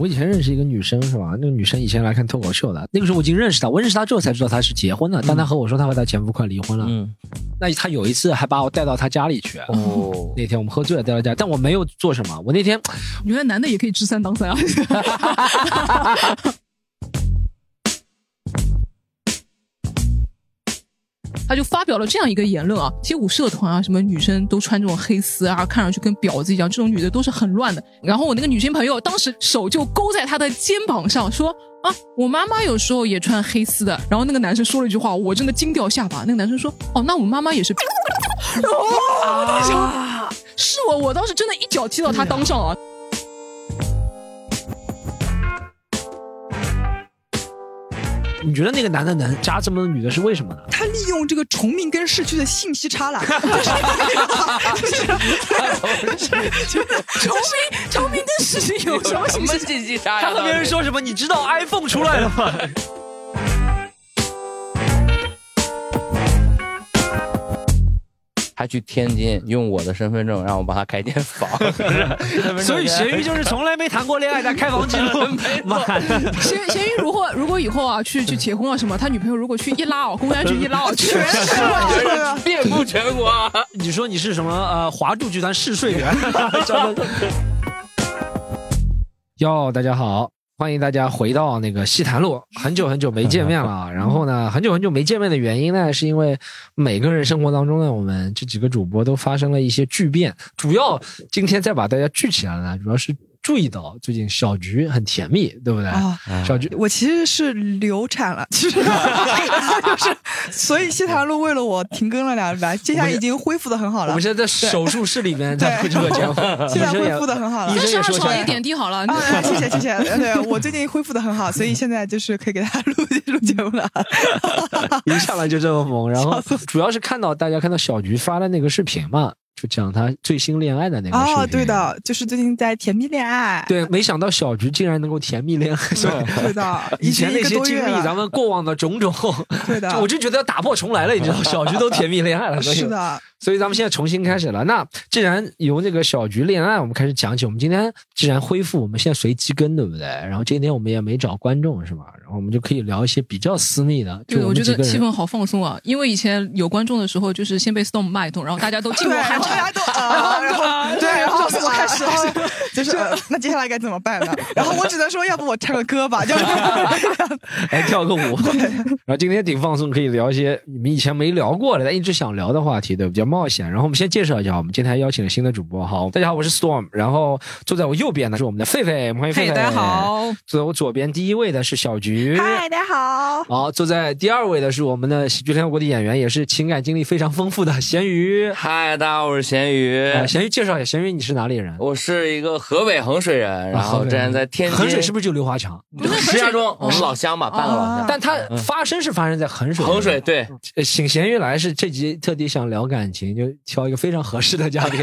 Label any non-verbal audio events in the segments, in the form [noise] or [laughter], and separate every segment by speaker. Speaker 1: 我以前认识一个女生是吧？那个女生以前来看脱口秀的，那个时候我已经认识她，我认识她之后才知道她是结婚了，但她和我说她和她前夫快离婚了。
Speaker 2: 嗯，
Speaker 1: 那她有一次还把我带到她家里去， [laughs]
Speaker 2: 哦，
Speaker 1: 那天我们喝醉了带到家，但我没有做什么，我那天
Speaker 3: 原来男的也可以知三当三啊！ [laughs] 他就发表了这样一个言论啊，街舞社团啊，什么女生都穿这种黑丝啊，看上去跟婊子一样，这种女的都是很乱的。然后我那个女性朋友当时手就勾在他的肩膀上，说啊，我妈妈有时候也穿黑丝的。然后那个男生说了一句话，我真的惊掉下巴。那个男生说，哦，那我妈妈也是。哦，我当时是我，我当时真的一脚踢到他裆上啊！
Speaker 1: 你觉得那个男的能加这么多女的是为什么呢？
Speaker 4: 他利用这个崇明跟市区的信息差
Speaker 1: [laughs]
Speaker 4: 了，
Speaker 3: [laughs] 崇明，崇明跟事情 [laughs] 有什么形式？
Speaker 2: 信息差
Speaker 1: 他和别人说什么？你知道 iPhone 出来了吗？
Speaker 2: 还去天津用我的身份证让我帮他开间房，
Speaker 1: 所以咸鱼就是从来没谈过恋爱的开房记录。妈的，
Speaker 3: 咸咸鱼如果如果以后啊去去结婚啊什么，他女朋友如果去一拉哦，公安局一拉哦，全 [laughs] 是
Speaker 2: 遍布全国。
Speaker 1: 你说你是什么呃华住集团试睡
Speaker 4: [laughs]
Speaker 1: 员？哟，大家好，欢迎大家回到那个西坛路，很久很久没见面了
Speaker 4: [laughs]
Speaker 1: 啊。然后呢，很久很久没见面的原因呢，是因为每个人生活当中呢，我们这几个主播都发生了一些巨变。主要今天再把大家聚起来呢，主要是注意到最近小菊很甜蜜，对不对？
Speaker 4: 啊
Speaker 1: 小菊
Speaker 4: 我其实是流产了， [laughs] 其实就是，所以西坛路为了我停更了两礼拜，接下来已经恢复的很好
Speaker 1: 我
Speaker 4: 了
Speaker 1: 们，现在在手术室里面在录这个节目，
Speaker 4: 现在
Speaker 1: 医生也
Speaker 4: 恢复的很好了
Speaker 1: 医
Speaker 3: 但
Speaker 1: 生
Speaker 3: 是
Speaker 1: 也
Speaker 3: 二
Speaker 1: 说
Speaker 3: 少
Speaker 1: 想
Speaker 3: 爷点滴好了，
Speaker 4: 啊，谢谢谢谢，
Speaker 1: [laughs]
Speaker 4: 对我最近恢复的很
Speaker 1: 嗯
Speaker 4: 好，所以现在就是可以给大家录录节目了。 [laughs]
Speaker 1: 一上来就这么猛，然后主要是看到大家看到小菊发的那个视频嘛，就讲她最新恋爱的那个视频。
Speaker 4: 哦，对。的，就是最近在甜蜜恋爱，
Speaker 1: 嗯对，没想到小菊竟然能够甜蜜恋爱，
Speaker 4: 嗯对的，
Speaker 1: 以前那
Speaker 4: 已经
Speaker 1: 些
Speaker 4: 一个多
Speaker 1: 经
Speaker 4: 月
Speaker 1: 历，
Speaker 4: 了
Speaker 1: 咱们过往的种种，
Speaker 4: 对的
Speaker 1: 就，我就觉得要打破重来了，你知
Speaker 4: [laughs]
Speaker 1: 道，小菊都甜蜜恋爱了，所以
Speaker 4: 是的，
Speaker 1: 所以咱们现在重新开始了。那既然由这个小菊恋爱，我们开始讲起。我们今天既然恢复，我们现在随机跟，对不对？然后今天我们也没找观众，是吧？然后我们就可以聊一些比较私密的，就
Speaker 3: 对，我
Speaker 1: 们
Speaker 3: 觉
Speaker 1: 几
Speaker 3: 得
Speaker 1: 个
Speaker 3: 气
Speaker 1: 人。
Speaker 3: 氛好放松啊，因为以前有观众的时候，就是先被 Storm 骂一通，然后大家都静
Speaker 4: 对，
Speaker 3: 默
Speaker 4: 然
Speaker 3: 寒
Speaker 4: 后
Speaker 3: 战。
Speaker 4: 大家都啊，然后对，然后我开始，然后就是 [laughs] 呃那接下来该怎么办呢？然后我只能说，要不我唱个歌
Speaker 1: [laughs]
Speaker 4: 吧，就是
Speaker 1: 来跳
Speaker 4: [laughs]
Speaker 1: 个舞。然后今天挺放松，可以聊一些你们以前没聊过的，但一直想聊的话题，对，比较冒险。然后我们先介绍一下，我们今天还邀请了新的主播，好，大家好，我是 Storm，然后坐在我右边的是我们的狒狒，欢迎狒狒，。，坐在我左边第一位的是小菊，
Speaker 4: 嗨，大家好，
Speaker 1: 好，坐在第二位的是我们的喜剧联合国的演员，也是情感经历非常丰富的咸鱼。
Speaker 2: [laughs] 嗨，大家好，我是咸鱼，
Speaker 1: 呃，咸鱼介绍一下，咸鱼你是哪里人？
Speaker 2: 我是一个河北衡水
Speaker 1: 啊
Speaker 2: 人，然后之前在天津，
Speaker 1: 衡水是不是就刘华强？
Speaker 4: 啊
Speaker 2: 不是石家庄，我们老乡嘛，半个老乡。
Speaker 1: 但他发生是发生在衡水。
Speaker 2: 嗯衡水对，
Speaker 1: 呃请咸鱼来是这集特地想聊感情，就挑一个非常合适的嘉宾。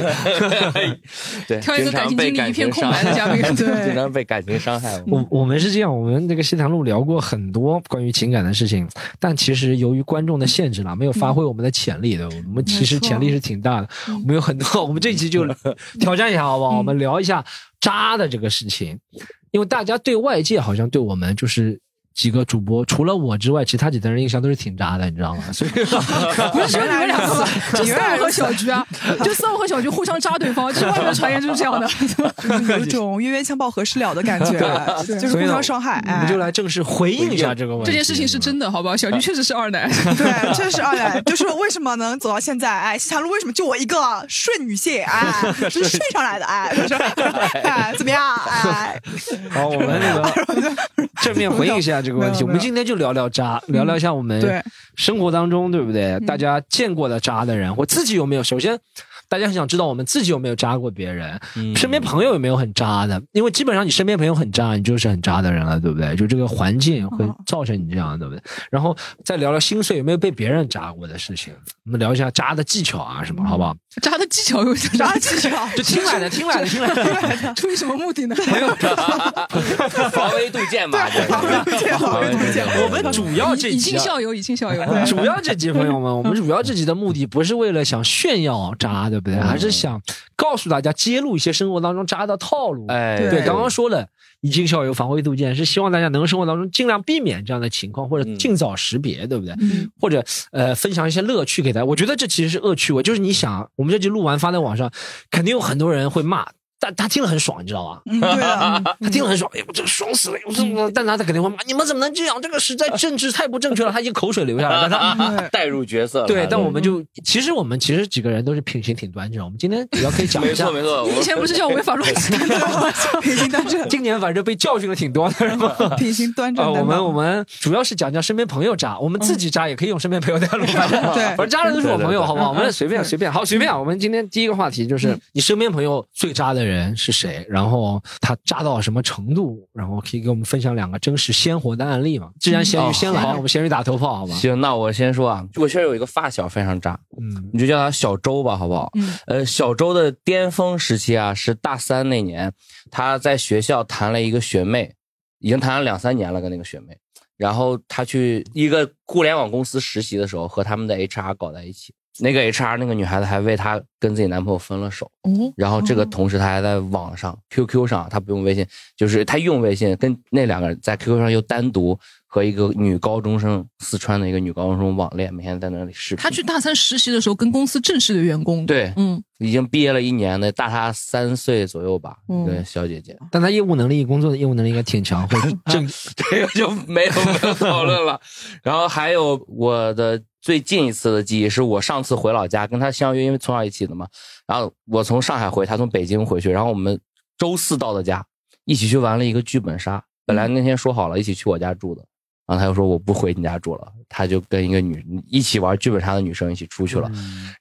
Speaker 2: 对，
Speaker 3: 挑一个
Speaker 2: 经
Speaker 3: 感
Speaker 2: 常
Speaker 3: 情
Speaker 2: 被
Speaker 3: 经历
Speaker 2: 感
Speaker 3: 一片
Speaker 2: 情伤
Speaker 3: 空白的
Speaker 2: 害，
Speaker 3: 嘉宾，
Speaker 2: [laughs] 经
Speaker 3: 对，
Speaker 2: 常被感情伤害。
Speaker 1: 我我们是这样，我们这个西谈路聊过很多关于情感的事情，但其实由于观众的限制啦，没有发挥我们的潜力的。我们其实
Speaker 3: 没错
Speaker 1: 潜力是挺大的，我们有很多。我们这期就挑战一下，好不好？
Speaker 3: 嗯
Speaker 1: 我们聊一下渣的这个事情，因为大家对外界好像对我们就是。几个主播，除了我之外，其他几个人印象都是挺渣的，你知道吗？所以
Speaker 3: 不是只有你 [laughs] 们两个吗？就
Speaker 4: 原来
Speaker 3: Storm
Speaker 4: 如
Speaker 3: 和
Speaker 4: 此
Speaker 3: 小菊啊， [laughs] 就 Storm 和小菊互相扎对方，就外面的传言就是这样 [laughs] 的。
Speaker 4: 有一种冤冤相报何时了的感觉，就是
Speaker 1: 所以呢
Speaker 4: 互相伤害。
Speaker 1: 我们就
Speaker 4: 哎
Speaker 1: 来正式回应一下这个
Speaker 3: [laughs]
Speaker 1: 问题。
Speaker 3: 这件事情是啊真的，好吧？小菊确实是二奶，
Speaker 4: 对，确实，哎，就是为什么能走到现在？哎，西坛路为什么就我一个顺女性？
Speaker 1: [laughs]
Speaker 4: 哎，这是顺上来的，哎，就是哎，怎么样？哎， [laughs]
Speaker 1: 好，我们那个正面回应一下这个问
Speaker 4: 没
Speaker 1: 题。
Speaker 4: 有
Speaker 1: 我们
Speaker 4: 没有
Speaker 1: 今天就聊聊渣，聊聊一下我们
Speaker 4: 对嗯
Speaker 1: 生活当中，对不对？大家见过的渣的人，或自己有没有？首先，大家很想知道我们自己有没有渣过别人，
Speaker 2: 嗯
Speaker 1: 身边朋友有没有很渣的？因为基本上你身边朋友很渣，你就是很渣的人了，对不对？就这个环
Speaker 4: 哦
Speaker 1: 境会造成你这样，对不对？然后再聊聊心碎有没有被别人渣过的事情，我们聊一下渣的技巧啊什么，好不好？
Speaker 3: 渣的技巧有点
Speaker 4: 啥技
Speaker 1: [laughs]
Speaker 4: 巧？
Speaker 1: 就听来的，听来的，听来的。
Speaker 3: 出于什么目 [laughs] 的呢？
Speaker 2: 防微杜渐嘛，这
Speaker 4: 好
Speaker 2: 个
Speaker 4: 对好对不起
Speaker 1: [laughs] 我们主要这
Speaker 3: 以
Speaker 1: 期
Speaker 3: 儆
Speaker 1: 啊。
Speaker 3: 效尤，以儆
Speaker 1: [laughs]
Speaker 3: 效尤。
Speaker 1: 主要这集朋友们，我们主要这集的目的不是为了想炫耀渣，对不对？还是想告诉大家揭露一些生活当中渣的套路。
Speaker 2: 哎，
Speaker 4: 对
Speaker 1: 对，刚
Speaker 2: [laughs]
Speaker 1: 刚说了，以儆效尤，防微杜渐，是希望大家能生活当中尽量避免这样的情况，或者
Speaker 2: 嗯
Speaker 1: 尽早识别，对不对？
Speaker 3: 嗯
Speaker 1: 或者呃，分享一些乐趣给大家。我觉得这其实是恶趣味，就是你想，我们这集录完发在网上，肯定有很多人会骂，但他听了很爽，你知道吗？
Speaker 4: 嗯，对的，
Speaker 1: 他听了很爽，哎呦，我这个爽死了！我这个，但他肯定会骂，你们怎么能这样？这个实在政治太不正确了，他已经口水流下来了。但他
Speaker 4: 对
Speaker 2: 带入角色了，
Speaker 1: 对，但我们就其实我们其实几个人都是品行挺端正。我们今天主要可以讲
Speaker 2: 没
Speaker 1: 一下
Speaker 2: 错，没错，我
Speaker 3: 你以前不是叫违法乱纪吗？ [laughs]
Speaker 4: 品行端正，
Speaker 1: [laughs] 今年反正被教训了挺多的，是
Speaker 4: [laughs]
Speaker 1: 吧？
Speaker 4: 嗯品行端正
Speaker 1: 啊，
Speaker 4: 担当。
Speaker 1: 我们我们主要是讲讲身边朋友渣，我们自己渣也可以用身边朋友带路，反正
Speaker 4: 嗯 [laughs] 对
Speaker 1: 反正渣人都是我朋友，好不好？我
Speaker 4: 嗯
Speaker 1: 们随便
Speaker 4: 嗯
Speaker 1: 随便，好随便啊。我们今天第一个话题就是你身边朋友最渣的人是谁，然后他渣到什么程度，然后可以给我们分享两个真实鲜活的案例嘛？既然咸鱼
Speaker 2: 哦
Speaker 1: 先来，
Speaker 2: 好
Speaker 1: 我们咸鱼打头炮，好吧？
Speaker 2: 行，那我先说啊，我确实有一个发小非常渣，
Speaker 1: 嗯
Speaker 2: 你就叫他小周吧，好不好？
Speaker 3: 嗯
Speaker 2: 呃，小周的巅峰时期啊，是大三那年，他在学校谈了一个学妹，已经谈了两三年了，跟那个学妹。然后他去一个互联网公司实习的时候，和他们的 HR 搞在一起。那个 HR 那个女孩子还为他跟自己男朋友分了手，
Speaker 3: 哦，
Speaker 2: 然后这个同时他还在网上 QQ 上，他不用微信，就是他用微信跟那两个人在 QQ 上又单独和一个女高中生，四川的一个女高中生网恋，每天在那里视频。
Speaker 3: 他去大三实习的时候，跟公司正式的员工，，
Speaker 2: 对，
Speaker 3: 嗯，
Speaker 2: 已经毕业了一年的，大他三岁左右吧，
Speaker 3: 嗯
Speaker 2: 一个小姐姐。 [laughs]
Speaker 1: 但他业务能力、工作的业务能力应该挺强，或者正
Speaker 2: 这个就没有没有讨论了。然后还有我的最近一次的记忆，是我上次回老家跟他相约，因为从小一起的嘛。然后我从上海回，他从北京回去，然后我们周四到的家，一起去玩了一个剧本杀。本来那天说好了一起去我家住的，然后他又说我不回你家住了，他就跟一个女一起玩剧本杀的女生一起出去了。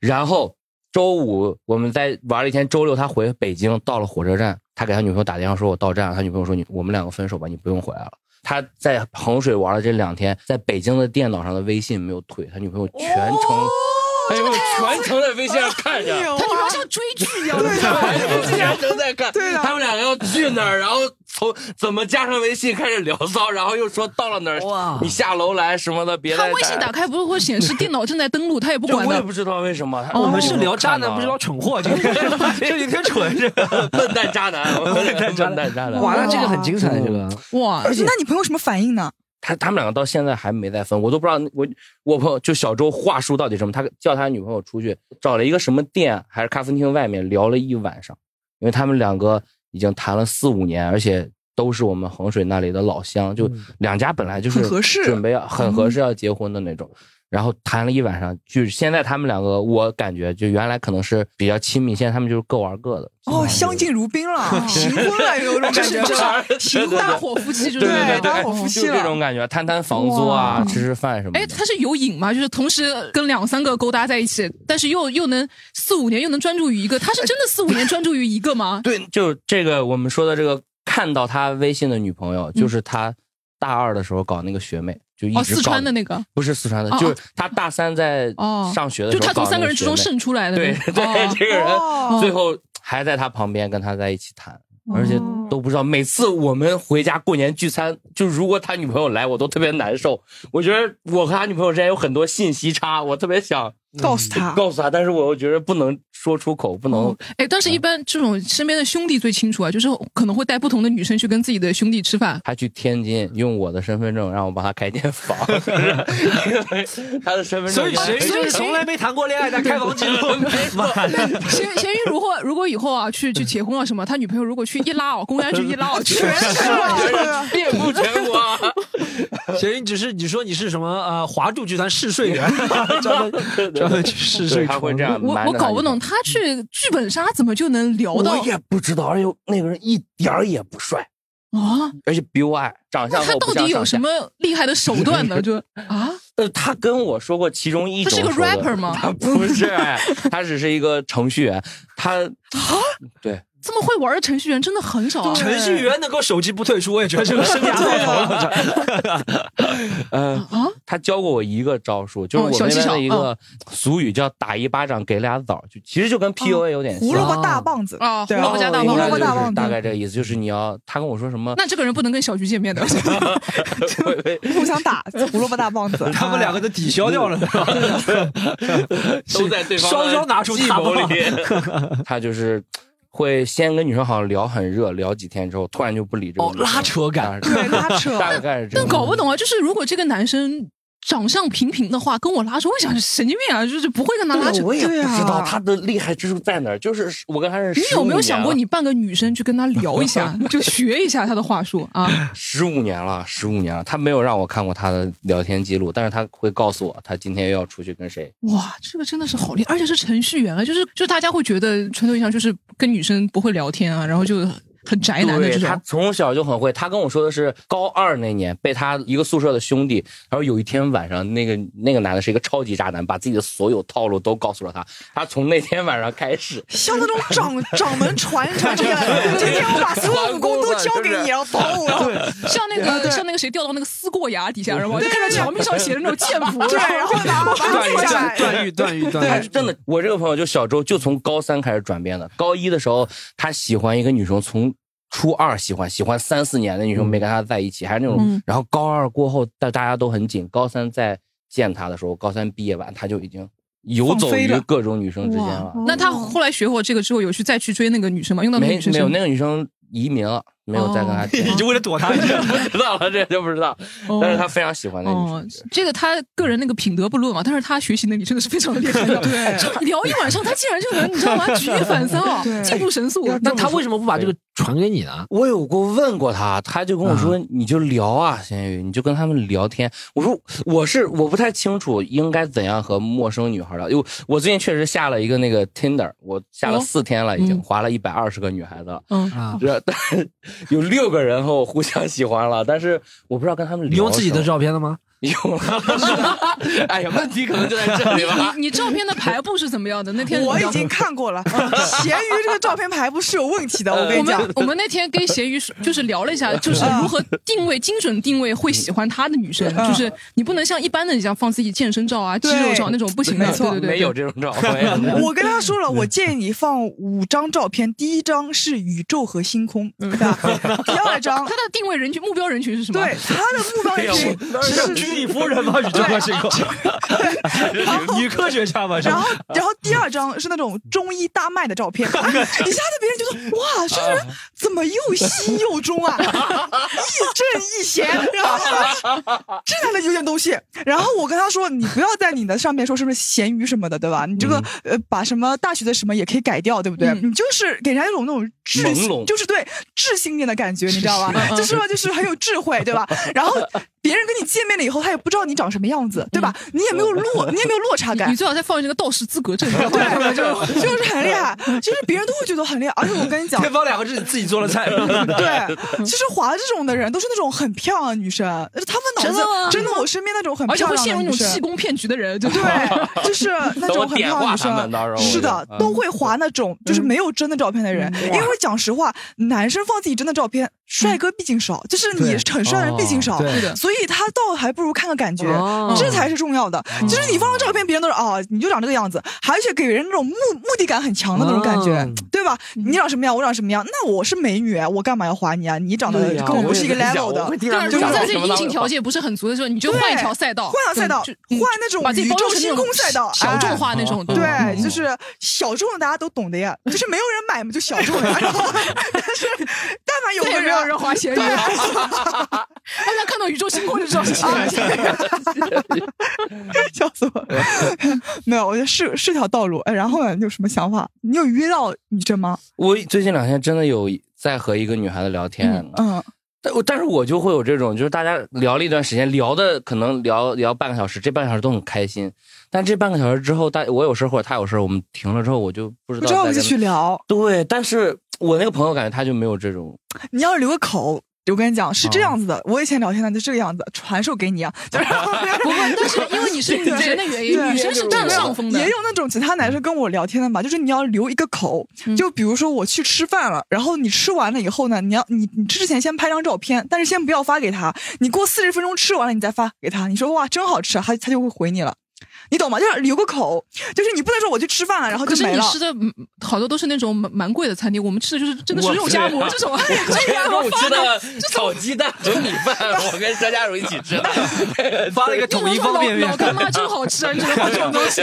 Speaker 2: 然后周五我们在玩了一天，周六他回北京，到了火车站，他给他女朋友打电话说：“我到站了。”他女朋友说：“你我们两个分手吧，你不用回来了。”他在衡水玩了这两天，在北京的电脑上的微信没有退，他女朋友全程，他女朋友全程在微信上看着。
Speaker 4: 哎呦
Speaker 3: 他女朋友像追剧一样，
Speaker 4: 对
Speaker 2: 他
Speaker 4: 的，
Speaker 2: 女朋友竟然都在看，
Speaker 4: 对的
Speaker 2: 他们两个要去哪儿，然后从怎么加上微信开始聊骚，然后又说到了哪儿，
Speaker 1: 哇
Speaker 2: 你下楼来什么的，别
Speaker 3: 他
Speaker 2: 再
Speaker 3: 微信打开不是会显示电脑正在登录，他也不
Speaker 2: 就
Speaker 3: 管
Speaker 2: 我也
Speaker 3: 的。哦
Speaker 2: 不知道为什么，他
Speaker 1: 我们是聊渣
Speaker 2: 看
Speaker 1: 男，
Speaker 2: 到
Speaker 1: 不是聊蠢 [laughs] 货，这这有点蠢是吧？
Speaker 2: 笨蛋渣男，
Speaker 3: [laughs]
Speaker 2: 笨蛋渣男，渣
Speaker 1: 哇，
Speaker 4: 哇
Speaker 1: 那这个很精彩，
Speaker 2: 嗯
Speaker 1: 这个
Speaker 3: 哇，
Speaker 4: [laughs] 那你朋友什么反应呢？
Speaker 2: 他他们两个到现在还没再分，我都不知道那我我朋友就小周话术到底什么，他叫他女朋友出去找了一个什么店还是咖啡厅外面聊了一晚上，因为他们两个已经谈了四五年，而且都是我们衡水那里的老乡，就
Speaker 1: 嗯
Speaker 2: 两家本来就是
Speaker 4: 很合适嗯
Speaker 2: 准备要很合适要结婚的那种。然后谈了一晚上，就是现在他们两个，我感觉就原来可能是比较亲密，现在他们就是各玩各的。
Speaker 4: 哦，相敬如宾了，行婚了，有种感觉，
Speaker 2: 就是
Speaker 4: 行婚
Speaker 3: 大伙夫妻就是
Speaker 4: 对
Speaker 3: 这样
Speaker 4: 大伙夫
Speaker 2: 就
Speaker 4: 妻
Speaker 2: 是这
Speaker 4: 了
Speaker 2: 种。感觉，摊摊房租啊，
Speaker 4: 哇
Speaker 2: 吃吃饭什么的。
Speaker 3: 哎，他是有瘾吗？就是同时跟两三个勾搭在一起，但是又又能四五年又能专注于一个，他是真的四五年专注于一个吗？
Speaker 2: 对，就这个我们说的这个，看到他微信的女朋友，就是他大二的时候搞那个学妹，就一直搞、
Speaker 3: 嗯哦，四川的那个，
Speaker 2: 不是四川的，
Speaker 3: 哦
Speaker 2: 就是他大三在
Speaker 3: 哦
Speaker 2: 上学的时
Speaker 3: 就
Speaker 2: 候
Speaker 3: 他
Speaker 2: 搞
Speaker 3: 从
Speaker 2: 那
Speaker 3: 三个人之中
Speaker 2: 学妹
Speaker 3: 胜出来的那
Speaker 2: 对
Speaker 3: 个。
Speaker 2: 对，这个人
Speaker 4: 哦
Speaker 2: 最后还在他旁边跟他在一起谈。而且
Speaker 4: 哦
Speaker 2: 都不知道，每次我们回家过年聚餐，就如果他女朋友来，我都特别难受。我觉得我和他女朋友之间有很多信息差，我特别想
Speaker 4: 告诉他，
Speaker 2: 告诉他，但是我又觉得不能说出口，不能
Speaker 3: 哦，哎，
Speaker 2: 嗯
Speaker 3: 但是一般这种身边的兄弟最清楚啊，就是可能会带不同的女生去跟自己的兄弟
Speaker 2: [laughs]
Speaker 3: 吃饭。
Speaker 2: 他去天津用我的身份证让我帮他开间房， [laughs] 就是因为他的身份证
Speaker 1: 所以
Speaker 2: 跟他
Speaker 1: 谁
Speaker 3: 所以
Speaker 1: 是
Speaker 3: 谁
Speaker 1: 从来没谈过恋爱但开房记录？
Speaker 2: [laughs]
Speaker 1: [laughs] 妈呀
Speaker 3: 咸咸鱼如果如果以后啊去去结婚啊什么，他女朋友如果去一拉哦，公安局一拉
Speaker 2: [laughs]
Speaker 3: 哦，全
Speaker 4: 全是了，
Speaker 2: 遍布全国啊，
Speaker 1: 谁只是你说你是什么呃华住集团试睡员，
Speaker 2: [laughs]
Speaker 1: 专门专门去试睡
Speaker 2: 对
Speaker 1: 床
Speaker 2: 他会这样
Speaker 3: 我
Speaker 2: 瞒
Speaker 3: 我
Speaker 2: 着他
Speaker 3: 搞不懂，他去剧本杀怎么就能聊
Speaker 2: [laughs] 我
Speaker 3: 到
Speaker 2: 哎也不知道，而且那个人一点儿也不帅，
Speaker 3: 啊，
Speaker 2: 而且比我矮，长相和
Speaker 3: 那他
Speaker 2: 我
Speaker 3: 到
Speaker 2: 不相
Speaker 3: 底有
Speaker 2: 上
Speaker 3: 什
Speaker 2: 下。
Speaker 3: 么厉害的手段呢？
Speaker 2: [laughs]
Speaker 3: 就啊，
Speaker 2: 呃，他跟我说过其中一
Speaker 3: 他
Speaker 2: 种
Speaker 3: 是
Speaker 2: 手
Speaker 3: 个
Speaker 2: 段。
Speaker 3: rapper 吗
Speaker 2: 他不是，哎他只是一个程序员。他
Speaker 3: 啊这么会玩的程序员真的很少啊。
Speaker 1: 程序员能够手机不退出，我也觉得这个生 [laughs] 意做头了。
Speaker 2: 呃，
Speaker 3: 啊，
Speaker 2: 他教过我一个招数，就是
Speaker 3: 哦
Speaker 2: 我
Speaker 3: 小
Speaker 2: 们
Speaker 3: 技
Speaker 2: 那边
Speaker 3: 巧
Speaker 2: 的一个俗语叫“打一巴掌给俩枣”，就其实就跟 PUA 有点像
Speaker 4: 胡。萝卜大棒子
Speaker 3: 哦
Speaker 4: 对
Speaker 3: 胡萝卜加大棒
Speaker 4: 胡
Speaker 3: 子
Speaker 4: 萝卜大
Speaker 2: 就是
Speaker 4: 棒
Speaker 2: 大
Speaker 4: 子，
Speaker 2: 概这个意思，就是你要他跟我说什么，
Speaker 3: 那这个人不能跟小菊见
Speaker 2: [laughs]
Speaker 3: 面的。
Speaker 2: 喂喂
Speaker 4: 互相打胡萝卜大棒子。
Speaker 1: 他们两个都抵消掉了，是吧？
Speaker 2: 都在对方的
Speaker 1: 双双拿出
Speaker 2: 计
Speaker 1: 大
Speaker 2: 谋
Speaker 1: 棒
Speaker 2: 里。 [laughs] 他就是会先跟女生好像聊很热，聊几天之后，突然就不理这个
Speaker 1: 哦，
Speaker 2: 女生
Speaker 1: 拉扯感，
Speaker 4: [laughs] 对拉扯，
Speaker 2: [laughs] 大概是这
Speaker 3: 但
Speaker 2: 样。
Speaker 3: 搞不懂啊，就是如果这个男生长相平平的话，跟我拉扯，我想神经病啊，就是不会跟他拉扯。
Speaker 2: 我也不
Speaker 4: 对啊
Speaker 2: 知道他的厉害之处在哪儿，就是我跟他认识
Speaker 3: 你有没有想过，
Speaker 2: 15年了
Speaker 3: 你扮个女生去跟他聊一
Speaker 2: [laughs]
Speaker 3: 下，就学一下他的话术啊？
Speaker 2: 十五年了，十五年了，他没有让我看过他的聊天记录，但是他会告诉我他今天又要出去跟谁。
Speaker 3: 哇，这个真的是好厉害，而且是程序员啊，就是就是大家会觉得传统印象就是跟女生不会聊天啊，然后就很宅哎男的
Speaker 2: 对
Speaker 3: 这
Speaker 2: 他
Speaker 3: 种。
Speaker 2: 从小就很会，他跟我说的是高二那年被他一个宿舍的兄弟，然后有一天晚上那个那个男的是一个超级渣男，把自己的所有套路都告诉了他。他从那天晚上开始，
Speaker 4: 像那种掌掌门传一传这个，今天我把所有武功都教给你，然后跑我，
Speaker 3: 像那
Speaker 2: 啊
Speaker 3: 个像那个谁掉到那个思过崖底下，然后就看到墙壁上写的那种剑谱，
Speaker 2: 啊
Speaker 4: 对，然后拿把它
Speaker 1: 断
Speaker 4: 记下
Speaker 1: 断
Speaker 4: 来。
Speaker 1: 断欲断欲
Speaker 3: 嗯
Speaker 1: 断
Speaker 2: 他
Speaker 1: 欲
Speaker 2: 是，真的，我这个朋友就小周，就从高三开始转变的。高一的时候，他喜欢一个女生，从初二喜欢，喜欢三四年的女生没跟他在一起，还是那种。
Speaker 3: 嗯
Speaker 2: 然后高二过后，大大家都很紧，高三再见他的时候，高三毕业晚，他就已经游
Speaker 4: 放
Speaker 2: 走
Speaker 4: 飞
Speaker 2: 于
Speaker 4: 了
Speaker 2: 各种女生之间了。
Speaker 3: 那他后来学过这个之后，有去再去追那个女生吗？用到那个
Speaker 2: 没
Speaker 3: 女生
Speaker 2: 没
Speaker 3: 身
Speaker 2: 有
Speaker 3: 上
Speaker 2: 那个女生移民了，没有再跟他
Speaker 3: 哦
Speaker 1: [laughs]
Speaker 2: 见。[laughs]
Speaker 3: [laughs]
Speaker 1: 你就为了躲他，
Speaker 2: 不知道了，这就不知道。
Speaker 3: 哦
Speaker 2: 但是他非常喜欢那女
Speaker 3: 哦
Speaker 2: 生。，
Speaker 3: 这个他个人那个品德不论嘛，但是他学习能力真的是非常厉害
Speaker 4: [laughs]
Speaker 3: 的。对，就聊一晚上，他竟然就能，你知道吗？举一反三啊，
Speaker 4: [laughs] 对
Speaker 3: 进步神速。
Speaker 5: 那他为什么不把这个传给你呢？
Speaker 2: 我有过问过他，他就跟我说：“
Speaker 3: 嗯
Speaker 2: 你就聊啊，咸鱼，你就跟他们聊天。”我说：“我是我不太清楚应该怎样和陌生女孩聊，因为我最近确实下了一个那个 Tinder，我下了
Speaker 3: 哦
Speaker 2: 四天了，已经
Speaker 3: 嗯
Speaker 2: 划了一百二十个女孩子了，
Speaker 3: 嗯，
Speaker 5: 啊，
Speaker 2: 这 [laughs] 但是有六个人和我互相喜欢了，但是我不知道跟他们聊
Speaker 5: 你用自己的
Speaker 2: 什么，
Speaker 5: 照片了吗？
Speaker 2: 用了， [laughs] 哎呀，问题可能就在这里吧。
Speaker 3: 你照片的排布是怎么样的？那天
Speaker 4: 我已经看过了，咸鱼这个照片排布是有问题的，我跟
Speaker 3: 我
Speaker 4: 你讲
Speaker 3: 们。我们那天跟咸鱼就是聊了一
Speaker 4: [laughs]
Speaker 3: 下，就是如何定位精准定位会喜欢他的女生，
Speaker 4: 嗯
Speaker 3: 就是你不能像一般的你像放自己健身照啊、肌
Speaker 4: 对
Speaker 3: 肉照
Speaker 2: [laughs]
Speaker 3: 那种不行的，
Speaker 4: 没
Speaker 3: 对
Speaker 4: 错
Speaker 3: 对对，
Speaker 2: 没有
Speaker 3: 对。
Speaker 2: 这种照
Speaker 4: [laughs]
Speaker 2: 片。
Speaker 4: 我跟他说了，我建议你放五张照片，第一张是宇宙和星空，对吧？第二张
Speaker 3: 他，的定位人群目标人群是什么？
Speaker 4: 对他的目标人群
Speaker 1: 是
Speaker 4: [laughs] 是
Speaker 1: 居里夫人吗？宇宙和星空，女科学家吗？
Speaker 4: 然后，然后第二张是那种中医大卖的照片，哎一下子别人就说：“哇，这个人怎么又西又中啊，亦正亦邪。”然后这男的有点东西。然后我跟他说：“你不要在你的上面说是不是咸鱼什么的，对吧？你这个、呃，把什么大学的什么也可以改掉，对不对？
Speaker 3: 嗯
Speaker 4: 你就是给人家一种那种智
Speaker 2: 朦
Speaker 4: 性
Speaker 2: 胧
Speaker 4: 就是对智性恋的感觉，你知道吧？ [laughs] 就是吧，就是很有智慧，对吧？然后。”别人跟你见面了以后，他也不知道你长什么样子，对吧？你也没有落，你也没有落差感
Speaker 3: 你，最好再放一个道士资格证。
Speaker 4: [laughs]
Speaker 3: [laughs]
Speaker 4: 对，就就是很厉害，就是别人都会觉得很厉害。而且我
Speaker 3: [laughs]
Speaker 4: 跟你讲
Speaker 1: 对，方两个是你自己做的
Speaker 5: [laughs]
Speaker 1: 菜，
Speaker 4: [laughs]
Speaker 1: [laughs]
Speaker 4: 对，其实滑这种的人都是那种很漂亮的女生，呃她们脑
Speaker 3: 真的吗
Speaker 4: 子真的，我身边那种很
Speaker 3: 而且
Speaker 4: 漂
Speaker 3: 会
Speaker 4: 亮
Speaker 3: 陷入
Speaker 4: 的
Speaker 3: 那
Speaker 4: 女
Speaker 3: 种气
Speaker 4: 生。
Speaker 3: 功骗局的人，就
Speaker 4: 对，就是
Speaker 2: 等
Speaker 4: 那
Speaker 2: 我
Speaker 4: 种很
Speaker 2: 点
Speaker 4: 漂
Speaker 2: 化
Speaker 4: 亮的女
Speaker 2: 他们到时候
Speaker 4: 生，是的，
Speaker 2: 我就
Speaker 4: 都会滑那
Speaker 3: 嗯
Speaker 4: 种就是没有真的照片的人，因为讲实话，男生放自己真的照片，
Speaker 3: 嗯
Speaker 4: 帅哥毕竟少，就是你
Speaker 1: 对
Speaker 4: 很帅的人毕
Speaker 2: 哦
Speaker 4: 竟少，
Speaker 3: [laughs]
Speaker 1: 对
Speaker 3: 是的。
Speaker 4: 所以他倒还不如看个感觉，
Speaker 5: 哦
Speaker 4: 这才是重要的。就是你放张照片，别人都是哦，你就长这个样子，而且给人那种目目的感很强的那种感觉，
Speaker 5: 嗯
Speaker 4: 对吧？你长什么样，我长什么样，那我是美女，我干嘛要划你啊？你长得
Speaker 5: 对呀
Speaker 4: 跟我不是一个
Speaker 2: 我也在想
Speaker 4: level 的
Speaker 2: 我。
Speaker 5: 第
Speaker 3: 但
Speaker 5: 二
Speaker 3: 是如果
Speaker 4: 就
Speaker 3: 在
Speaker 4: 是
Speaker 2: 为
Speaker 3: 这
Speaker 2: 什么
Speaker 3: 硬
Speaker 2: 呢
Speaker 3: 性条件不是很足的时候，你就
Speaker 4: 对
Speaker 3: 换一条赛道，
Speaker 4: 换条赛道
Speaker 3: 就
Speaker 4: 换
Speaker 3: 嗯
Speaker 4: 那种
Speaker 3: 把自己
Speaker 4: 宇
Speaker 3: 包
Speaker 4: 宙
Speaker 3: 装成
Speaker 4: 星
Speaker 3: 那种
Speaker 4: 空赛道哎
Speaker 3: 小众化那种，
Speaker 4: 哦
Speaker 3: 吧
Speaker 4: 对，就是小众的大家都懂的呀，就是没有人买嘛，就小众呀。然后 [laughs] 但是但凡有
Speaker 3: 再也
Speaker 4: 个
Speaker 3: 没有
Speaker 4: 人
Speaker 3: 人花咸鱼，大家看到宇宙星空就知道是谁。
Speaker 4: [laughs] 啊笑死我了， [laughs] 没有，我觉得是是条道路。哎，然后呢，你有什么想法？你有约到女生吗？
Speaker 2: 我最近两天真的有在和一个女孩子聊天，
Speaker 4: 嗯，
Speaker 2: 但我但是我就会有这种，就是大家聊了一段时间，聊的可能聊聊半个小时，这半个小时都很开心，但这半个小时之后，大我有事或者他有事，我们停了之后，我就不知
Speaker 4: 不
Speaker 2: 道
Speaker 4: 知道我们
Speaker 2: 在
Speaker 4: 继续
Speaker 2: 干嘛
Speaker 4: 聊。
Speaker 2: [laughs] 对，但是我那个朋友感觉他就没有这种，
Speaker 4: 你要留个口，我跟你讲是这样子的，我以前聊天呢就这个样子，传授给你啊，就是 [laughs]
Speaker 3: 不会，但是 [laughs] 因为你是女神的原因，
Speaker 4: 对
Speaker 3: 女生是占上风的
Speaker 4: 也。有那种其他男生跟我聊天的吧，就是你要留一个口，
Speaker 3: 嗯
Speaker 4: 就比如说我去吃饭了，然后你吃完了以后呢，你要你你吃之前先拍张照片，但是先不要发给他，你过四十分钟吃完了你再发给他，你说哇真好吃啊，他他就会回你了。你懂吗？就是留个口，就是你不能说我去吃饭了，然后
Speaker 3: 可
Speaker 4: 就是没
Speaker 3: 你
Speaker 4: 了。
Speaker 3: 吃的嗯好多都是那种蛮蛮贵的餐厅，我们吃的就是真的是
Speaker 2: 我
Speaker 3: 肉
Speaker 2: 吃
Speaker 3: 夹馍这
Speaker 4: [laughs]
Speaker 3: 种，哎这
Speaker 2: 然后
Speaker 3: 种
Speaker 2: 我
Speaker 3: 发
Speaker 2: 吃
Speaker 3: 的
Speaker 2: 的炒鸡蛋和米饭，我跟张佳茹一起吃的。
Speaker 1: 发了一个
Speaker 3: 那
Speaker 1: 统一
Speaker 3: 种
Speaker 1: 方
Speaker 3: 老
Speaker 1: 便面
Speaker 3: 老，干妈真好吃啊！你觉
Speaker 4: [laughs]
Speaker 3: 得这种东西，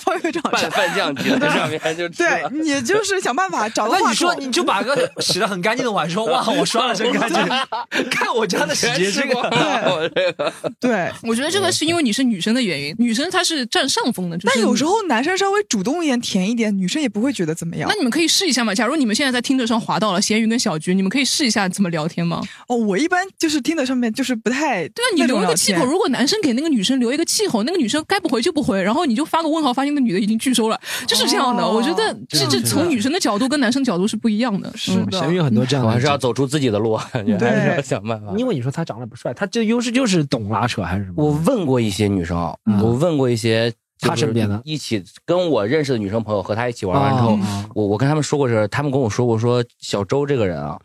Speaker 4: 方便面找
Speaker 2: 拌饭酱挤在上面就吃
Speaker 4: 对
Speaker 2: 了。
Speaker 4: 你就是想办法找个
Speaker 1: [laughs] 那
Speaker 4: 话
Speaker 1: 你说
Speaker 4: 口
Speaker 1: 你就把个洗得很干净的碗说哇，我刷的真干
Speaker 4: [laughs]
Speaker 1: 净， [laughs] 看我家的洗
Speaker 2: 全
Speaker 1: 洁
Speaker 2: 吃
Speaker 1: 精
Speaker 2: 光
Speaker 1: 啊。
Speaker 2: 了，我这个
Speaker 4: 对。
Speaker 3: 我觉得这个是因为你是女生的原因，女生她是占上风的。就是
Speaker 4: 但有时
Speaker 3: 候，
Speaker 4: 候男生稍微主动一点、甜一点，女生也不会觉得怎么样
Speaker 3: 那。你们可以试一下嘛？假如你们现在在听着上滑到了咸鱼跟小菊，你们可以试一下怎么聊天吗？
Speaker 4: 哦，我一般就是听的上面就是不太
Speaker 3: 对啊，你
Speaker 4: 那种
Speaker 3: 留一个
Speaker 4: 聊
Speaker 3: 气
Speaker 4: 天
Speaker 3: 口，如果男生给那个女生留一个气口，那个女生该不回就不回，然后你就发个问号，发现那个女的已经拒收了，就是这样的。
Speaker 4: 哦
Speaker 3: 我觉得这这从女生的角度跟男生角度是不一样的。嗯
Speaker 4: 是的
Speaker 5: 嗯咸鱼有很多这样
Speaker 2: [laughs] 我
Speaker 5: 的
Speaker 2: 还
Speaker 5: 人，
Speaker 2: 是要走出自己的路，感觉还是要想办法。
Speaker 5: 因为你说他长得不帅，他这优势就是懂拉扯还是什么？
Speaker 2: 我问过一些女生啊，
Speaker 5: 嗯
Speaker 2: 我问过一些
Speaker 5: 她身边的
Speaker 2: 一起跟我认识的女生朋友，和她一起玩完之后，
Speaker 1: 嗯
Speaker 5: 啊
Speaker 2: 我我跟他们说过这个，他们跟我说过说小周这个人啊，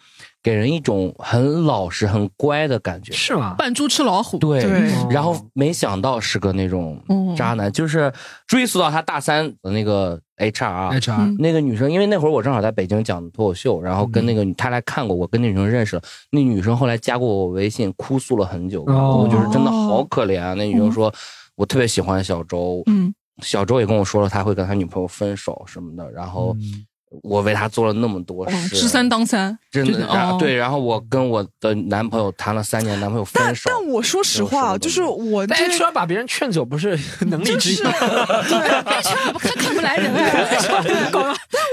Speaker 2: 给人一种很老实、很乖的感觉。
Speaker 5: 是吗？
Speaker 3: 扮猪吃老虎，
Speaker 2: 对
Speaker 4: 对
Speaker 5: 哦
Speaker 2: 然后没想到是个那种
Speaker 3: 嗯
Speaker 2: 渣男，就是追溯到他大三的那个 HR
Speaker 1: 嗯
Speaker 2: 啊
Speaker 4: 嗯
Speaker 5: HR
Speaker 2: 那个女生，因为那会儿我正好在北京讲脱口秀，然后
Speaker 4: 嗯
Speaker 2: 跟那个女她来看过我，跟那女生认识了。那女生后来加过我微信，哭诉了很久，
Speaker 5: 哦
Speaker 2: 我就是真的好可怜啊。那
Speaker 4: 哦
Speaker 2: 女生说，我特别喜欢小周，
Speaker 3: 嗯，
Speaker 2: 小周也跟我说了他会跟他女朋友分手什么的，然后
Speaker 5: 嗯
Speaker 2: 我为他做了那么多
Speaker 4: 哦
Speaker 3: 哇
Speaker 2: 事，
Speaker 3: 知三当三，
Speaker 2: 真
Speaker 3: 就
Speaker 2: 的
Speaker 3: 是
Speaker 2: 然后
Speaker 3: 哦
Speaker 2: 对。然后我跟我的男朋友谈了三年，男朋友
Speaker 4: 但
Speaker 2: 分手。
Speaker 4: 但我说实话啊，
Speaker 2: 分手
Speaker 4: 就是我
Speaker 5: 但
Speaker 4: 这
Speaker 5: HR 把别人劝走不是能力之一
Speaker 4: [laughs]
Speaker 3: [laughs]
Speaker 5: 吗？
Speaker 3: 哎，HR 不看看不来人哎，
Speaker 4: 但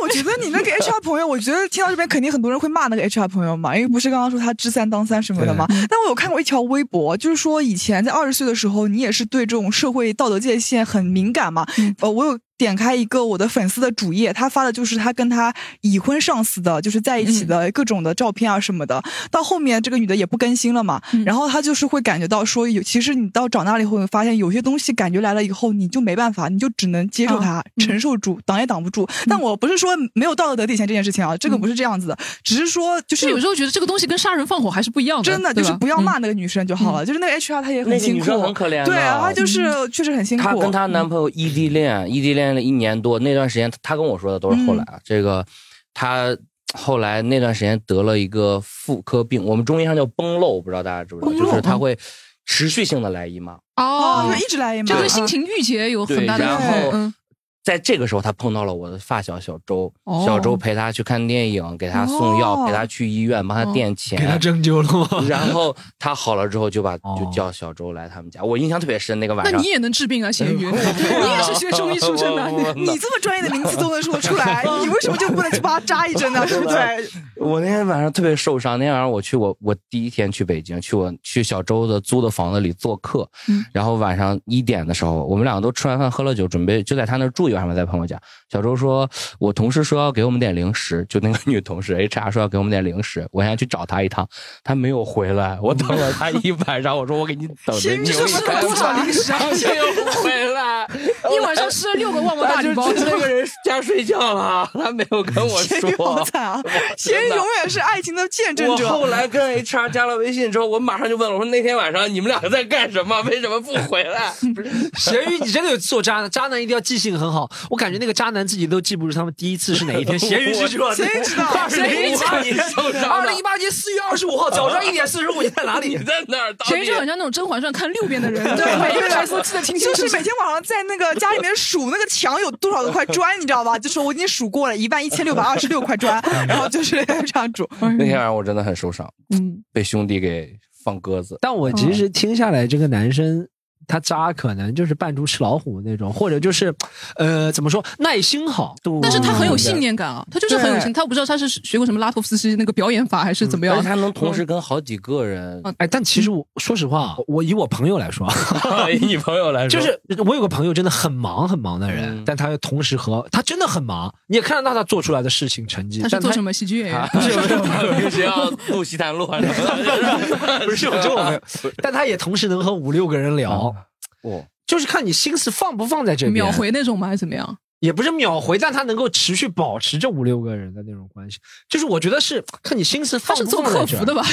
Speaker 4: 我觉得你那个 HR 朋友，我觉得听到这边肯定很多人会骂那个 HR 朋友嘛，因为不是刚刚说他知三当三什么的嘛。但我有看过一条微博，就是说以前在二十岁的时候，你也是对这种社会道德界限很敏感嘛。
Speaker 3: 嗯
Speaker 4: 呃，我有点开一个我的粉丝的主页，他发的就是他跟他已婚上司的，就是在一
Speaker 2: 嗯
Speaker 4: 起的各种的照片啊什么的。到后面这个女的也不更新了嘛，
Speaker 3: 嗯
Speaker 4: 然后他就是会感觉到说有，其实你到长大了以后，你会发现有些东西感觉来了以后，你就没办法，你就只能
Speaker 2: 哦
Speaker 4: 接受它，
Speaker 3: 嗯
Speaker 4: 承受住，挡也挡不住。但
Speaker 2: 嗯
Speaker 4: 我不是说没有道德底线这件事情啊，这个不是这样子的，只是说
Speaker 3: 就
Speaker 4: 就
Speaker 3: 是有时候觉得这个东西跟杀人放火还是不一样的，
Speaker 4: 真的
Speaker 3: 对
Speaker 4: 就是
Speaker 3: 吧嗯
Speaker 4: 不要骂那个女生就好了。就是那个 HR 她也
Speaker 2: 嗯那
Speaker 4: 很
Speaker 2: 个
Speaker 4: 辛
Speaker 2: 女
Speaker 4: 苦，
Speaker 2: 生很可怜的，嗯
Speaker 4: 对啊，她就是确实很辛苦。
Speaker 2: 她跟她
Speaker 3: 嗯
Speaker 2: 男朋友异地恋，异地恋了一年多，那段时间她跟我说的都
Speaker 3: 嗯
Speaker 2: 是后来啊，这个她后来那段时间得了一个妇科病，我们中医上叫崩漏，不知道大家知不知
Speaker 3: 崩
Speaker 2: 道，
Speaker 3: 漏嗯
Speaker 2: 就是她会持续性的来姨妈，
Speaker 4: 哦，
Speaker 3: 哦
Speaker 4: 就，一直来嘛，
Speaker 3: 就跟心
Speaker 4: 嗯
Speaker 3: 情郁结有很大的
Speaker 2: 然后
Speaker 3: 嗯
Speaker 2: 在这个时候，她碰到了我的发小小周，
Speaker 3: 哦
Speaker 2: 小周陪她去看电影，给她送药，
Speaker 4: 哦
Speaker 2: 陪她去医院，帮她
Speaker 3: 哦
Speaker 2: 垫钱，
Speaker 1: 给他针灸了吗？
Speaker 2: 然后她好了之后就把
Speaker 1: 哦
Speaker 2: 就叫小周来他们家，我印象特别深，那个晚
Speaker 3: 那
Speaker 2: 上
Speaker 3: 你。也能治病啊，咸 [laughs] 鱼，你
Speaker 4: [laughs]
Speaker 3: 也是学中医出身的，
Speaker 2: 不不不
Speaker 4: 你这么专业的名词都能说出来，你为什么就不能去帮她扎一针呢？对不对？
Speaker 2: 我那天晚上特别受伤。那天晚上我去我我第一天去北京，去我去小周的租的房子里做客，
Speaker 3: 嗯
Speaker 2: 然后晚上一点的时候，我们两个都吃完饭喝了酒，准备就在他那儿住一晚上吧，在朋友家。小周说，我同事说要给我们点零食，就那个女同事 HR 说要给我们点零食，我想去找她一趟，她没有回来， [laughs] 我等 [laughs] 了她一晚上，我说我给你等着，你
Speaker 4: 你
Speaker 2: 有
Speaker 4: 这么多少
Speaker 2: [laughs]
Speaker 4: 零食啊？
Speaker 2: 没有回来，
Speaker 3: 一晚上吃了六个旺旺大
Speaker 2: 她
Speaker 3: 礼
Speaker 1: [laughs]
Speaker 2: 哎就
Speaker 3: 包，
Speaker 2: 去那个人家睡觉了， [laughs] 她没有跟我
Speaker 4: 咸鱼好
Speaker 2: [laughs] 说。
Speaker 4: 惨啊！咸鱼永远是爱情的见证
Speaker 2: 我
Speaker 4: 者。
Speaker 2: 后
Speaker 4: [laughs]
Speaker 2: 来跟 HR 加了微信之后，我马上就问了，我说那天晚上你们俩在干什么？为什么不回 [laughs] 来？
Speaker 1: 咸鱼，你真的有做渣男？渣男一定要记性很好。我感觉那个渣男自己都记不住他们第一次是哪
Speaker 2: [laughs]
Speaker 1: 一天。咸鱼是说，
Speaker 4: 咸鱼知道
Speaker 1: 二零一
Speaker 2: 啊
Speaker 1: 八年
Speaker 2: 咸鱼知道
Speaker 1: 二零一八年四月二十五号早上一点四十五，你在哪里
Speaker 2: [laughs] 你？在哪儿？到
Speaker 3: 咸鱼
Speaker 2: 底
Speaker 3: 就很像那种《甄嬛传》看六遍的人，
Speaker 4: [laughs] 对
Speaker 3: 每一个台词都 [laughs] 记得清清
Speaker 4: 就
Speaker 3: 楚
Speaker 4: 是
Speaker 3: 楚
Speaker 4: 每。天晚上在那个家里面数那个墙有多少块砖，你知道吧？就说我已经数过了一万一千六百二十六块砖，然后就是这样数。
Speaker 2: 那天晚上我真的很受伤，
Speaker 3: 嗯，
Speaker 2: 被兄弟给放鸽子。
Speaker 5: 但我其实听下来，这个男生
Speaker 1: 他渣可能就是扮猪吃老虎那种，或者就是，呃，怎么说耐心好，
Speaker 3: 但是他很有信念感啊，他就是很有信念，
Speaker 4: 对
Speaker 3: 他我不知道他是学过什么拉托夫斯基那个表演法还是怎么
Speaker 2: 而
Speaker 3: 样
Speaker 2: 且，他能哦同时跟好几个人， [laughs]
Speaker 1: 哎，但其实我说实话啊，我以我朋友来说，啊 [laughs]
Speaker 2: 以你朋友来
Speaker 1: 就
Speaker 2: 说，
Speaker 1: 是我有个朋友真的很忙很忙的人，
Speaker 2: 嗯
Speaker 1: 但他又同时和他真的很忙，你也看得到他做出来的事情成绩，
Speaker 3: 他是
Speaker 1: 但
Speaker 3: 做
Speaker 1: 他 [laughs] 啊
Speaker 3: 什么喜剧演 [laughs] 员？
Speaker 2: 不是平时要录西坛路 [laughs] 啊什么的，
Speaker 1: 不是我这我没有， [laughs] 但他也同时能和五六个人聊，
Speaker 2: 哦，
Speaker 1: 就是看你心思放不放在这边，
Speaker 3: 秒回那种吗？还是怎么样？
Speaker 1: 也不是秒回，但他能够持续保持这五六个人的那种关系，就是我觉得是看你心思
Speaker 3: 他
Speaker 1: 放
Speaker 3: 是
Speaker 1: 不
Speaker 3: 做
Speaker 1: 放
Speaker 3: 客
Speaker 1: 在这
Speaker 3: 服
Speaker 1: 儿
Speaker 3: 的吧？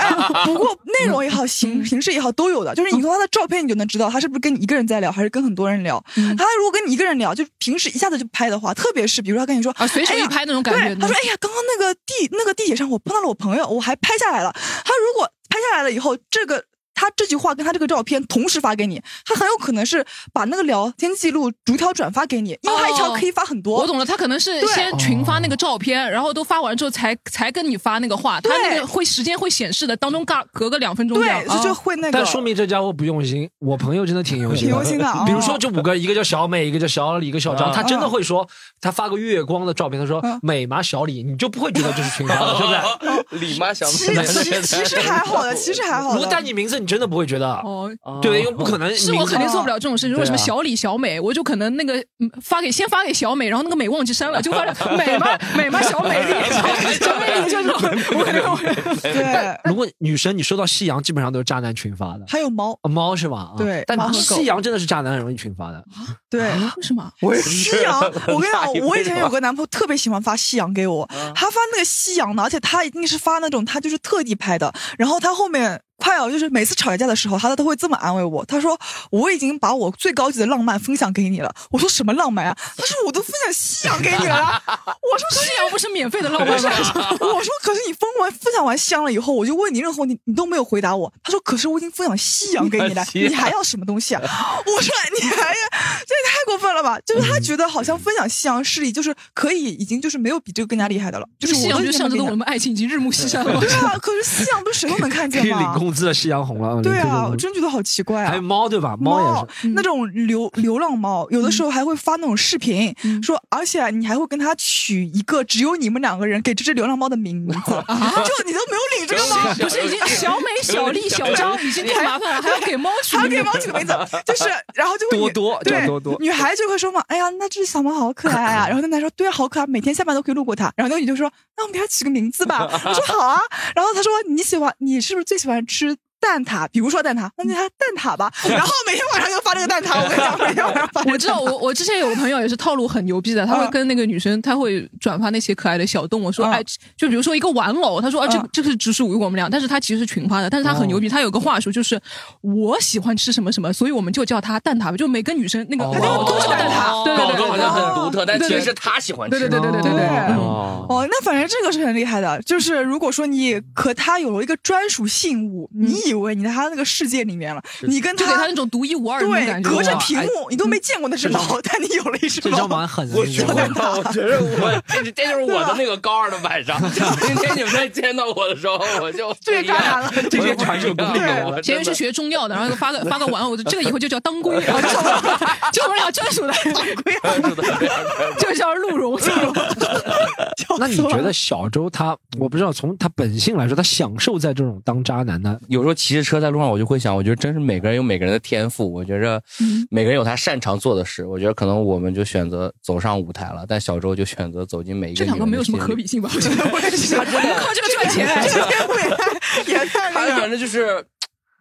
Speaker 4: 哎， [laughs] 不过内容也好，
Speaker 3: 嗯
Speaker 4: 形形式也好，都有的。就是你从他的照片，你就能知道他是不是跟你一个人在聊，还是跟很多人聊。
Speaker 3: 嗯
Speaker 4: 他如果跟你一个人聊，就平时一下子就拍的话，特别是比如说他跟你说
Speaker 3: [laughs] 啊，随手一
Speaker 4: 哎呀
Speaker 3: 拍那种感觉
Speaker 4: 对，。他说：“哎呀，刚刚那个地那个地铁上，我碰到了我朋友，我还拍下来了。他如果拍下来了以后，这个他这句话跟他这个照片同时发给你，他很有可能是把那个聊天记录逐条转发给你，因为他一条
Speaker 3: 哦
Speaker 4: 可以发很多。
Speaker 3: 我懂了，他可能是
Speaker 4: 对
Speaker 3: 先群发那个照片，然后都发完之后才才跟你发那个话，他那个
Speaker 4: 对
Speaker 3: 会时间会显示的，当中隔隔个两分钟这样
Speaker 4: 对，。就就
Speaker 3: 哦
Speaker 4: 会那个。
Speaker 1: 但说明这家伙不用心，我朋友真的挺用心
Speaker 4: 挺用心的哦
Speaker 1: [laughs] 比如说，这五个，一个叫小美，一个叫小李，一个小张，
Speaker 2: 嗯
Speaker 1: 他真的会说，他发个月光的照片，他说
Speaker 4: 嗯
Speaker 1: 美吗？小李，你就不会觉得这是群发的，对不
Speaker 2: 哦
Speaker 1: 对？
Speaker 2: 李妈想
Speaker 3: [laughs]
Speaker 4: 其实其实其实还好的，其实还好
Speaker 1: 如
Speaker 4: 的
Speaker 1: 果。带你名字，你真的不会觉得，
Speaker 3: 哦，
Speaker 1: 对不对？因为不可能名字，
Speaker 3: 是我肯定做不了这种事。如果什么
Speaker 1: 对啊
Speaker 3: 小李、小美，我就可能那个嗯发给先发给小美，然后那个美忘记删了，就发现美吗？美吗？小美丽，小美丽就这种，我可能会
Speaker 4: 对，
Speaker 1: 如果女生你收到夕阳，基本上都是渣男群发的。
Speaker 4: 还有猫，
Speaker 1: 啊猫是吧？啊
Speaker 4: [laughs] 对猫
Speaker 1: 但
Speaker 4: 和狗
Speaker 1: 夕阳真的是渣男很容易群发的。
Speaker 4: 对。
Speaker 3: 啊为什么？
Speaker 2: 我也，
Speaker 4: 夕阳，我跟你讲，我以前有个男朋友特别喜欢发夕阳给我，他发那个夕阳的，而且他一定是发那种他就是特地拍的。然后他后面快要就是每次吵完架的时候，他都会这么安慰我，他说我已经把我最高级的浪漫分享给你了。我说什么浪漫啊？他说我都分享夕阳给你了啊。我说
Speaker 3: 夕阳不是免费的浪漫吗？
Speaker 4: 我说可是你分完分享完夕阳了以后，我就问你任何问题，你都没有回答我。他说可是我已经分享夕阳给
Speaker 1: [laughs]
Speaker 4: 你了
Speaker 2: 夕阳
Speaker 4: 你还要什么东西啊？ [laughs] 我说你还这也太过分了吧？就是他觉得好像分享夕阳势力就是可以，已经就是没有比这个更加厉害的了。就是啊
Speaker 3: 夕
Speaker 4: 我
Speaker 3: 阳
Speaker 4: 都
Speaker 3: 就
Speaker 4: 已经
Speaker 3: 象征着
Speaker 4: 没
Speaker 3: 我
Speaker 4: 有
Speaker 3: 们爱情已经日暮西山了
Speaker 4: [laughs] 比。他对啊，可是夕阳不是谁都能看见
Speaker 1: 可以领
Speaker 4: 吗？
Speaker 1: 工资的夕阳红了。啊
Speaker 4: 对
Speaker 1: 领
Speaker 4: 啊，
Speaker 1: 工
Speaker 4: 我
Speaker 1: 资
Speaker 4: 真觉得好奇怪啊。
Speaker 1: 还有哎猫对吧？猫也是。嗯
Speaker 3: 嗯
Speaker 4: 那种流流浪猫，有的时候还会发那种视频，
Speaker 3: 嗯
Speaker 4: 说，而且你还会跟它取一个只有你们两个人给这只流浪猫的名
Speaker 1: [laughs] 啊
Speaker 4: 字，就你都没有领这个猫，
Speaker 3: 不是已经小美、小丽、小张已经够麻烦了，还要给猫取
Speaker 4: 还要
Speaker 3: 名字，
Speaker 4: 给猫取个名字，就是，然后就会女
Speaker 1: 多多
Speaker 4: 对
Speaker 1: 叫多多
Speaker 4: 女孩就会说嘛，哎呀，那这只小猫好可爱
Speaker 1: [laughs]
Speaker 4: 啊，然后那男说，对啊，好可爱，每天下班都可以路过它，然后那个女就说，那我们给它取个名字
Speaker 1: [laughs]
Speaker 4: 吧，我说好啊，然后他说你喜欢，你是不是最喜欢吃？蛋挞，比如说蛋挞，那就叫它蛋挞吧。然后每天晚上就发这个蛋挞，我跟你讲，每天晚上发这个
Speaker 3: [laughs] 我知道，我我之前有个朋友也是套路很牛逼的，他会
Speaker 4: 嗯
Speaker 3: 跟那个女生，他会转发那些可爱的小动物，说
Speaker 4: 嗯
Speaker 3: 哎，就比如说一个玩偶，他说啊，这
Speaker 4: 嗯哦
Speaker 3: 这个只属于我们俩，但是他其实是群发的，但是他很牛逼，他有个话术就是我喜欢吃什么什么，所以我们就叫他蛋挞吧，就每个女生那个
Speaker 2: 哦
Speaker 3: 他就
Speaker 4: 都是蛋
Speaker 3: 挞对对
Speaker 2: 搞
Speaker 3: 对
Speaker 2: 得好像很独特，但
Speaker 3: 对
Speaker 2: 其
Speaker 3: 对
Speaker 2: 实是他喜欢吃
Speaker 3: 对
Speaker 2: 的。
Speaker 3: 对对对对对对，
Speaker 4: 对
Speaker 3: 嗯
Speaker 2: 哦，
Speaker 4: 哦，那反正这个是很厉害的，就是如果说你和他有了一个专属信物，你以为你在他那个世界里面了，你跟
Speaker 3: 就给他
Speaker 4: 他
Speaker 3: 那种独一无二的那种
Speaker 4: 对
Speaker 3: 感觉，
Speaker 4: 隔着
Speaker 3: 哇
Speaker 4: 屏幕，你都没见过那只猫，但你有了一只
Speaker 1: 这招
Speaker 4: 猫。
Speaker 1: 蛮狠的，
Speaker 2: 我
Speaker 1: 这
Speaker 2: 觉
Speaker 1: 招
Speaker 2: 得，我觉得我这是这就是我的那个高二的晚 [laughs] 上。今天你们在见到我的时候，我就
Speaker 4: 这个渣男了，
Speaker 2: 这
Speaker 1: 些传授功
Speaker 4: 力给我
Speaker 2: 了
Speaker 3: 哎前面是学中药的，然后
Speaker 4: [laughs]
Speaker 3: 发个发个玩偶，这个以后就叫当归，然后就 [laughs] 就我们俩专属的，
Speaker 4: 啊
Speaker 3: [laughs] 就叫鹿茸。
Speaker 1: 那你觉得小周他，我不知道从他本性来说，他享受在这种当渣男的，
Speaker 2: 有时候骑着车在路上，我就会想，我觉得真是每个人有每个人的天赋，我觉着
Speaker 3: 嗯
Speaker 2: 每个人有他擅长做的事。我觉得可能我们就选择走上舞台了，但小周就选择走进每一个
Speaker 3: 这两个
Speaker 2: 女人的
Speaker 3: 没有什么可
Speaker 2: 心里
Speaker 3: 比。性吧？我觉得我也是，我们靠这个赚
Speaker 4: [laughs]
Speaker 3: 钱。
Speaker 4: 也
Speaker 2: [laughs] 他
Speaker 4: 太那
Speaker 2: 反
Speaker 4: 个。
Speaker 2: 正就是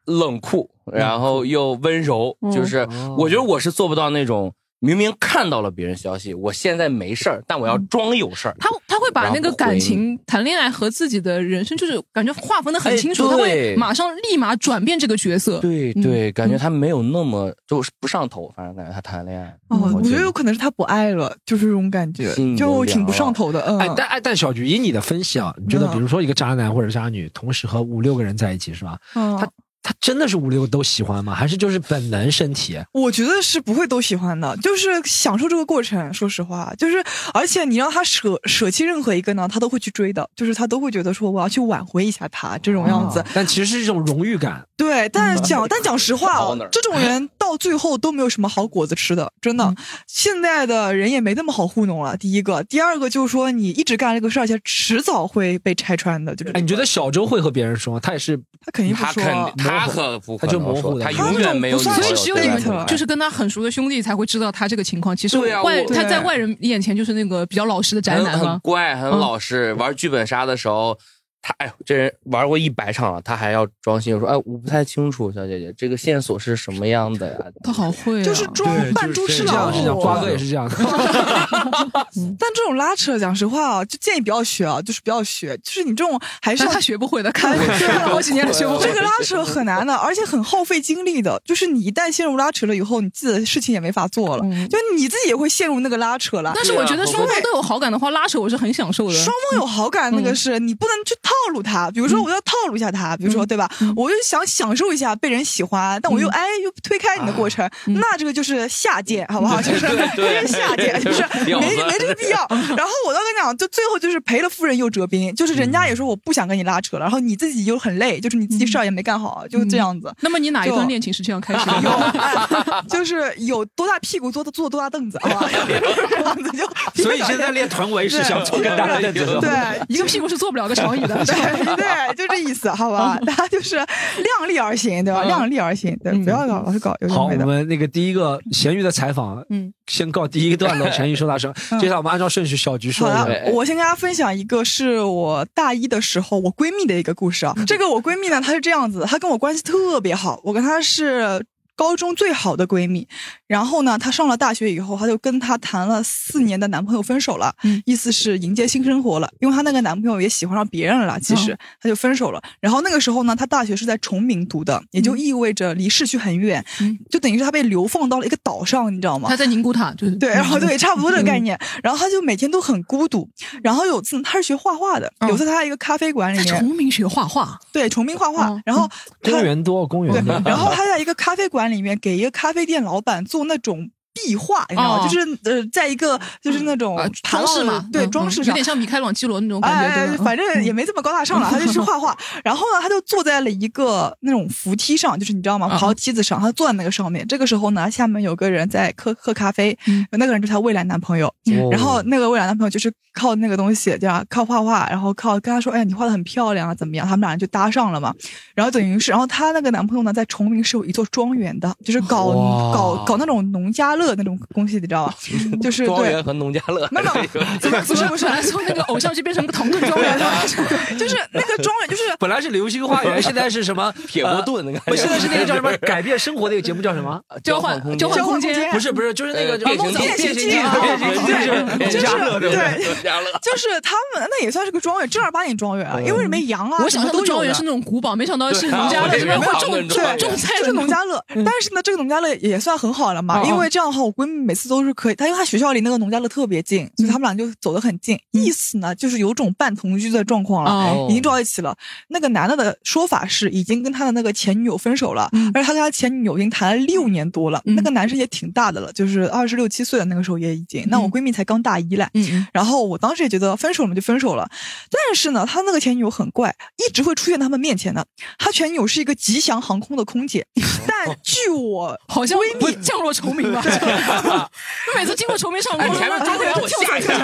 Speaker 2: 冷酷，然后又温柔，
Speaker 3: 嗯
Speaker 2: 就是
Speaker 1: 哦
Speaker 2: 我觉得我是做不到那种明明看到了别人消息，我现在没事儿，但我要装有事儿。
Speaker 3: 他他会把那个感情、谈恋爱和自己的人生，就是感觉划分的很清楚，
Speaker 2: 哎
Speaker 3: 他
Speaker 2: 对
Speaker 3: 会马上立马转变这个角色。
Speaker 2: 对
Speaker 3: 嗯
Speaker 2: 对，感觉他没有那么就是不上头，反正感觉他谈恋爱。
Speaker 4: 哦，我
Speaker 2: 觉
Speaker 4: 觉
Speaker 2: 得
Speaker 4: 得有可能是他不爱了，就是这种感觉
Speaker 2: 心，
Speaker 4: 就
Speaker 2: 有
Speaker 4: 挺不
Speaker 2: 凉
Speaker 4: 上
Speaker 2: 了
Speaker 4: 头的。嗯，
Speaker 1: 哎，但哎，但小菊，以你的分析啊，你觉得比如说一个渣男或者渣女，同时和五六个人在一起是吧？
Speaker 4: 嗯
Speaker 1: 他他真的是五六都喜欢吗？还是就是本能身体？
Speaker 4: 我觉得是不会都喜欢的，就是享受这个过程。说实话，就是而且你让他舍舍弃任何一个呢，他都会去追的，就是他都会觉得说我要去挽回一下他这种样子。
Speaker 1: 啊但其实是一种荣誉感。
Speaker 4: 对，但是讲，但讲实话
Speaker 2: 好
Speaker 4: 啊
Speaker 2: 哪儿，
Speaker 4: 这种人到最后都没有什么好果子吃的，真的。现在的人也没那么好糊弄了。第一个，第二个就是说，你一直干这个事儿，而且迟早会被拆穿的，就是这
Speaker 1: 哎，
Speaker 4: 个
Speaker 1: 你觉得小周会和别人说吗？他也是
Speaker 4: 他肯定不
Speaker 2: 他
Speaker 4: 说
Speaker 2: 肯
Speaker 4: 啊。
Speaker 2: 他可不可
Speaker 1: 他就
Speaker 2: 能
Speaker 1: 模糊
Speaker 2: 说，
Speaker 1: 的
Speaker 2: 他
Speaker 4: 他
Speaker 2: 永
Speaker 4: 那
Speaker 2: 远
Speaker 4: 种
Speaker 2: 没有
Speaker 4: 不
Speaker 2: 女
Speaker 4: 算
Speaker 2: 朋友
Speaker 3: 所以
Speaker 4: 是
Speaker 3: 只有
Speaker 4: 对
Speaker 3: 你
Speaker 4: 吧
Speaker 2: 对
Speaker 4: 对吧
Speaker 3: 就是跟他很熟的兄弟才会知道他这个情况。其实
Speaker 2: 对啊
Speaker 3: 外
Speaker 2: 我
Speaker 3: 他
Speaker 4: 对
Speaker 3: 在外人眼前就是那个比较老实的宅
Speaker 2: 很
Speaker 3: 男
Speaker 2: 很
Speaker 3: 嘛。
Speaker 2: 乖，很
Speaker 3: 嗯
Speaker 2: 老实。玩剧本杀的时候，他哎呦，这人玩过一百场了，他还要装新手说：“哎，我不太清楚，小姐姐，这个线索是什么样的呀
Speaker 3: 他好会啊！
Speaker 4: 就是装扮猪吃
Speaker 1: 这样
Speaker 4: 老
Speaker 1: 是这样，
Speaker 4: 虎，啊
Speaker 1: 瓜哥也是这样的。
Speaker 4: 但这种拉扯，讲实话啊，就建议不要学啊，就是不要学，就是你这种还是
Speaker 3: 但
Speaker 4: 要
Speaker 3: [laughs] 他学不会的，看我
Speaker 4: 对
Speaker 3: 看了好几年了学不会
Speaker 4: 这。个拉扯很难的，而且很耗费精力的。就是你一旦陷入拉扯了以后，你自己的事情也没法做了，
Speaker 3: 嗯
Speaker 4: 就你自己也会陷入那个拉扯了。
Speaker 3: 但是我觉得双方都有好感的话，拉扯我是很享受的。
Speaker 4: 双方有好感，
Speaker 1: 嗯
Speaker 4: 那个是你不能去套路他。比如说，我要套路一下他，比如
Speaker 1: 嗯
Speaker 4: 说，对吧？我就想享受一下被人喜欢，但我又哎又推开你的过
Speaker 1: 啊
Speaker 4: 程，
Speaker 1: 嗯
Speaker 4: 那这个就是下贱，好
Speaker 1: [laughs]
Speaker 4: 不好？就是这是下贱，就是没没这个必要。然后我倒跟你讲，就最后就是赔了夫人又折兵，就是人
Speaker 1: 嗯
Speaker 4: 家也说我不想跟你拉扯了，然后你自己又很累，就是你自己事儿也没干好，就
Speaker 1: 嗯
Speaker 4: 这样
Speaker 1: [laughs]
Speaker 4: 子。
Speaker 3: 那么你哪一
Speaker 4: 就
Speaker 3: 段恋情是这样开始的？
Speaker 4: 有，哎就是有多大屁股坐的坐多大凳子，
Speaker 1: [laughs]
Speaker 4: 好 [laughs] 吧？这样子就
Speaker 1: 所以现在练臀围是想做更大的认知。
Speaker 4: 对，
Speaker 3: 一个屁股是坐不了个长椅
Speaker 4: [laughs]
Speaker 3: 的。是吧
Speaker 4: 对对，就这意思，好吧？大家就是量力而行，对吧？量力而行，对，不要搞老是搞有
Speaker 1: 好，我
Speaker 4: 的没的。
Speaker 1: 们那个第一个咸鱼的采访，
Speaker 3: 嗯，
Speaker 1: 先告第一段落，咸鱼说大声。
Speaker 4: 嗯
Speaker 1: 接下来我们按照顺序，小菊
Speaker 4: 好
Speaker 1: 说一下。
Speaker 4: 的，我先跟大家分享一个是我大一的时候我闺蜜的一个故事啊。
Speaker 1: 嗯
Speaker 4: 这个我闺蜜呢，她是这样子，她跟我关系特别好，我跟她是高中最好的闺蜜。然后呢，她上了大学以后，她就跟她谈了四年的男朋友分手了，
Speaker 3: 嗯
Speaker 4: 意思是迎接新生活了，因为她那个男朋友也喜欢上别人了，其实、她就分手了。
Speaker 1: 嗯
Speaker 4: 然后那个时候呢，她大学是在崇明读的，也就意味着离市区很远，
Speaker 3: 嗯
Speaker 4: 就等于是她被流放到了一个岛上，你知道吗？
Speaker 3: 他在宁古塔，就是
Speaker 4: [laughs] 对，然后对，差不多这个概
Speaker 3: 嗯
Speaker 4: 念。然后他就每天都很孤独。然后有次他是学画画的，
Speaker 3: 嗯
Speaker 4: 有次他在一个咖啡馆里
Speaker 3: 在
Speaker 4: 面，
Speaker 3: 崇明学画画，
Speaker 4: 对，重兵画画
Speaker 3: 嗯。
Speaker 4: 然后他
Speaker 1: 公园多，公
Speaker 4: 对
Speaker 1: 园 [laughs] 多，。
Speaker 4: 然后他在一个咖啡馆里面给一个咖啡店老板做那种。壁画，你知道吗？
Speaker 3: 哦
Speaker 4: 就是呃，在一个就是那种
Speaker 3: 啊
Speaker 4: 盘
Speaker 3: 装饰
Speaker 4: 浪的
Speaker 3: 嘛，
Speaker 4: 对，
Speaker 3: 嗯
Speaker 4: 装
Speaker 3: 嗯
Speaker 4: 饰
Speaker 3: 有
Speaker 4: 上
Speaker 3: 点像米开朗基罗那种
Speaker 4: 哎
Speaker 3: 感觉，嗯
Speaker 4: 哎
Speaker 3: 对
Speaker 4: 哎
Speaker 3: 吧？
Speaker 4: 反正也没这么高大上了，他就去画画。然后呢，他就坐在了一个那种扶梯上，就是你知道吗？
Speaker 3: 嗯
Speaker 4: 跑梯子上，他坐在那个上面。这个时候呢，下面有个人在喝喝咖啡
Speaker 3: 嗯，
Speaker 4: 那个人就是她未来男朋友。
Speaker 1: 哦
Speaker 4: 然后那个未来男朋友就是靠那个东西，对吧？靠画画，然后靠跟他说，哎呀，你画的很漂亮啊，怎么样？他们俩人就搭上了嘛。然后等于是，然后她那个男朋友呢，在崇明是有一座庄园的，就是搞
Speaker 1: 哇
Speaker 4: 搞搞那种农家乐那种东西，你知道吧？就是
Speaker 2: 庄
Speaker 4: 对
Speaker 2: 园，和农家乐
Speaker 4: 没有没有哎
Speaker 3: [laughs] 不是不是，本来从那个偶像剧变成个讨论庄园
Speaker 4: 啊 [laughs]
Speaker 3: 了，
Speaker 4: 就是那个庄园，就是
Speaker 1: 本来是流星花园，现在是什么？呃
Speaker 2: 铁锅炖的感觉
Speaker 1: 不，现在是那个叫什么？改变生活那个节目叫什么？
Speaker 3: 交换
Speaker 2: 交
Speaker 3: 交
Speaker 2: 换
Speaker 3: 换
Speaker 4: 空
Speaker 3: 空
Speaker 4: 间啊
Speaker 3: 间，
Speaker 1: 不是不是，就是那个
Speaker 2: 呃变形
Speaker 1: 变
Speaker 4: 记
Speaker 1: 形记，变形记就是
Speaker 4: 对
Speaker 1: 农家乐对
Speaker 4: 就是
Speaker 1: 不对？
Speaker 4: 对
Speaker 2: 农家乐。
Speaker 4: 就是他们那也算是个庄园，正儿八经庄园啊，因为里面羊啊，
Speaker 3: 我想
Speaker 4: 什
Speaker 3: 象
Speaker 4: 么
Speaker 3: 的
Speaker 4: 都
Speaker 3: 庄
Speaker 4: 有
Speaker 3: 园
Speaker 4: 的
Speaker 3: 是那种古堡，没想到是农
Speaker 2: 啊
Speaker 3: 家
Speaker 2: 我
Speaker 3: 乐
Speaker 2: 以
Speaker 3: 这
Speaker 2: 为
Speaker 3: 边会
Speaker 2: 他
Speaker 3: 种
Speaker 2: 们
Speaker 3: 种
Speaker 2: 庄
Speaker 4: 对，
Speaker 3: 种菜
Speaker 4: 这
Speaker 3: 的
Speaker 4: 是农家乐，但是呢，这个农家乐也算很好了嘛，
Speaker 3: 嗯嗯
Speaker 4: 因为这样的话，我闺蜜每次都是可以，她因为她学校离那个农家乐特别近，
Speaker 3: 嗯
Speaker 4: 所以他们俩就走得很近，意思呢就是有种半同居的状况了，
Speaker 2: 哎
Speaker 3: 啊，
Speaker 4: 已经哦住到一起了。那个男的的说法是已经跟他的那个前女友分手了，
Speaker 3: 嗯
Speaker 4: 而且他跟他前女友已经谈了六年多了。
Speaker 3: 嗯
Speaker 4: 那个男生也挺大的了，就是二十六七岁的那个时候也已经。那我闺蜜才刚大一嘞。
Speaker 3: 嗯嗯，
Speaker 4: 然后我当时也觉得分手了就分手了，但是呢，他那个前女友很怪，一直会出现在他们面前的。他前女友是一个吉祥航空的空姐，但据我
Speaker 2: [laughs]
Speaker 3: 好像
Speaker 4: [laughs] 闺蜜
Speaker 3: 不降落崇
Speaker 4: [laughs]
Speaker 3: 明吧？就每次经过崇明上
Speaker 4: 哎
Speaker 3: 空，
Speaker 2: 前面庄园我吓一
Speaker 4: [laughs]
Speaker 2: 跳，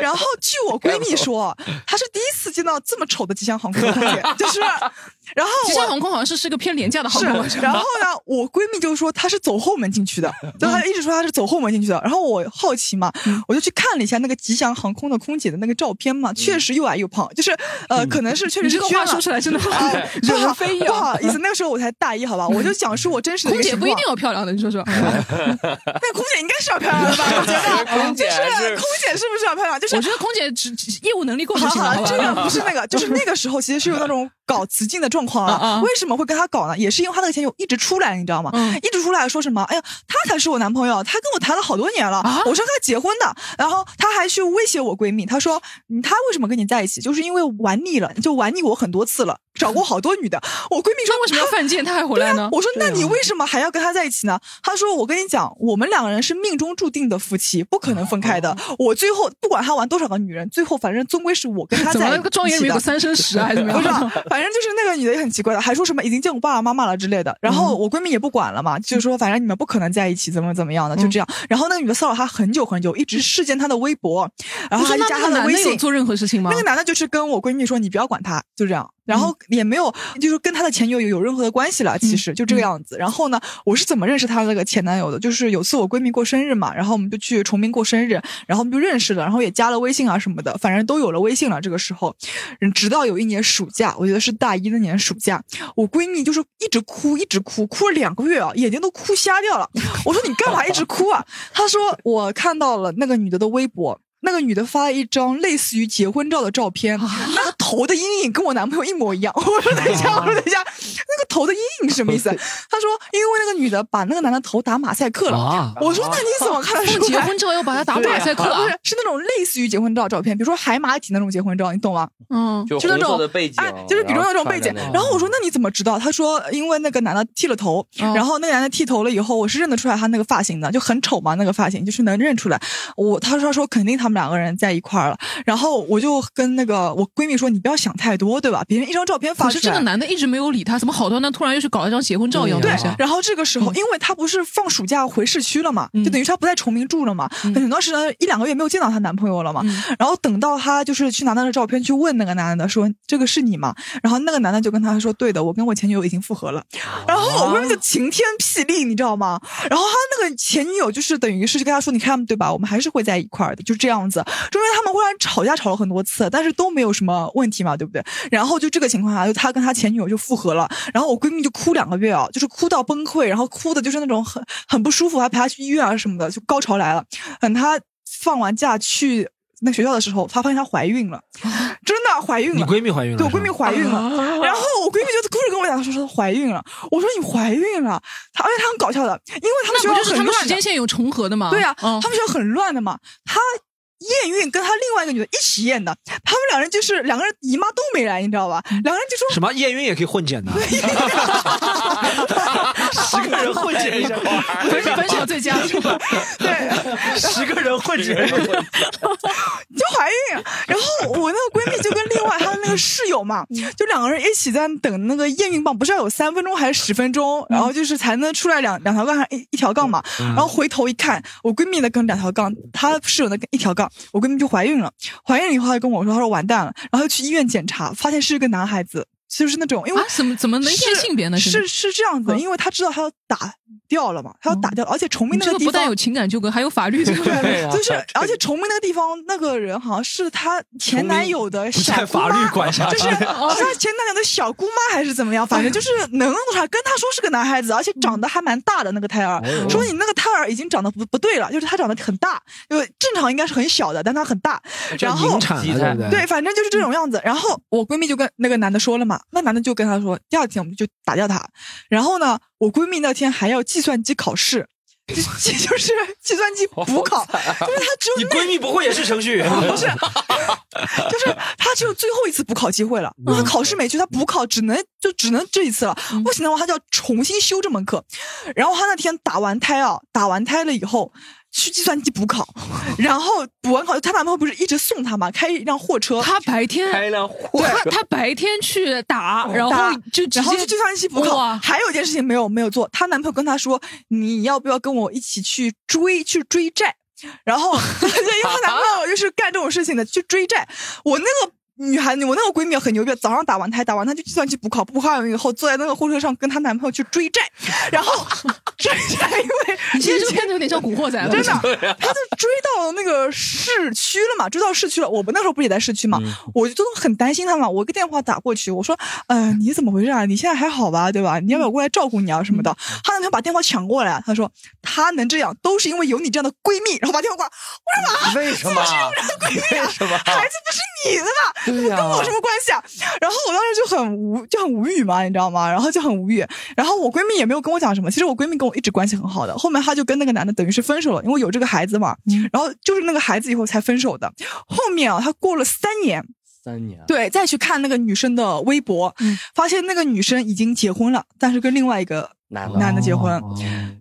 Speaker 4: 然后据我闺蜜说，她是第一次见到这么丑的吉祥航空空姐，
Speaker 2: [laughs]
Speaker 4: 就是，然后
Speaker 3: 吉
Speaker 4: 我
Speaker 3: 祥航空好像是是个偏廉价的航
Speaker 4: 是啊
Speaker 3: 空，，
Speaker 4: 然后呢，我闺蜜就说她是走后门进去的，就
Speaker 3: 嗯
Speaker 4: 她一直说她是走后门进去的。然后我好奇嘛，我就去看了一下那个吉祥航空的空姐的那个照片嘛，确实又矮又胖，就是呃，可能是
Speaker 3: [laughs]
Speaker 4: 确
Speaker 3: 嗯你
Speaker 4: 实是
Speaker 3: 这个
Speaker 4: 缺
Speaker 3: 话
Speaker 4: 了
Speaker 3: 说出来真的很
Speaker 4: 啊
Speaker 3: 惹
Speaker 4: 不好
Speaker 3: 人非议
Speaker 4: 不
Speaker 3: 啊！
Speaker 4: 好意思，那个时候我才大一，好吧，我就讲述我真实的
Speaker 3: 空
Speaker 4: 个
Speaker 3: 姐
Speaker 4: 情
Speaker 3: 不一
Speaker 4: 况
Speaker 3: 定，有漂亮的，你说说，
Speaker 4: 那空姐应该是要漂亮的吧？我觉
Speaker 3: [laughs]
Speaker 4: 得
Speaker 2: 空姐
Speaker 4: 就是
Speaker 2: 还是
Speaker 4: 空姐是不是要漂亮？就是
Speaker 3: 我觉得空姐只只业务能力够就
Speaker 4: 好
Speaker 3: 行了，
Speaker 4: 好，
Speaker 3: 好吧 [laughs]
Speaker 4: 这个不是那个，就是那个时候其实是有那种搞雌竞的状况了。
Speaker 3: 啊啊
Speaker 4: 为什么会跟他搞呢？也是因为他那个前女友一直出来，你知道吗？
Speaker 3: 嗯
Speaker 4: 一直出来说什么？哎呀，他才是我男朋友，他跟我谈了好多年了，
Speaker 3: 啊
Speaker 4: 我是跟他结婚的。然后他还去威胁我闺蜜，他说嗯他为什么跟你在一起，就是因为玩腻了，就玩腻我很多次了，找过好多女的。我闺蜜说
Speaker 3: 那为什么要
Speaker 4: 他
Speaker 3: 犯贱他还回
Speaker 4: 对
Speaker 3: 来
Speaker 4: 呀，
Speaker 3: 呢？啊
Speaker 4: 我说那你为什么还要跟他在一起呢？他说我跟你讲，我们两个人是命中注定的夫妻，不可能分开
Speaker 3: 哦
Speaker 4: 的。我最后不管他玩多少个女人，最后反正终归是我跟他
Speaker 3: 怎
Speaker 4: 在
Speaker 3: 么那
Speaker 4: 一起
Speaker 3: 个
Speaker 4: 的。
Speaker 3: 庄园里面有个三生石啊，还是怎么
Speaker 4: 不知
Speaker 3: [laughs]
Speaker 4: 道
Speaker 3: 样？，
Speaker 4: 反正就是那个女的也很奇怪的，还说什么已经见过爸爸妈妈了之类的。然
Speaker 3: 嗯
Speaker 4: 后我闺蜜也不管了嘛，就是说反正你们不可能在一起，怎么怎么样的，就这样。
Speaker 3: 嗯
Speaker 4: 然后那个女的骚扰他很久很久，一直视奸他的微博，然后
Speaker 3: 我说
Speaker 4: 还
Speaker 3: 那
Speaker 4: 加
Speaker 3: 那
Speaker 4: 他
Speaker 3: 个
Speaker 4: 的
Speaker 3: 男
Speaker 4: 微
Speaker 3: 的有
Speaker 4: 信。
Speaker 3: 做任何事情吗
Speaker 4: 那？个男的就是跟我闺蜜说你不要管他，就这样，然后也没有就是跟他的前女友有有任何的关系了，其实就这个样子。然后呢，我是怎么认识他那个前男友的？就是有次我闺蜜过生日嘛，然后我们就去崇明过生日，然后我们就认识了，然后也加了微信啊什么的，反正都有了微信啊了。这个时候，嗯直到有一年暑假，我觉得是大一那年暑假，我闺蜜就是一直哭，一直哭，哭了两个月啊，眼睛都哭瞎掉了。我说你干嘛一直哭啊？她说我看到了那个女的的微博。那个女的发了一张类似于结婚照的照片，
Speaker 3: 啊
Speaker 4: 那个头的阴影跟我男朋友一模一样。我说等一下，我说等
Speaker 3: 啊
Speaker 4: 一下，那个头的阴影是什么意思？啊她说因为那个女的把那个男的头打马赛克了。
Speaker 1: 啊，
Speaker 4: 我说那你怎么看得出
Speaker 3: 放
Speaker 4: 来？
Speaker 3: 哦结婚照要把他打
Speaker 4: 对
Speaker 3: 马赛克啊
Speaker 4: 不？是是那种类似于结婚照照片，比如说海马体那种结婚照，你懂吗？
Speaker 3: 嗯，
Speaker 2: 就
Speaker 4: 就那
Speaker 2: 红色
Speaker 4: 种
Speaker 2: 的背景，
Speaker 4: 哎，就是比如那种背景
Speaker 2: 然后穿着那个。
Speaker 4: 然后我说那你怎么知道？他说因为那个男的剃了头，
Speaker 3: 哦
Speaker 4: 然后那个男的剃头了以后，我是认得出来他那个发型的，就很丑嘛，那个发型就是能认出来。我他说他说肯定他们两个人在一块儿了。然后我就跟那个我闺蜜说，你不要想太多，对吧？别人一张照片发
Speaker 3: 可
Speaker 4: 出
Speaker 3: 是
Speaker 4: 来，
Speaker 3: 这个男的一直没有理他，怎么好端端突然又去搞一张结婚照一样的
Speaker 4: 对
Speaker 3: 东西啊？，
Speaker 4: 然后这个时候，因为他不是放暑假回市区了嘛，
Speaker 3: 嗯
Speaker 4: 就等于是他不在崇明住了嘛，
Speaker 3: 嗯
Speaker 4: 很长时间一两个月没有见到她男朋友了嘛。
Speaker 3: 嗯
Speaker 4: 然后等到她就是去拿那个照片去问那个男的说：“这个是你吗？”然后那个男的就跟她说：“对的，我跟我前女友已经复合了。”然后我闺
Speaker 3: 哦
Speaker 4: 蜜就晴天霹雳，你知道吗？然后她那个前女友就是等于是跟她说：“你看对吧？我们还是会在一块儿的，就这样子。”中间他们忽然吵架吵了很多次，但是都没有什么问题嘛，对不对？然后就这个情况下，就他跟他前女友就复合了，然后我闺蜜就哭两个月啊，就是哭到崩溃，然后哭的就是那种很很不舒服，还陪她去医院啊什么的，就高潮来了。等她放完假去那学校的时候，她发现她怀孕了，真的啊怀孕
Speaker 1: 你
Speaker 4: 了。
Speaker 1: 闺蜜怀孕了？
Speaker 4: 对我闺蜜怀孕了，然后我闺蜜就哭着跟我讲说说怀孕了，我说你怀孕了，她而且她很搞笑的，因为他们
Speaker 3: 那
Speaker 4: 学
Speaker 3: 不
Speaker 4: 校
Speaker 3: 就是
Speaker 4: 很
Speaker 3: 他们
Speaker 4: 乱
Speaker 3: 时
Speaker 4: 的
Speaker 3: 间，线有重合的吗？
Speaker 4: 对呀、啊
Speaker 3: 嗯
Speaker 4: 他们学校很乱的嘛，她验孕跟她另外一个女的一起验的，他们两人就是两个人姨妈都没来，你知道吧？
Speaker 3: 嗯
Speaker 4: 两个人就说
Speaker 1: 什么验孕也可以混剪的，十个人混剪一下，
Speaker 3: 分分手最佳是吧？
Speaker 4: 对，
Speaker 1: 十个人混剪一下，
Speaker 4: 就怀
Speaker 3: [laughs]
Speaker 4: 孕。啊然后我那个闺蜜就跟另外她的那个室友嘛，
Speaker 3: 嗯
Speaker 4: 就两个人一起在等那个验孕棒，不是要有三分钟还是十分
Speaker 3: 嗯
Speaker 4: 钟，然后就是才能出来两两条杠还是一一条杠嘛。然后回头一看，我闺蜜的跟两条杠，她室友的跟一条杠，我闺蜜就怀孕了。怀孕了以后，她就跟我说，她说完蛋了，然后就去医院检查，发现是一个男孩子。就是那 [laughs] 种，因为
Speaker 3: 啊，怎么怎么能
Speaker 4: 是
Speaker 3: 验性别呢？
Speaker 4: 是是这样子，
Speaker 3: 嗯
Speaker 4: 因为他知道他要打掉了嘛，他要打掉，而且崇明
Speaker 3: 你这
Speaker 4: 那个
Speaker 3: 个
Speaker 4: 地
Speaker 3: 不
Speaker 4: 方
Speaker 3: 但有情感纠葛，还有法律纠葛。
Speaker 4: 对，
Speaker 1: 啊
Speaker 4: 就是，而且崇明那个地方，那个人好像是她前男友的
Speaker 1: 不
Speaker 4: 小
Speaker 1: 在
Speaker 4: 姑
Speaker 1: 法律
Speaker 4: 妈，
Speaker 1: 管辖
Speaker 4: 就
Speaker 1: 之
Speaker 4: 是是
Speaker 1: 内。
Speaker 3: 哦
Speaker 4: 她前男友的小姑妈还是怎么样，反正就是能弄出来，跟她说是个男孩子，而且
Speaker 3: 嗯
Speaker 4: 长得还蛮大的那个胎
Speaker 1: 哦
Speaker 4: 儿，说你那个胎儿已经长得不不对了，就是他长得很大，因为正常应该是很小的，但他很大，然
Speaker 1: 这
Speaker 4: 后
Speaker 1: 引。产
Speaker 2: 鸡
Speaker 1: 了，对
Speaker 2: 蛋
Speaker 1: 不对？
Speaker 4: 对，反正就是这种样子。然后我闺蜜就跟那个男的说了嘛，那男的就跟她说，第二天我们就打掉他。然后呢，我闺蜜那天还要计算机考试，就就是计算机补考，就是她只有
Speaker 1: 啊你闺蜜不会也是程序员？
Speaker 4: 不是，就是他只有最后一次补考机会了。
Speaker 1: 嗯
Speaker 4: 因为他考试没去，他补考只能就只能这一次了，不行的话他就要重新修这门课。然后他那天打完胎啊，打完胎了以后。去计算机补考，然后补完考，她男朋友不是一直送她嘛，开一辆货车，
Speaker 3: 他白天
Speaker 2: 开一
Speaker 4: [laughs]
Speaker 2: 辆货
Speaker 3: 他他白天去打，然后就直
Speaker 4: 哦然后
Speaker 3: 接
Speaker 4: 去计算机补考。 [laughs]
Speaker 3: 哇
Speaker 4: 还有一件事情没有没有做，她男朋友跟她说：“你要不要跟我一起去追去追债？”然后， [laughs] 对，因为她男朋友就是干这种事情的，去追债。我那个。女孩，我那个闺蜜很牛逼，早上打完胎，打完胎就计算机补考，补考完以后坐在那个货车上跟她男朋友去追债，然后 [laughs] 追债，因为
Speaker 3: 你其实这个片子有点像《古惑仔》了，
Speaker 4: 真
Speaker 2: [laughs]
Speaker 4: 的，
Speaker 2: 啊
Speaker 4: 他就追到那个市区了嘛，追到市区了。我们那时候不是也在市区嘛，
Speaker 2: 嗯
Speaker 4: 我就都很担心他嘛。我一个电话打过去，我说：“呃，你怎么回事啊？你现在还好吧？对吧？你要不要过来照顾你啊什么的？”
Speaker 2: 嗯啊
Speaker 4: 他男朋友把电话抢过来，他说：“他能这样，都是因为有你这样的闺蜜。”然后把电话挂。
Speaker 2: 为什么？为什么？
Speaker 4: 孩子不是你的吧？
Speaker 2: 对呀、
Speaker 4: 跟我有什么关系啊？然后我当时就很无就很无语嘛，你知道吗？然后就很无语。然后我闺蜜也没有跟我讲什么。其实我闺蜜跟我一直关系很好的，后面她就跟那个男的等于是分手了，因为有这个孩子嘛。
Speaker 3: 嗯
Speaker 4: 然后就是那个孩子以后才分手的。后面啊，她过了三年，
Speaker 2: 三年，
Speaker 4: 对，再去看那个女生的微博，
Speaker 3: 嗯
Speaker 4: 发现那个女生已经结婚了，但是跟另外一个
Speaker 2: 男的，
Speaker 4: 男的结婚。
Speaker 1: 哦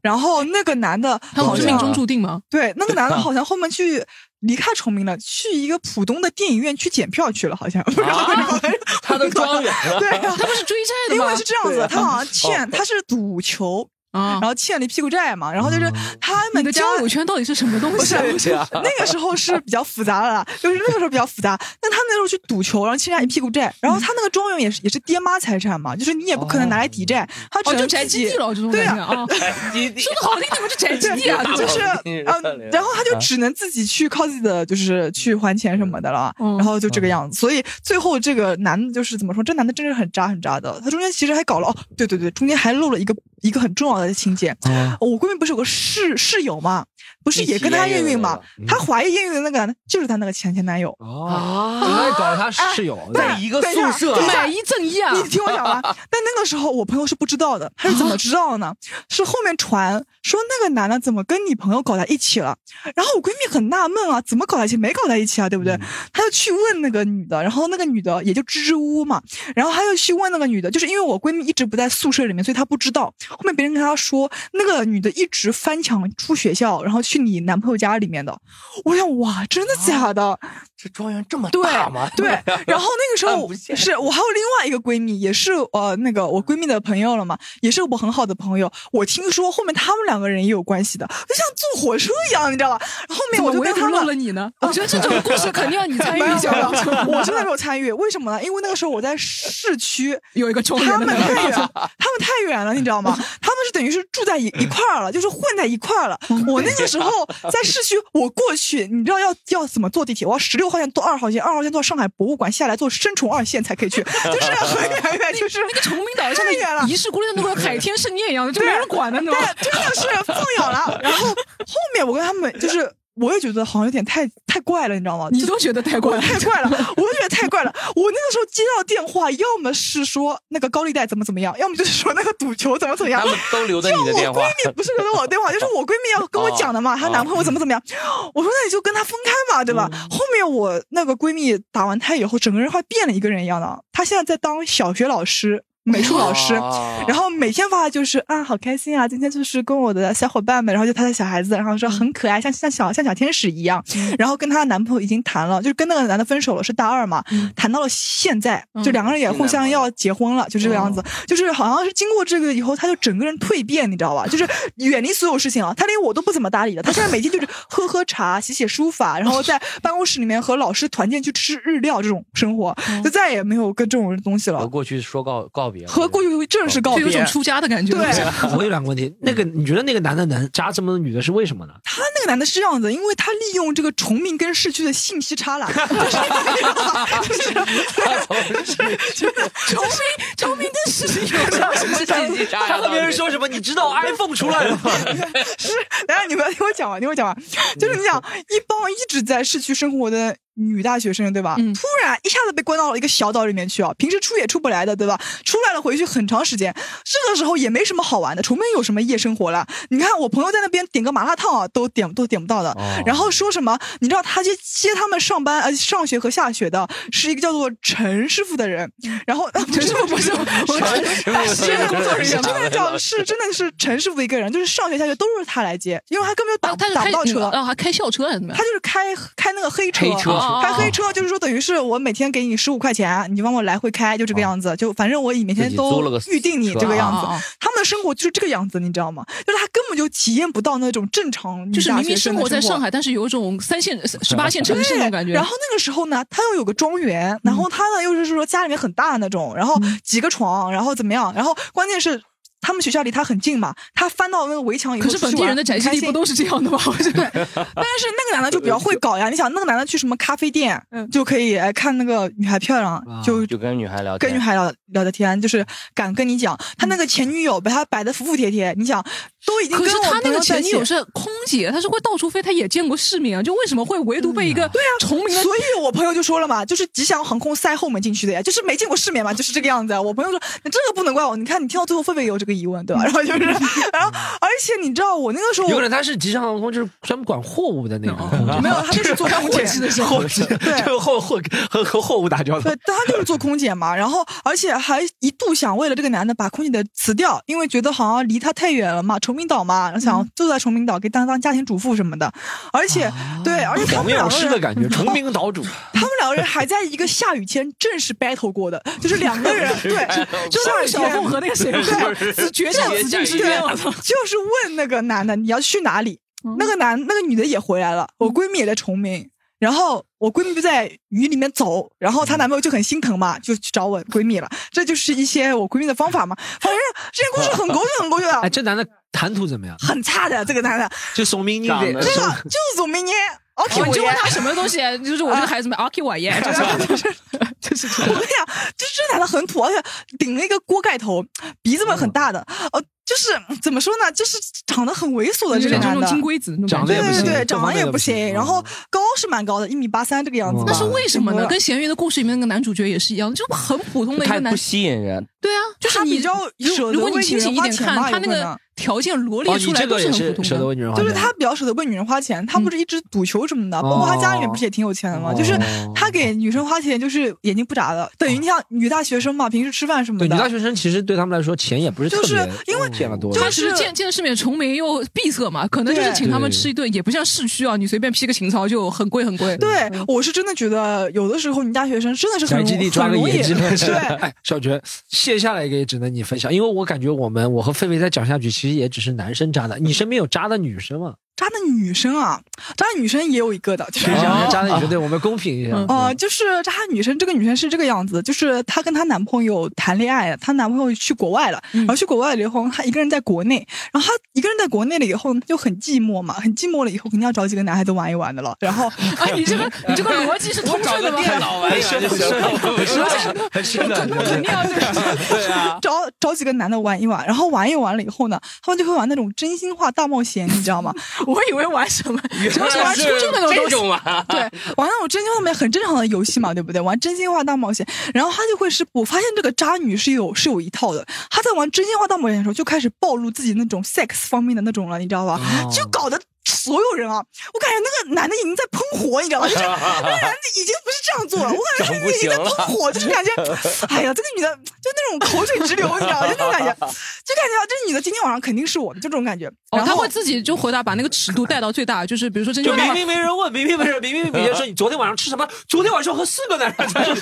Speaker 4: 然后那个男的
Speaker 3: 他
Speaker 4: 好
Speaker 3: 不是
Speaker 4: 像
Speaker 3: 命中注定吗？
Speaker 4: 对，那个男的好像后面去离开崇明了，去一个浦东的电影院去检票去了，好像。
Speaker 2: 啊他的庄园啊，
Speaker 4: 对啊
Speaker 3: 他不是追债
Speaker 4: 因
Speaker 3: 的吗
Speaker 4: 为？是这样子
Speaker 2: 对啊，
Speaker 4: 他好像欠，他是赌球，
Speaker 3: 啊
Speaker 4: 然，后欠了一屁股债嘛，然后就是他
Speaker 3: 你
Speaker 4: 们
Speaker 3: 的
Speaker 4: 家
Speaker 3: 交友圈 [laughs] 到底是什么东西啊？
Speaker 2: 对呀、
Speaker 4: 那个时候是比较复杂的啦，就是那个时候比较复杂。但他那时候去赌球，然后欠下一屁股债，然后他那个庄园也是也是爹妈财产嘛，就是你也不可能拿来抵债，他只
Speaker 3: 哦，就
Speaker 4: 能
Speaker 3: 宅
Speaker 4: 自
Speaker 3: 基
Speaker 4: 己
Speaker 3: 地。了，这种
Speaker 4: 对
Speaker 3: 感
Speaker 4: 啊
Speaker 3: 觉啊。
Speaker 1: 哎
Speaker 2: 基地
Speaker 3: 说的好听点，不就宅基地啊？
Speaker 4: 对，就是
Speaker 2: 大佬
Speaker 4: 嗯，
Speaker 2: 你
Speaker 4: 然后他就只能自己去靠自己的，就是去还钱什么的了，
Speaker 3: 嗯
Speaker 4: 然后就这个样子。所以最后这个男的就是怎么说，这男的真是很渣很渣的。他中间其实还搞了哦，对对对，中间还漏了一个一个很重要的情节。
Speaker 3: 嗯
Speaker 4: 哦我闺蜜不是有个室室友嘛，不是
Speaker 2: 一起
Speaker 4: 也跟她
Speaker 2: 验
Speaker 4: 验
Speaker 2: 孕
Speaker 4: 孕
Speaker 2: 的嗯
Speaker 4: 嘛？她怀疑验孕的那个男的就是她那个前前男友。
Speaker 1: 哦，原来搞他室友的，
Speaker 2: 在一个
Speaker 4: 等一
Speaker 2: 宿
Speaker 4: 下
Speaker 2: 舍
Speaker 4: 等一下
Speaker 3: 啊买一赠一啊！
Speaker 4: 你听我讲完。但那个时候我朋友是不知道的，他是怎么知道的呢？是后面传说那个男的怎么跟你朋友搞在一起了，然后我闺蜜很纳闷啊，怎么搞在一起？没搞在一起啊，对不对？她就去问那个女的，然后那个女的也就支支吾吾嘛，然后她就去问那个女的，就是因为我闺蜜一直不在宿舍里面，所以她不知道。后面别人跟她说，那个女的一直翻墙出学校，然后去你男朋友家里面的。我想哇，真的假的？
Speaker 2: 这庄园这么
Speaker 4: 对
Speaker 2: 大吗？
Speaker 4: [laughs] 对，然后那个时
Speaker 2: 按
Speaker 4: 候
Speaker 2: 不
Speaker 4: 我
Speaker 2: 下
Speaker 4: 是我还有另外一个闺蜜，也是呃那个我闺蜜的朋友了嘛，也是我很好的朋友。我听说后面他们两个人也有关系的，就像坐火车一样，你知道吧？后面
Speaker 3: 怎
Speaker 4: 我
Speaker 3: 么
Speaker 4: 就
Speaker 3: 我
Speaker 4: 跟
Speaker 3: 又
Speaker 4: 他
Speaker 3: 漏了
Speaker 4: 们。
Speaker 3: 你呢？我觉得这种故事肯定要你参与
Speaker 4: 没有
Speaker 3: 一下
Speaker 4: 没有
Speaker 3: 吧。
Speaker 4: [laughs] 我真的没有参与，为什么呢？因为那个时候我在市区，
Speaker 3: 有一
Speaker 4: [laughs]
Speaker 3: 个中
Speaker 4: 他
Speaker 3: 年的
Speaker 4: 们
Speaker 3: 男
Speaker 4: 太
Speaker 3: 人
Speaker 4: 远，他们太远了，你知道吗？他们是等于是住在一一块儿了， [laughs] 就是混在一块儿了。我那个时候在市区，我过去，你知道要要怎么坐地铁？我要十六号线坐二号线，二号线坐上海博物馆，下来坐深重二线才可以 [laughs] 去，就是很远很远，就是
Speaker 3: 那个 [laughs] 崇明岛上
Speaker 4: 太远了
Speaker 3: 的仪式规定都跟海天盛宴一样的，就没
Speaker 4: 对
Speaker 3: 人管的那种。
Speaker 4: 对，真的是放养了。然后后面我跟他们就是。我也觉得好像有点太太怪了，你知道吗？
Speaker 3: 你都觉得太怪了，
Speaker 4: 太怪了，我就觉得太怪了。我那个时候接到电话，要么是说那个高利贷怎么怎么样，要么就是说那个赌球怎么怎么样
Speaker 2: 他。们都留着
Speaker 4: 就
Speaker 2: 你的
Speaker 4: 我
Speaker 2: 电话
Speaker 4: 闺，蜜不是留着我
Speaker 2: [laughs]
Speaker 4: 电话，就是我闺蜜要跟我讲的嘛，
Speaker 2: 哦
Speaker 4: 她男朋友怎么怎么样。
Speaker 2: 啊
Speaker 4: 我说那你就跟他分开嘛，对
Speaker 2: 嗯
Speaker 4: 吧？后面我那个闺蜜打完胎以后，整个人快变了一个人一样的。她现在在当小学老师、美术老师。
Speaker 2: 啊
Speaker 4: 然后每天发的就是啊，好开心啊！今天就是跟我的小伙伴们，然后就她的小孩子，然后说很可爱，像像小像小天使一样。然后跟她的男朋友已经谈了，就是跟那个男的分手了，是大二嘛，
Speaker 3: 嗯
Speaker 4: 谈到了现在，
Speaker 3: 嗯
Speaker 4: 就两个人也互相要结婚了，就这个样子。就是好像是经过这个以后，她就整个人蜕变，你知道吧？就是远离所有事情啊，她连我都不怎么搭理了。她现在每天就是喝喝茶、写写书法，然后在办公室里面和老师团建去吃日料这种生活，就再也没有跟这种东西
Speaker 2: 和
Speaker 4: 了。
Speaker 2: 过去说告告别了，
Speaker 4: 和过去正式告
Speaker 3: 就有一
Speaker 4: 别
Speaker 3: 种。出家的感觉。
Speaker 4: 对，
Speaker 1: 我有两个问题，那个你觉得那个男的能扎这么多女的是为什么呢？
Speaker 4: 他那个男的是这样子，因为他利用这个崇明跟市区的信息差啦，就是
Speaker 3: 崇明，崇明跟市区有什么什么
Speaker 2: 信
Speaker 3: 关
Speaker 2: 息
Speaker 3: 系？
Speaker 2: 差呀，
Speaker 1: 说什么，你知道 iPhone 出来了吗？
Speaker 4: 是，然后你们听我讲完，听我讲完，就是你想一帮一直在市区生活的女大学生，对吧？
Speaker 3: 嗯
Speaker 4: 突然一下子被关到了一个小岛里面去啊，平时出也出不来的，对吧？出来了回去很长时间，这个时候也没什么好玩的，除非有什么夜生活了。你看我朋友在那边点个麻辣烫啊，都点都点不到的。
Speaker 2: 哦
Speaker 4: 然后说什么？你知道他去接他们上班呃上学和下学的是一个叫做陈师傅的人，然后陈师傅不是
Speaker 2: 陈师傅
Speaker 4: 是真的工作人员，
Speaker 2: 陈师傅
Speaker 4: 真的叫是真的是陈师傅一个人，就是上学下学都是他来接，因为他根本就打、
Speaker 3: 啊，他是
Speaker 4: 打
Speaker 3: 开
Speaker 4: 不到车。
Speaker 3: 啊，还开校车还是怎么
Speaker 4: 他
Speaker 3: 样？
Speaker 4: 就是开开那个黑车，啊
Speaker 2: 黑车
Speaker 3: 哦
Speaker 4: 开黑车就是说等于是我每天给你十五块钱，你帮我来回开，就这个样子，就反正我每
Speaker 2: 哦
Speaker 4: 天
Speaker 2: 自己租
Speaker 4: 都
Speaker 2: 了个
Speaker 4: 预定你这个样
Speaker 3: 车啊啊啊
Speaker 4: 子。他们的生活就是这个样子，你知道吗？就是他根本就体验不到那种正常
Speaker 3: 就是明
Speaker 4: 女大学
Speaker 3: 明
Speaker 4: 生
Speaker 3: 生
Speaker 4: 的
Speaker 3: 活在
Speaker 4: 生
Speaker 3: 上海，但是有一种三线、十八线城市那
Speaker 4: 对，
Speaker 3: 种感觉。嗯
Speaker 4: 然后那个时候呢，他又有个庄园，然后他呢又是说家里面很大那种，然后几个床，然后怎么样？然后关键是。他们学校离他很近嘛，他翻到那个围墙以后
Speaker 3: 可是
Speaker 4: 出去玩，
Speaker 3: 本地人的宅
Speaker 4: 很
Speaker 3: 基
Speaker 4: 开
Speaker 3: 地
Speaker 4: 心
Speaker 3: 不都是这样的吗？对，
Speaker 4: 但是那个男的就比较会搞呀，你想那个男的去什么咖啡店，
Speaker 3: 嗯
Speaker 4: 就可以哎看那个女孩漂亮，就
Speaker 2: 就跟女孩聊天，
Speaker 4: 跟女孩聊聊的天，就是敢跟你讲，他那个前女友被他摆的服服帖帖，你想都已经
Speaker 3: 可
Speaker 4: 跟
Speaker 3: 是
Speaker 4: 我
Speaker 3: 他那
Speaker 4: 朋
Speaker 3: 个
Speaker 4: 友在
Speaker 3: 前
Speaker 4: 一
Speaker 3: 女
Speaker 4: 起
Speaker 3: 友是空姐，她是会到处飞，她也见过世面啊，就为什么会唯独被一个对啊崇明的
Speaker 4: 所以我朋友就说了嘛，就是吉祥航空塞后门进去的呀，就是没见过世面嘛，就是这个样子。啊我朋友说，你这个不能怪我，你看你听到最后会不会有这个疑问，对吧？然 [laughs] 后就是，然后而且你知道我那个时候
Speaker 1: 有可能他是吉祥航空，就是专门管货物的那种，
Speaker 4: 没有，他就
Speaker 1: [laughs]
Speaker 4: 是做空姐，
Speaker 1: 后期
Speaker 4: 对
Speaker 1: 就后后和和货物打交道
Speaker 4: 对，，呃他就是做空姐嘛，然后而且还一度想为了这个男的把空姐的辞掉，因为觉得好像离他太远了嘛，崇明岛嘛，然后想就在崇明岛给当当家庭主妇什么的，而且、对，而且他
Speaker 1: 啊黄
Speaker 4: 们两
Speaker 1: 药
Speaker 4: 个
Speaker 1: 师的
Speaker 4: 人，
Speaker 1: 感觉，崇明岛主，
Speaker 4: 他们两个人还在一个下雨天正式 battle 过的，就是两
Speaker 1: [laughs]
Speaker 4: 个人对，下雨
Speaker 3: 小
Speaker 4: 天
Speaker 3: 凤和那个 [laughs] 谁，
Speaker 4: [laughs]
Speaker 3: 啊
Speaker 4: 对
Speaker 3: 子决战
Speaker 4: 对
Speaker 3: 紫禁之巅，
Speaker 4: 对
Speaker 3: 我操！
Speaker 4: [laughs] 就是问那个男的你要去哪里，
Speaker 3: 嗯
Speaker 4: 那个男那个女的也回来了，我闺蜜也在崇明。然后我闺蜜就在雨里面走，然后她男朋友就很心疼嘛，就去找我闺蜜了。这就是一些我闺蜜的方法嘛。反正这些故事很狗血，很狗血
Speaker 1: 哎，
Speaker 4: 的，
Speaker 1: 这男的谈吐怎么样？
Speaker 4: 很差的。这个男的，
Speaker 1: 就崇明你
Speaker 2: 长
Speaker 1: 得
Speaker 2: 得
Speaker 4: 这
Speaker 1: 崇
Speaker 4: 个就是总明年，哦而且
Speaker 3: 我啊
Speaker 4: 我
Speaker 3: 就问
Speaker 4: 爷
Speaker 3: 他什么东 [laughs] 西，就是我这个孩子们阿 K 我耶，就是
Speaker 4: 就是这样。我跟你讲，就是 [laughs] 这男的很土，而且顶了一个锅盖头，鼻子嘛很大的，呃，就是怎么说呢，就是长得很猥琐的
Speaker 3: 有
Speaker 4: 这个
Speaker 3: 点嗯
Speaker 4: 男
Speaker 3: 那种
Speaker 4: 的。
Speaker 3: 金龟子那种
Speaker 1: 长
Speaker 3: 感
Speaker 1: 得也
Speaker 3: 觉。
Speaker 1: 不
Speaker 4: 对
Speaker 1: 行，
Speaker 4: 对对，
Speaker 1: 各
Speaker 4: 长
Speaker 1: 方
Speaker 4: 得
Speaker 1: 面
Speaker 4: 也
Speaker 1: 都
Speaker 4: 不
Speaker 1: 不行
Speaker 4: 行，然后高是蛮高的，一米八三这个样子吧。
Speaker 1: 嗯
Speaker 3: 那是为什么呢？
Speaker 4: 嗯
Speaker 3: 跟咸鱼的故事里面那个男主角也是一样，就很普通的一
Speaker 2: 太
Speaker 3: 个
Speaker 2: 不
Speaker 3: 男。
Speaker 2: 吸引
Speaker 4: [laughs]
Speaker 2: 人。
Speaker 3: 对啊，就是
Speaker 4: 他
Speaker 3: 你
Speaker 4: 比较
Speaker 3: 如
Speaker 4: 舍得
Speaker 3: 如果你
Speaker 4: 为
Speaker 3: 清
Speaker 4: 女人
Speaker 3: 醒一
Speaker 4: 花
Speaker 3: 点
Speaker 4: 钱
Speaker 3: 看，
Speaker 4: 吧
Speaker 3: 他
Speaker 4: 有
Speaker 3: 那
Speaker 4: 可
Speaker 3: 个
Speaker 1: 啊
Speaker 4: 能
Speaker 3: 条件罗
Speaker 1: 哦，
Speaker 3: 列
Speaker 1: 你
Speaker 3: 出来
Speaker 1: 这
Speaker 3: 都
Speaker 1: 个也
Speaker 3: 很
Speaker 1: 是
Speaker 3: 普
Speaker 1: 舍得
Speaker 3: 通的。
Speaker 1: 为女人花
Speaker 4: 就是
Speaker 1: 钱，
Speaker 4: 他比较舍得为女人花钱，他
Speaker 3: 嗯
Speaker 4: 不是一直赌球什么的，包括他家里面不是也挺有钱的吗？
Speaker 1: 哦
Speaker 4: 就是他给女生花钱，就是眼睛不眨的，等于你像女大学生嘛，平时吃饭什么
Speaker 1: 对女大
Speaker 4: 的，
Speaker 1: 学生其实对他们来说钱也不是特
Speaker 4: 就是
Speaker 1: 别
Speaker 4: 因为
Speaker 1: 见了多，
Speaker 3: 他
Speaker 4: 就
Speaker 3: 只是
Speaker 4: 是
Speaker 3: 见见世面，崇明又闭塞嘛，可能就是
Speaker 4: 对
Speaker 3: 请他们
Speaker 1: 对
Speaker 3: 吃一顿，也不像市区啊，你随便批个情操就很贵很贵。
Speaker 4: 对我是真的觉得有的时候女大学生真的是
Speaker 1: 宅
Speaker 4: 很
Speaker 1: 基地
Speaker 4: 容
Speaker 1: 抓
Speaker 4: 很
Speaker 1: 个
Speaker 4: 容易
Speaker 1: 野鸡
Speaker 4: [laughs]
Speaker 1: 的 [laughs] 是吧。
Speaker 4: 对。
Speaker 1: 哎，小觉卸下来一个也只能你分享，因为我感觉我们我和狒狒再讲下去，其实也只是男生渣的。你身边有渣的女生吗？
Speaker 4: 渣的女生啊，渣的女生也有一个的，就是
Speaker 1: 其实
Speaker 4: 这
Speaker 1: 讲
Speaker 4: 样
Speaker 1: 下渣的女生，对我们公平一下。
Speaker 3: 嗯
Speaker 4: 呃，就是她女生，这个女生是这个样子，就是她跟她男朋友谈恋爱，她男朋友去国外了，
Speaker 3: 嗯
Speaker 4: 然后去国外了以后，她一个人在国内，然后她一个人在国内了以后就很寂寞嘛，很寂寞了以后肯定要找几个男孩子玩一玩的了，然后
Speaker 3: 哎，
Speaker 1: [laughs]
Speaker 3: 你这个你这个逻辑是通顺的吗？
Speaker 2: 玩意儿就行了。
Speaker 1: [laughs] 很深
Speaker 4: [laughs]
Speaker 1: 的，
Speaker 3: 肯定要这个。
Speaker 2: 对啊，
Speaker 4: 找找几个男的玩一玩，然后玩一玩了以后呢，他们就会玩那种真心话大冒险，你知道吗？
Speaker 3: 我以为玩什么，主要是玩出这么多
Speaker 2: 这
Speaker 3: 东西。
Speaker 2: 种啊，
Speaker 4: [laughs] 对，玩那种真心话大冒险很正常的游戏嘛，对不对？玩真心话大冒险，然后他就会是，我发现这个渣女是有是有一套的，她在玩真心话大冒险的时候就开始暴露自己那种 sex 方面的那种了，你知道吧？
Speaker 1: 哦
Speaker 4: 就搞得。所有人啊，我感觉那个男的已经在喷火，你知道吗？就是那男的已经不是这样做了，我感觉那个女的已经在喷火，就是感觉，哎呀，这个女的就那种口水直流，你知道吗？就那种感觉，就感觉这女的今天晚上肯定是我的，就这种感觉。
Speaker 3: 哦
Speaker 4: 然，
Speaker 3: 他
Speaker 4: 后
Speaker 3: 会自己就回答，把那个尺度带到最大，就是比如说真
Speaker 1: 就
Speaker 3: 正
Speaker 1: 明
Speaker 3: 的
Speaker 1: 明没人问，明明没人，明明别人说你昨天晚上吃什么？昨天晚上和四个男人在
Speaker 4: [laughs]
Speaker 1: 一起。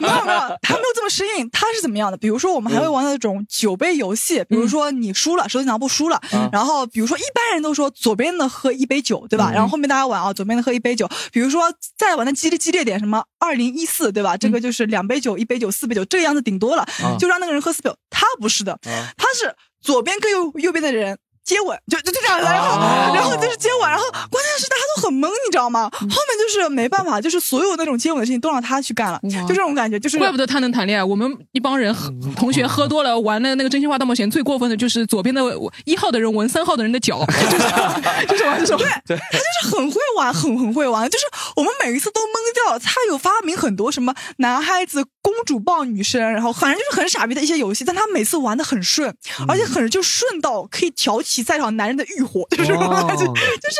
Speaker 4: 没有没有，他没有这么生硬，他是怎么样的？比如说，我们还会玩那种酒杯游戏，比如说你输了，手机拿不输了，然后比如说一般人都说左边的喝一杯酒，对吧？然后后面大家玩啊，左边的喝一杯酒，比如说再玩的激烈激烈点，什么二零一四，对吧？这个就是两杯酒、一杯酒、四杯酒，这个样子顶多了，就让那个人喝四杯酒。他不是的，他是左边跟右右边的人。接吻就就就这样，然后、然后就是接吻，然后关键是大家都很懵，你知道吗？
Speaker 3: 嗯
Speaker 4: 后面就是没办法，就是所有那种接吻的事情都让他去干了，
Speaker 3: 哇
Speaker 4: 就这种感觉，就是
Speaker 3: 怪不得他能谈恋爱。我们一帮人喝同学喝多了玩的那个真心话大冒险，最过分的就是左边的一号的人闻三号的人的脚，就是就是玩这种。
Speaker 4: 对他就是很会玩，很很会玩，就是我们每一次都懵掉了。他有发明很多什么男孩子公主抱女生，然后反正就是很傻逼的一些游戏，但他每次玩的很顺，
Speaker 3: 嗯
Speaker 4: 而且很就顺到可以挑起在场男人的欲火，就是、
Speaker 1: 哦
Speaker 4: [laughs] 就就是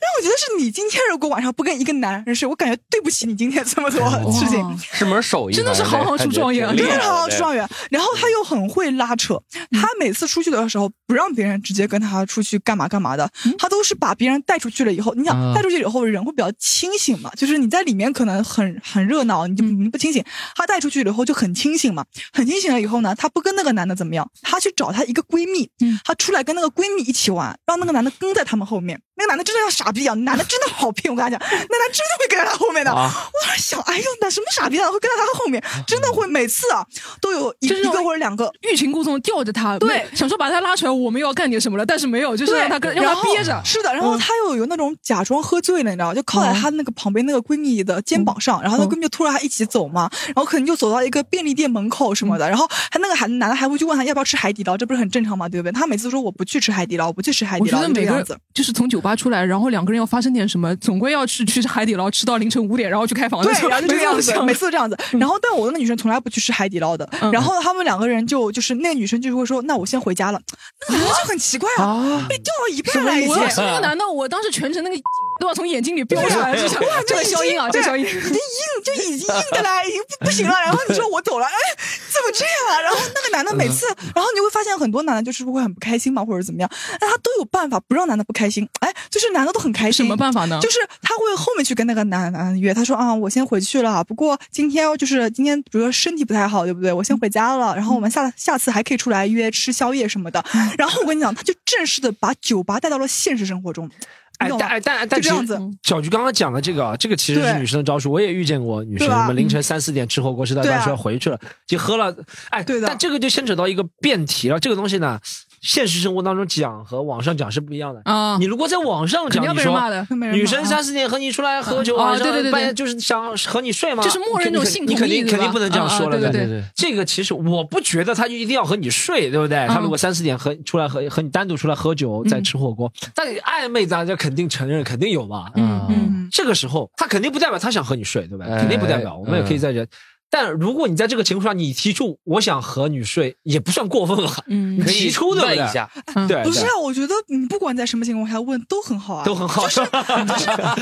Speaker 4: 让我觉得是你今天如果晚上不跟一个男人睡，我感觉对不起你今天这么多事情。
Speaker 2: 是门手艺，
Speaker 3: 真的是行行出状元
Speaker 4: 真的好状元，然后他又很会拉扯，
Speaker 3: 嗯
Speaker 4: 他每次出去的时候不让别人直接跟他出去干嘛干嘛的，
Speaker 3: 嗯
Speaker 4: 他都是把别人带出去了以后，你想
Speaker 2: 啊
Speaker 4: 带出去以后人会比较清醒嘛，就是你在里面可能很很热闹，你就
Speaker 3: 嗯
Speaker 4: 你不清醒，他带出去了以后就很清醒嘛，很清醒了以后呢，他不跟那个男的怎么样，他去找他一个闺蜜
Speaker 3: 嗯，
Speaker 4: 他出来跟那个闺蜜一起玩，让那个男的跟在他们后面，那个男的真的像傻逼一样，男的真的好 [laughs] 拼，我跟他讲，那男真的会跟在他后面的。我当时想，哎呦，那什么傻逼啊，会跟在他后面，真的会每次啊都有一
Speaker 3: 就是
Speaker 4: 一
Speaker 3: 那种
Speaker 4: 个或者两个。
Speaker 3: 欲擒故纵，吊着他，
Speaker 4: 对
Speaker 3: 没有想说把他拉出来，我们又要干点什么了，但是没有，就是
Speaker 4: 对，
Speaker 3: 让他跟让
Speaker 4: 然
Speaker 3: 他
Speaker 4: 后
Speaker 3: 憋着。
Speaker 4: 是的，然后她又有那种假装喝醉了，你知道吗，就靠在她那个旁边那个闺蜜的肩膀上，然后那闺蜜就拖着她一起走嘛，然后可能就走到一个便利店门口什么的，然后还那个还男的还会去问她要不要吃海底捞，这不是很正常嘛，对不对？她每次都说我不去吃海底捞，我不去吃海
Speaker 3: 我
Speaker 4: 底
Speaker 3: 觉
Speaker 4: 捞，
Speaker 3: 得
Speaker 4: 就这
Speaker 3: 每个
Speaker 4: 样
Speaker 3: 人
Speaker 4: 子。
Speaker 3: 就是从酒吧出来，然后两个人要发生点什么，总归要去去海底捞吃到凌晨五点，然后去开房的
Speaker 4: 对
Speaker 3: 时，候，
Speaker 4: 然后啊就这个样子，嗯每
Speaker 3: 没
Speaker 4: 次都这样子。然后，但我那女生从来不去吃海底捞的。
Speaker 3: 嗯
Speaker 4: 然后他们两个人就就是那个女生就会说：“那我先回家了。”那个男生就很奇怪啊，被调到一半来已
Speaker 3: 我要
Speaker 4: 经。
Speaker 3: 是那个男的，我当时全程那个都要从眼睛里飙出来，这是这个消音啊，这
Speaker 4: 对
Speaker 3: 个消音。
Speaker 4: [laughs] 已经硬就已经硬的啦，已经不不行了。然后你说我走了，哎，怎么这样啊？然后那个男的每次，然后你会发现很多男的就是会很不开心嘛，或者怎么样，但他都有办法不让男的不开心。哎，就是男的都很开
Speaker 3: 什
Speaker 4: 心，
Speaker 3: 么办法呢？
Speaker 4: 就是他会后面去跟那个男男的约，他说啊，我先回去了。不过今天就是今天，比如说身体不太好，对不对？我先回家了。然后我们下下次还可以出来约吃宵夜什么的。然后我跟你讲，他就正式的把酒吧带到了现实生活中，你
Speaker 1: 哎，
Speaker 4: 懂
Speaker 1: 但
Speaker 4: 吗？
Speaker 1: 哎但
Speaker 4: 就
Speaker 1: 但
Speaker 4: 这样子，
Speaker 1: 小菊刚刚讲的这个啊，这个其实是
Speaker 4: 对
Speaker 1: 女生的招数，我也遇见过女生，
Speaker 4: 对吧啊
Speaker 1: 什么凌晨三四点吃火锅吃到一
Speaker 4: 对
Speaker 1: 半
Speaker 4: 啊
Speaker 1: 说要回去了，就喝了，哎，
Speaker 4: 对的
Speaker 1: 但这个就牵扯到一个辩题了，这个东西呢，现实生活当中讲和网上讲是不一样的。
Speaker 3: 啊
Speaker 1: 你，如果在网上
Speaker 3: 肯定
Speaker 1: 讲，
Speaker 3: 要
Speaker 1: 你
Speaker 3: 被人骂
Speaker 1: 说
Speaker 3: 的。
Speaker 4: 没人
Speaker 1: 女
Speaker 4: 骂
Speaker 1: 生
Speaker 4: 啊
Speaker 1: 三四点和你出来喝酒，
Speaker 3: 啊
Speaker 1: 晚上
Speaker 3: 对对对对
Speaker 1: 半夜就是想和你睡嘛，
Speaker 3: 就是默认
Speaker 1: 你肯
Speaker 3: 这种性
Speaker 1: 你肯定肯
Speaker 3: 同意对
Speaker 1: 定
Speaker 3: 吧
Speaker 1: 不能这样说了，
Speaker 3: 啊啊对对
Speaker 1: 对。这个其实我不觉得他就一定要和你睡，对不
Speaker 3: 嗯
Speaker 1: 对？他如果三四点和出来和和你单独出来喝酒再吃火锅，但暧昧大家肯定承认肯定有吧，
Speaker 3: 嗯嗯
Speaker 4: 嗯，
Speaker 1: 这个时候他肯定不代表他想和你睡，对吧？
Speaker 2: 哎
Speaker 1: 肯定不代表，我们也可以
Speaker 2: 嗯
Speaker 1: 在人。但如果你在这个情况下，你提出我想和你睡，也不算过分了。
Speaker 3: 嗯
Speaker 1: 你
Speaker 2: 可
Speaker 1: 提
Speaker 2: 以
Speaker 1: 出的
Speaker 2: 问
Speaker 1: 对
Speaker 2: 一下，嗯
Speaker 1: 对，
Speaker 4: 不是
Speaker 1: 对
Speaker 4: 啊，我觉得你不管在什么情况下问都很好啊，
Speaker 1: 都很
Speaker 4: [laughs]
Speaker 1: 好。
Speaker 4: 对啊。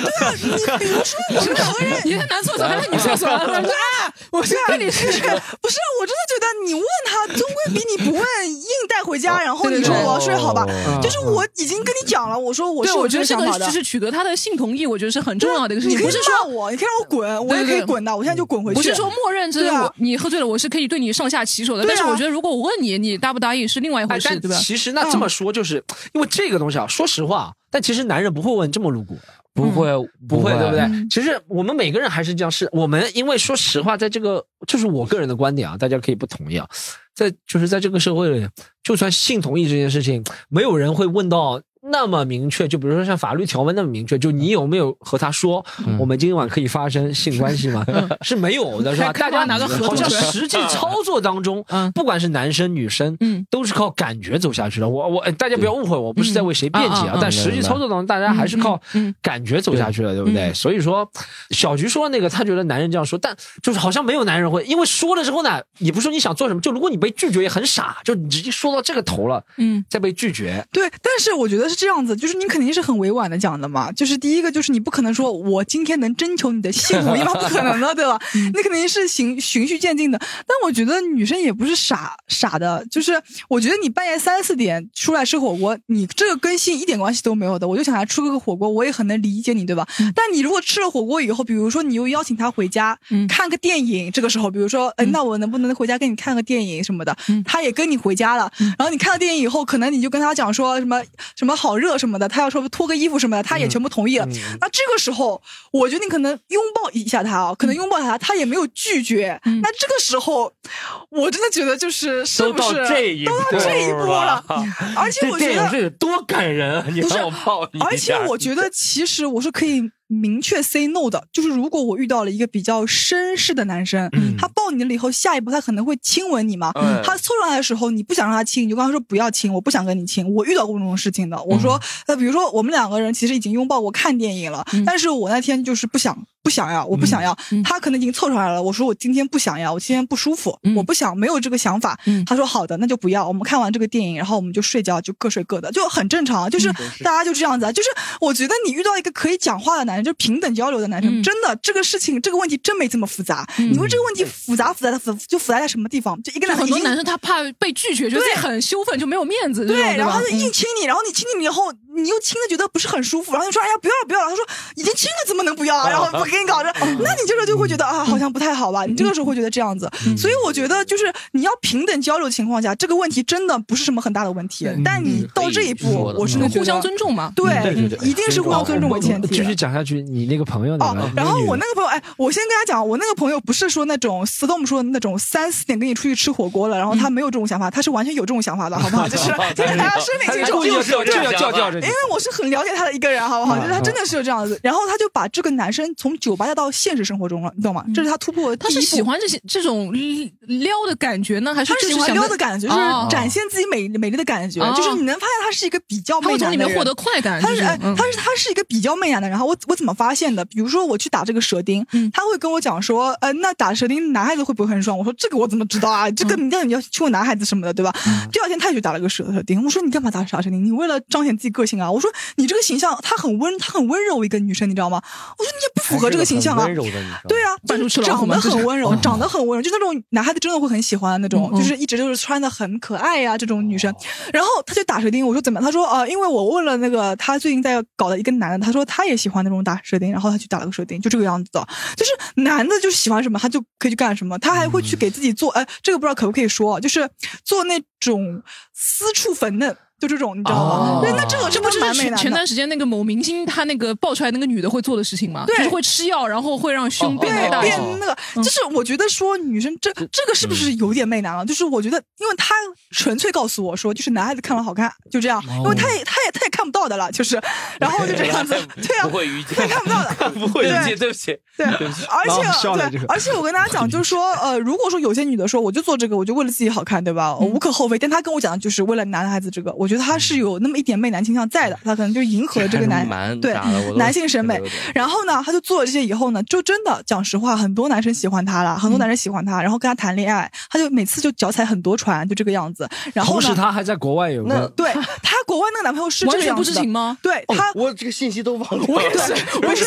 Speaker 4: 你比如说我们两个人，
Speaker 3: 你在男厕所，他在女厕所，他说啊， [laughs] 我是跟你是
Speaker 4: [laughs] 不是，不是，我真的觉得你问他，终归比你不问硬带回家，然后
Speaker 3: 对对
Speaker 4: 你说
Speaker 3: 对
Speaker 4: 我要睡好吧。
Speaker 1: 哦
Speaker 4: 就是我已经跟你讲了，我说 [laughs] 我
Speaker 3: 对，
Speaker 4: 是有
Speaker 3: 我觉得
Speaker 4: 这
Speaker 3: 这
Speaker 4: 个想
Speaker 3: 个
Speaker 4: 法的
Speaker 3: 就。是取得他的性同意，我觉得是很重要的一个事
Speaker 4: 你
Speaker 3: 情。
Speaker 4: 可
Speaker 3: 不
Speaker 4: 以
Speaker 3: 是说
Speaker 4: 骂我，你可以让我滚，我也可
Speaker 3: 对
Speaker 4: 以
Speaker 3: 对
Speaker 4: 滚的。我现在就滚回去。
Speaker 3: 不是说默认这
Speaker 4: 对啊
Speaker 3: 我你喝醉了，我是可以对你上下其手的。
Speaker 4: 对啊
Speaker 3: 但是我觉得如果我问你，你答不答应是另外一
Speaker 1: 哎
Speaker 3: 回，事，
Speaker 1: 但
Speaker 3: 对吧？嗯
Speaker 1: 其实那这么说，就是因为这个东西啊，说实话，但其实男人不会问这么露骨，
Speaker 2: 不会
Speaker 1: 不会，对不对
Speaker 3: 嗯？
Speaker 1: 其实我们每个人还是这样，是我们因为说实话，在这个就是我个人的观点啊，大家可以不同意啊，在就是在这个社会里，就算性同意这件事情，没有人会问到。那么明确，就比如说像法律条文那么明确，就你有没有和他说，
Speaker 3: 嗯
Speaker 1: 我们今晚可以发生性关系
Speaker 3: [laughs]
Speaker 1: 吗？是没有的，是吧？大
Speaker 3: 还看
Speaker 1: 家
Speaker 3: 他拿个合
Speaker 1: 好
Speaker 3: 同
Speaker 1: 像
Speaker 3: 出来
Speaker 1: 实际操作当中，
Speaker 3: 嗯
Speaker 1: 不管是男生女生，
Speaker 3: 嗯
Speaker 1: 都是靠感觉走下去的。我我哎大家不要误会，我不是在为谁辩解
Speaker 3: 嗯
Speaker 1: 啊
Speaker 3: 嗯嗯，
Speaker 1: 但实际操作当中，大家还是靠
Speaker 3: 嗯嗯嗯
Speaker 1: 感觉走下去的，对不对？
Speaker 4: 嗯
Speaker 1: 所以说，小菊说那个，她觉得男人这样说，但就是好像没有男人会，因为说了之后呢，也不是说你想做什么，就如果你被拒绝也很傻，就你直接说到这个头了，
Speaker 3: 嗯，
Speaker 1: 再被拒绝，
Speaker 4: 对，但是我觉得是这样子，就是你肯定是很委婉的讲的嘛。就是第一个，就是你不可能说我今天能征求你的性同意吗？不可能的，对吧？那肯定是循循序渐进的。但我觉得女生也不是傻傻的，就是我觉得你半夜三四点出来吃火锅，你这个跟性一点关系都没有的。我就想来吃个火锅，我也很能理解你，对吧？但你如果吃了火锅以后，比如说你又邀请他回家、
Speaker 3: 嗯
Speaker 4: 看个电影，这个时候，比如说，哎，
Speaker 3: 嗯
Speaker 4: 那我能不能回家跟你看个电影什么的？
Speaker 3: 嗯
Speaker 4: 他也跟你回家了，然后你看了电影以后，可能你就跟他讲说什么什么好热什么的，他要说脱个衣服什么的，
Speaker 3: 嗯
Speaker 4: 他也全部同
Speaker 1: 嗯
Speaker 4: 意了。那这个时候，我觉得你可能拥抱一下他哦，可能拥抱一下他，他也没有拒绝。
Speaker 3: 嗯
Speaker 4: 那这个时候，我真的觉得就是是
Speaker 2: 都
Speaker 4: 不
Speaker 2: 到
Speaker 4: 是
Speaker 2: 这一步
Speaker 4: 都到这一步了？而且我
Speaker 2: 这
Speaker 4: 觉
Speaker 2: 电
Speaker 4: 得
Speaker 2: 影是有多感人啊！你
Speaker 4: 不是
Speaker 2: 让我抱你一下，
Speaker 4: 而且我
Speaker 1: 哎
Speaker 4: 觉得，其实我是可以明确 say no 的，就是如果我遇到了一个比较绅士的男生，
Speaker 1: 嗯
Speaker 4: 他抱你了以后，下一步他可能会亲吻你嘛。
Speaker 2: 嗯
Speaker 4: 他凑上来的时候，你不想让他亲，你就跟他说不要亲，我不想跟你亲。我遇到过这种事情的，我说，呃，比如说我们两个人其实已经拥抱过看电影了，
Speaker 3: 嗯
Speaker 4: 但是我那天就是不想。不想要，我不想要。
Speaker 3: 嗯
Speaker 4: 他可能已经凑上来了，我说我今天不想要，我今天不舒服，
Speaker 3: 嗯
Speaker 4: 我不想，没有这个想法。
Speaker 3: 嗯
Speaker 4: 他说好的，那就不要。我们看完这个电影，然后我们就睡觉，就各睡各的，就很正常。啊
Speaker 3: 嗯
Speaker 4: 就是大家就这样子啊。就是我觉得你遇到一个可以讲话的男人，就是平等交流的男生，
Speaker 3: 嗯
Speaker 4: 真的这个事情这个问题真没这么复杂。
Speaker 3: 嗯
Speaker 4: 你问这个问题复杂复杂的复就复杂在什么地方？就一个
Speaker 3: 就
Speaker 4: 男
Speaker 3: 很
Speaker 4: 啊已
Speaker 3: 多
Speaker 4: 经
Speaker 3: 男生他怕被拒绝，觉得自己很羞愤，就没有面子这种，
Speaker 4: 对，然后他
Speaker 3: 吧
Speaker 2: 嗯
Speaker 4: 就？硬亲你，然后你亲你以后，你又亲了觉得不是很舒服，然后你说哎呀不要了不要了，他说已经亲了怎么能不要啊？然
Speaker 2: 哦
Speaker 4: 后不给你搞着， [laughs] 那你这个就会觉得啊好像不太好吧？你这个时候会觉得这样子，
Speaker 2: 嗯
Speaker 4: 所以我觉得就是你要平等交流的情况下，这个问题真的不是什么很大的问题。但你到这
Speaker 2: 嗯
Speaker 4: 一
Speaker 2: 可以
Speaker 4: 步
Speaker 2: 说，的
Speaker 4: 我是
Speaker 2: 嗯
Speaker 4: 觉得
Speaker 3: 互相尊重嘛。
Speaker 2: 对对
Speaker 4: 对，
Speaker 2: 对
Speaker 4: 一定是互相尊重为前提
Speaker 1: 继
Speaker 4: 的。
Speaker 1: 续讲下去，你那个朋友那个
Speaker 3: 嗯
Speaker 4: 哦，，然后我
Speaker 1: 那
Speaker 4: 那个朋友，哎，我先跟他讲，我那个朋友不是说那种 storm 说的那种三四点跟你出去吃火锅了，然后他没有这种想法，他是完全有这种想法的，好
Speaker 3: 嗯
Speaker 4: 不
Speaker 3: [laughs]
Speaker 4: 好？就是
Speaker 2: 哦
Speaker 4: 大家声明清楚，
Speaker 2: 故意就是有这样
Speaker 1: 个
Speaker 2: 想
Speaker 1: 叫
Speaker 2: 法
Speaker 1: 叫着
Speaker 4: 因
Speaker 1: 你
Speaker 4: 为，我是很了解他的一个人，
Speaker 3: 嗯
Speaker 4: 好不好？就是他真的是有这样子，然后他就把这个男生从酒吧带到现实生活中了，你懂吗？这是他突破的
Speaker 3: 嗯
Speaker 4: 第
Speaker 3: 他
Speaker 4: 一步。
Speaker 3: 是喜欢这些这种撩的感觉呢，还是
Speaker 4: 他
Speaker 3: 就是
Speaker 4: 喜欢
Speaker 3: 想
Speaker 4: 撩的感觉，就
Speaker 3: 哦
Speaker 4: 是展现自己美美丽的感觉
Speaker 3: 哦，
Speaker 4: 就是你能发现他是一个比较
Speaker 3: 他
Speaker 4: 媚
Speaker 3: 会从
Speaker 4: 男
Speaker 3: 里
Speaker 4: 的
Speaker 3: 面
Speaker 4: 人
Speaker 3: 获得快感。
Speaker 4: 他是
Speaker 3: 就
Speaker 4: 哎，
Speaker 3: 嗯
Speaker 4: 他是他是一个比较媚男的，然后我我怎么发现的？比如说我去打这个舌钉，
Speaker 3: 嗯
Speaker 4: 他会跟我讲说，呃，那打舌钉男孩子会不会很爽？我说这个我怎么知道啊？这个
Speaker 3: 嗯
Speaker 4: 你要你要去问男孩子什么的，对吧？第二天他也去打了个舌舌钉，我说你干嘛打打舌钉？你为了彰显自己个性啊？我说你这个形象，她很温，她很温柔一个女生，你知道吗？我说你也不符合这个形象啊。
Speaker 1: 温柔的女生，
Speaker 4: 对啊，
Speaker 3: 扮
Speaker 4: 就
Speaker 3: 出
Speaker 4: 是
Speaker 3: 去了好 [laughs]
Speaker 4: 长
Speaker 3: 吗
Speaker 4: 得
Speaker 3: 就是
Speaker 4: 很温柔，长得很温柔，就那种男孩子真的会很喜欢的那种，
Speaker 3: 嗯嗯
Speaker 4: 就是一直就是穿的很可爱呀、这种女生。然后他就打舌钉，我说怎么样？他说呃，因为我问了那个他最近在搞的一个男的，他说他也喜欢那种打舌钉，然后他去打了个舌钉，就这个样子的。就是男的就喜欢什么，他就可以去干什么，他还会
Speaker 3: 嗯
Speaker 4: 去给自己做，哎、这个不知道可不可以说，就是做那种私处粉嫩，就这种，你知道吗
Speaker 2: 哦？
Speaker 4: 对，那这个
Speaker 3: 这不是
Speaker 4: 蛮美
Speaker 3: 前
Speaker 4: 男
Speaker 3: 前
Speaker 4: 的
Speaker 3: 段时间那个某明星他那个爆出来那个女的会做的事情吗？
Speaker 4: 对
Speaker 3: 就是会吃药，然后会让胸变
Speaker 2: 哦，
Speaker 3: 得
Speaker 4: 对，
Speaker 3: 大一些。
Speaker 4: 变那个，就是我觉得说女生这这个是不是有点媚男了？就是我觉得，因为他纯粹告诉我说，就是男孩子看了好看，就这样，因为他也他也他也看不到的了，就是，然后就这样子对啊
Speaker 2: 不，会瑜伽
Speaker 4: 他也，看不到的，
Speaker 2: 不会
Speaker 4: 对
Speaker 2: 瑜伽，对不起，
Speaker 4: 对，
Speaker 2: 对不起
Speaker 4: 而
Speaker 1: 然后笑了
Speaker 4: 且
Speaker 1: 这个
Speaker 4: 对，而且我跟大家讲，就是说，呃，如果说有些女的说，我就做这个，我就为了自己好看，对吧？我无可厚非。但她跟我讲，就是为了男孩子这个，我觉得她是有那么一点媚男倾向在的，她可能就迎合这个男
Speaker 2: 蛮
Speaker 4: 对
Speaker 2: 啥的我都
Speaker 4: 男性审美
Speaker 2: 对对对。
Speaker 4: 然后呢，她就做了这些以后呢，就真的讲实话，很多男生喜欢她了，很多男生喜欢她，然后跟她谈恋爱，她就每次就脚踩很多船，就这个样子。然后
Speaker 1: 同时
Speaker 4: 呢，
Speaker 1: 他还在国外有
Speaker 2: 嗯
Speaker 1: 个
Speaker 4: 对她国外那个男朋友是这
Speaker 3: 完
Speaker 4: 个
Speaker 3: 全
Speaker 4: 样
Speaker 3: 不
Speaker 4: 子
Speaker 3: 知
Speaker 4: 的
Speaker 3: 情吗？
Speaker 4: 对她
Speaker 2: 哦我这个信息都忘了，我也
Speaker 4: 对，不是，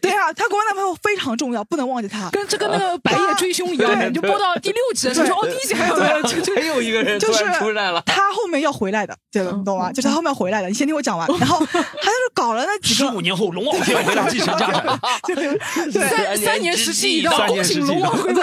Speaker 4: 对啊，她国外男朋友非常重要，不能忘记他。
Speaker 3: 跟这跟那个白夜追凶一样，
Speaker 4: 对
Speaker 3: 你就播到第六集了，你说哦，第一集还有
Speaker 4: 对
Speaker 2: 就真有一个人突
Speaker 4: 就是
Speaker 2: 然出来了，
Speaker 4: 他后面要回来的，对吧？你懂吗？就是他后面要回来的，你先听我讲完。然后他就是搞了那几
Speaker 1: 十
Speaker 4: 个
Speaker 1: 五，年后龙傲天回来继承 [laughs] 家产，
Speaker 4: 对。
Speaker 3: 三三年时期已到，
Speaker 1: 三
Speaker 3: 恭
Speaker 1: 年时期
Speaker 3: 请
Speaker 1: 已到
Speaker 3: 龙王回归。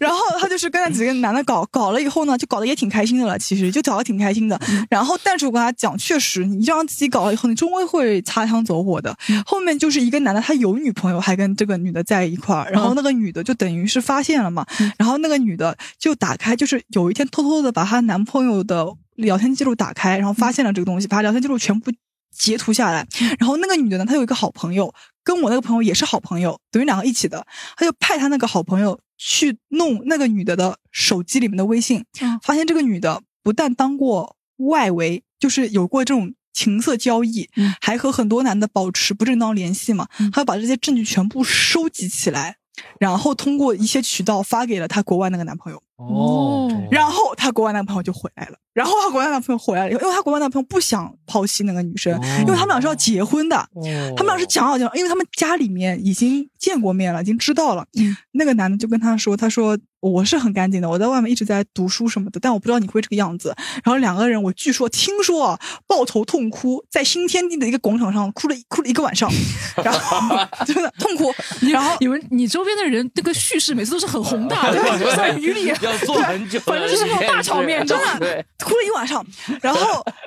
Speaker 4: 然后他就是跟那几个男的搞，搞了以后呢，就搞得也挺开心的了。其实就搞得挺开心的。然后，但是我跟他讲，确实，你让自己搞了以后，你终归会擦枪走火的。后面就是一个男的，他有女朋友，还跟这个女的在一块儿，然后那个女的就等于是发现了嘛，然后那个女的就打开，就是有一天偷偷的把她男朋友的聊天记录打开，然后发现了这个东西，把聊天记录全部截图下来。然后那个女的呢，她有一个好朋友，跟我那个朋友也是好朋友，等于两个一起的，她就派她那个好朋友去弄那个女的的手机里面的微信，
Speaker 3: 嗯
Speaker 4: 发现这个女的不但当过外围，就是有过这种。情色交易，
Speaker 3: 嗯
Speaker 4: 还和很多男的保持不正当联系嘛？
Speaker 3: 嗯
Speaker 4: 她要把这些证据全部收集起来，然后通过一些渠道发给了她国外那个男朋友，
Speaker 3: 哦
Speaker 4: 然后她国外男朋友就回来了，然后她国外男朋友回来了以后，因为她国外男朋友不想抛弃那个女
Speaker 3: 哦
Speaker 4: 生，因为他们俩是要结婚的，
Speaker 1: 哦
Speaker 4: 他们俩是讲好讲好，因为他们家里面已经见过面了，已经知道了。
Speaker 3: 嗯
Speaker 4: 那个男的就跟她说，他说我是很干净的，我在外面一直在读书什么的，但我不知道你会这个样子。然后两个人，我据说听说啊，抱头痛哭，在新天地的一个广场上哭了哭了一个晚上，然后 [laughs] 真的痛哭，然后
Speaker 3: [laughs] 你们你周边的人那个叙事每次都是很宏大
Speaker 4: [laughs]
Speaker 3: 的，就在雨里。
Speaker 2: 要做很久的，
Speaker 3: 反正就是那种大场
Speaker 4: [laughs]
Speaker 3: 面真 [laughs] 的
Speaker 2: 对，
Speaker 4: 哭了一晚上，
Speaker 3: [laughs]
Speaker 4: 然后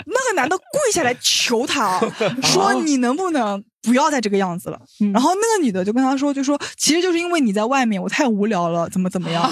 Speaker 4: 那个男的跪下来求她啊，说你能不能不要再这个样子了？
Speaker 3: 嗯
Speaker 4: 然后那个女的就跟他说，就说其实就是因为你在外面，我太无聊了，怎么怎么
Speaker 3: [laughs]
Speaker 4: 样，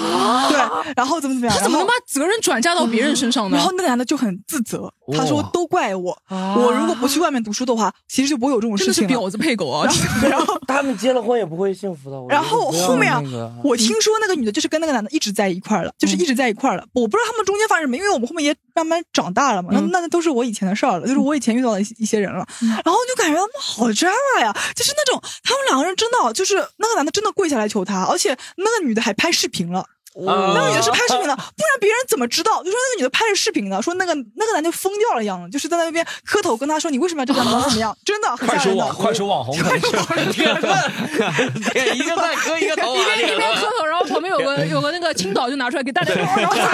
Speaker 4: 对，然后怎么怎么样，
Speaker 3: 他怎么能
Speaker 4: 然后
Speaker 3: 把责任转嫁到别人身上呢？
Speaker 4: 然后那个男的就很自责，他说都怪我，
Speaker 3: 啊
Speaker 4: 我如果不去外面读书的话，其实就不会有这种
Speaker 3: 真
Speaker 4: 事
Speaker 3: 的是
Speaker 4: 情了。 [laughs]
Speaker 3: 婊子配狗啊！
Speaker 4: 然后
Speaker 2: 他们结了婚也不会幸福的。
Speaker 4: 然后后面啊，我听说那个女的就是跟那个男的一直在一块儿了，就是一直在一块儿了。我不知道他们中间发生什么，因为我们后面也慢慢长大了嘛，那
Speaker 3: 嗯
Speaker 4: 那都是我以前的事儿了，就是我以前遇到的一些一些人了。然后就感觉他们好 drama 呀，就是那种他们两个人真的就是那个男的真的跪下来求她，而且那个女的还拍视频了。
Speaker 1: 嗯呃
Speaker 4: 那个女的是拍视频的，不然别人怎么知道？就说那个女的拍着视频呢，说那个那个男就疯掉了一样的，就是在那边磕头跟他说你为什么要这样，怎么怎么样，真的很
Speaker 1: 快啊
Speaker 4: 吓
Speaker 1: 手
Speaker 4: 人 [laughs]
Speaker 1: 网
Speaker 4: 的。
Speaker 1: 快手网红，
Speaker 2: 天对，一个在割一个头
Speaker 3: 一
Speaker 2: 往
Speaker 3: 边
Speaker 2: 里
Speaker 3: 一边磕
Speaker 2: 了，
Speaker 3: 头，然后旁边有个有个那个青岛就拿出来给大家，
Speaker 4: 然 [laughs] 后
Speaker 2: 头上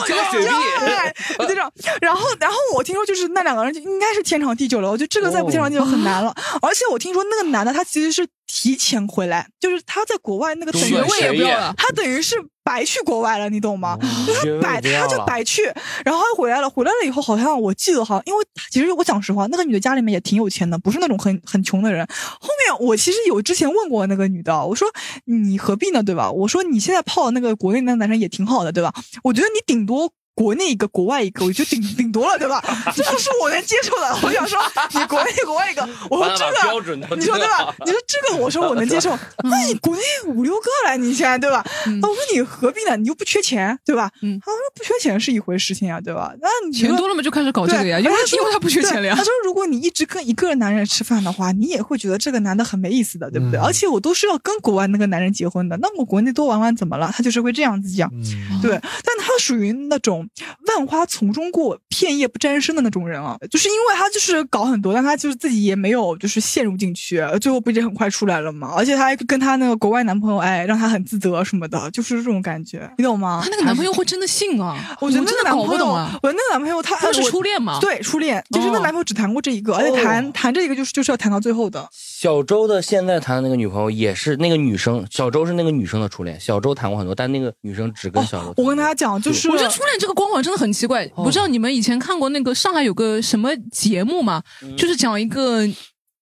Speaker 2: 浇雪碧。
Speaker 4: 对，就这种。然后，然后我听说就是那两个人就应该是天长地久了，我觉得这个再不天长地久很难了。而且我听说那个男的他其实是提前回来，就是他在国外那个等于
Speaker 3: [laughs] 学位也不要了。
Speaker 4: 他等于是白去国外了，你懂吗？就他白
Speaker 2: 学位不要
Speaker 4: 他
Speaker 2: 了
Speaker 4: 就白去，然后他回来了，回来了以后好像我记得好像，因为其实我讲实话，那个女的家里面也挺有钱的，不是那种很很穷的人。后面我其实有之前问过那个女的，我说你何必呢，对吧？我说你现在泡那个国内那个男生也挺好的，对吧？我觉得你顶多。国内一个，国外一个，我觉得顶顶多了，对吧？ [laughs] 这不是我能接受的。我想说，你国内国外一个，我说
Speaker 2: 把
Speaker 4: 这
Speaker 2: 它
Speaker 4: 个
Speaker 2: 把标准都
Speaker 4: [laughs] 你说对吧？你说这个，我说我能
Speaker 3: [laughs]
Speaker 4: 接受。那你国内五六个了，你现在对吧？
Speaker 3: 嗯
Speaker 4: 那我说你何必呢？你又不缺钱，对吧？
Speaker 3: 嗯
Speaker 4: 他说不缺钱是一回事情啊，对吧？那你
Speaker 3: 钱
Speaker 4: 说
Speaker 3: 多了嘛就开始搞
Speaker 4: 对
Speaker 3: 这个呀，因为
Speaker 4: 而且
Speaker 3: 因为
Speaker 4: 说
Speaker 3: 他不缺钱了
Speaker 4: 对
Speaker 3: 呀
Speaker 4: 他。说，如果你一直跟一个男人吃饭的话，你也会觉得这个男的很没意思的，对不对？
Speaker 1: 嗯
Speaker 4: 而且我都是要跟国外那个男人结婚的，那我国内多玩玩怎么了？他就是会这样子讲。
Speaker 1: 嗯
Speaker 4: 对，但他属于那种万花丛中过，片叶不沾身的那种人啊，就是因为他就是搞很多，但他就是自己也没有就是陷入进去，最后不也很快出来了嘛？而且他还跟他那个国外男朋友，哎，让他很自责什么的，就是这种感觉，你懂吗
Speaker 3: 她？啊那个男朋友会真的信啊？
Speaker 4: 我觉得那
Speaker 3: 真
Speaker 4: 个
Speaker 3: 的
Speaker 4: 男
Speaker 3: 搞
Speaker 4: 朋
Speaker 3: 不
Speaker 4: 友，
Speaker 3: 懂啊。
Speaker 4: 我那个男朋友他
Speaker 3: 他是
Speaker 4: 我
Speaker 3: 初恋嘛？，
Speaker 4: 对初恋，就是那
Speaker 3: 哦
Speaker 4: 男朋友只谈过这一个，而且谈谈这一个就是就是要谈到最后的。
Speaker 2: 小周的现在谈的那个女朋友也是那个女生，小周是那个女生的初恋。小周谈过很多，但那个女生只跟小周谈过。
Speaker 4: 哦我跟大家讲，就是啊
Speaker 3: 我觉得初恋这个光环真的很奇怪。不知道你们以前看过那个上海有个什么节目吗？就是讲一个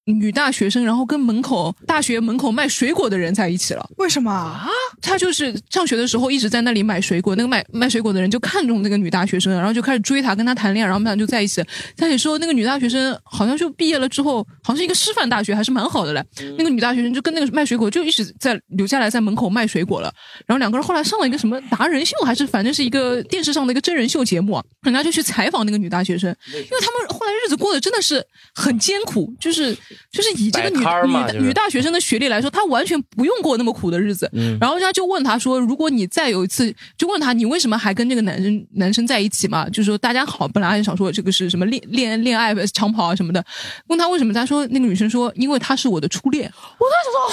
Speaker 3: 女大学生，然后跟门口大学门口卖水果的人在一起了。
Speaker 4: 为什么啊？
Speaker 3: 他就是上学的时候一直在那里买水果，那个卖卖水果的人就看中那个女大学生，然后就开始追她，跟她谈恋爱，然后他们俩就在一起。在一起之后，那个女大学生好像就毕业了之后，好像是一个师范大学，还是蛮好的嘞。
Speaker 2: 嗯
Speaker 3: 那个女大学生就跟那个卖水果就一直在留下来在门口卖水果了。然后两个人后来上了一个什么达人秀，还是反正是一个电视上的一个真人秀节目啊，人家就去采访那个女大学生，因为他们后来日子过得真的是很艰苦，就是就是以这个女
Speaker 2: 摆摊儿嘛就
Speaker 3: 女
Speaker 2: 是
Speaker 3: 女大学生的学历来说，她完全不用过那么苦的日子。
Speaker 2: 嗯
Speaker 3: 然后人家就问他说：“如果你再有一次，就问他你为什么还跟这个男生男生在一起嘛？就是说大家好，本来还想说这个是什么恋恋恋爱长跑啊什么的，问他为什么？他说那个女生说因为他是我的初恋。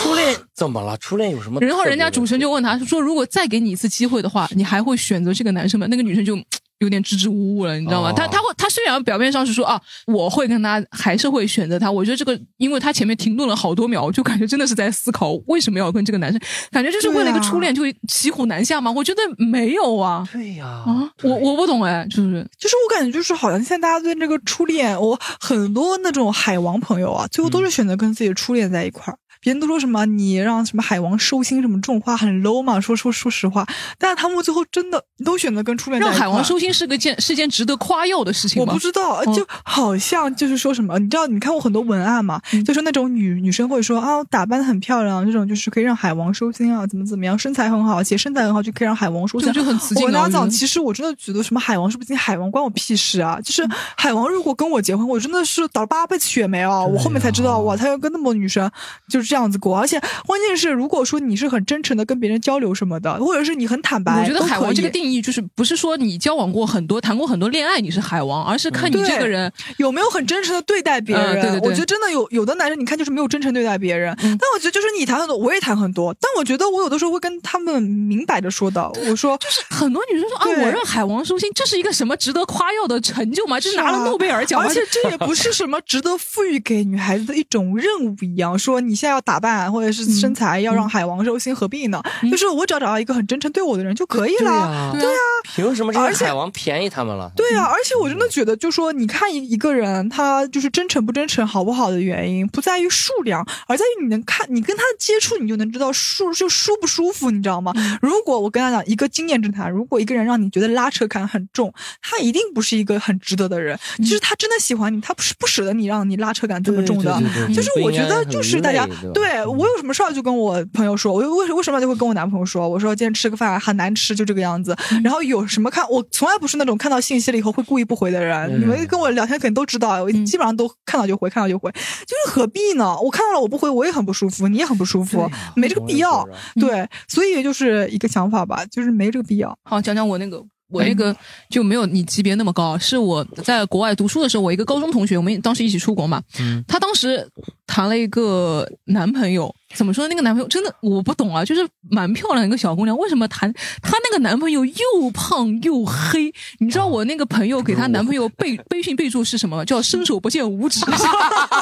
Speaker 2: 初恋怎么了？初恋有什么特别的？
Speaker 3: 然后人家主持人就问他说：如果再给你一次机会的话，你还会选择这个男生吗？那个女生就。”有点支支吾吾了，你知道吗？
Speaker 2: 哦
Speaker 3: 他他会他虽然表面上是说啊，我会跟他还是会选择他，我觉得这个，因为他前面停顿了好多秒，我就感觉真的是在思考为什么要跟这个男生，感觉就是为了一个
Speaker 4: 对啊
Speaker 3: 初恋就骑虎难下吗？我觉得没有啊，
Speaker 1: [laughs] 对呀，
Speaker 3: 啊，我我不懂哎，是不是？
Speaker 4: 就是我感觉就是好像现在大家对这个初恋，我很多那种海王朋友啊，最后
Speaker 3: 嗯
Speaker 4: 都是选择跟自己的初恋在一块儿。别人都说什么你让什么海王收心什么这种话很 low 嘛，说说说实话，但是他们最后真的都选择跟初恋在一
Speaker 3: 让
Speaker 4: 块儿。
Speaker 3: 海王收心是个件是件值得夸耀的事情
Speaker 4: 我
Speaker 3: 吗？嗯
Speaker 4: 不知道，呃就好像就是说什么，你知道，你看过很多文案嘛，
Speaker 3: 嗯
Speaker 4: 就是那种女女生会说啊，打扮的很漂亮，这种就是可以让海王收心啊，怎么怎么样，身材很好，且身材很好就可以让海王收心，
Speaker 3: 对就很雌竞啊
Speaker 4: 我跟大家
Speaker 3: 我觉
Speaker 4: 讲，
Speaker 3: [laughs] 得
Speaker 4: 其实我真的觉得什么海王是不是海王关我屁事啊？就是
Speaker 3: 嗯
Speaker 4: 海王如果跟我结婚，我真的是倒八辈子血霉啊！我后面才知道哇，他要跟那么多女生就是这样子过，而且关键是，如果说你是很真诚的跟别人交流什么的，或者是你很坦白，
Speaker 3: 我觉得
Speaker 4: 都
Speaker 3: 海
Speaker 4: 可
Speaker 3: 王这个
Speaker 4: 以
Speaker 3: 定义就是不是说你交往过很多、谈过很多恋爱你是海王，而是看你
Speaker 4: 嗯对
Speaker 3: 这个人
Speaker 4: 有没有很真诚的对待别人？
Speaker 3: 嗯对对对
Speaker 4: 我觉得真的有有的男生，你看就是没有真诚对待别人。
Speaker 3: 嗯
Speaker 4: 但我觉得就是你谈很多，我也谈很多，但我觉得我有的时候会跟他们明摆着
Speaker 3: [laughs]
Speaker 4: 说的，我说
Speaker 3: 就是很多女生说啊，
Speaker 4: 对
Speaker 3: 我让海王收心，这是一个什么值得夸耀的成就吗？这是拿了诺贝尔奖，
Speaker 4: 啊而且这也不是什么值得赋予给女孩子的一种任务一样，说你现在要打扮或者是身材要让海王收心，何必呢？
Speaker 3: 嗯
Speaker 4: 就是我只要找到一个很真诚对我的人就可以
Speaker 1: 对
Speaker 4: 了。
Speaker 1: 呀，
Speaker 3: 对啊，
Speaker 2: 凭什么这个
Speaker 4: 而且
Speaker 2: 海王便宜他们了？
Speaker 4: 对啊，而且我真的觉得，就说你看一一个人，他就是真诚不真诚、好不好的原因，不在于数量，而在于你能看，你跟他接触，你就能知道舒就舒不舒服，你知道吗？
Speaker 2: 嗯
Speaker 4: 如果我跟他讲一个经验之谈，如果一个人让你觉得拉扯感很重，他一定不是一个很值得的人。就是他真的喜欢你，他不是不舍得你让你拉扯感这么重的。
Speaker 2: 嗯对对对对
Speaker 4: 就是我觉得，
Speaker 2: 不应该
Speaker 4: 就是大家
Speaker 2: 很累对种。
Speaker 4: 对我有什么事儿就跟我朋友说，我为为什么就会跟我男朋友说，我说今天吃个饭很难吃，就这个样子。然后有什么看，我从来不是那种看到信息了以后会故意不回的人。你们跟我聊天肯定都知道，啊我
Speaker 3: 嗯
Speaker 4: 基本上都看到就回，看到就回，就是何必呢？我看到了我不回，我也很不舒服，你也很不舒服，没这个必要。
Speaker 1: 啊
Speaker 3: 嗯
Speaker 4: 对，所以就是一个想法吧，就是没这个必要。
Speaker 3: 好，讲讲我那个。我那
Speaker 2: 哎
Speaker 3: 个就没有你级别那么高，啊是我在国外读书的时候，我一个高中同学，我们当时一起出国嘛，
Speaker 2: 嗯
Speaker 3: 她当时谈了一个男朋友，怎么说呢？那个男朋友真的我不懂啊，就是蛮漂亮一个小姑娘，为什么谈她那个男朋友又胖又黑？你知道我那个朋友给她男朋友备
Speaker 2: 哦
Speaker 3: 微信备注是什么吗？叫伸手不见五指。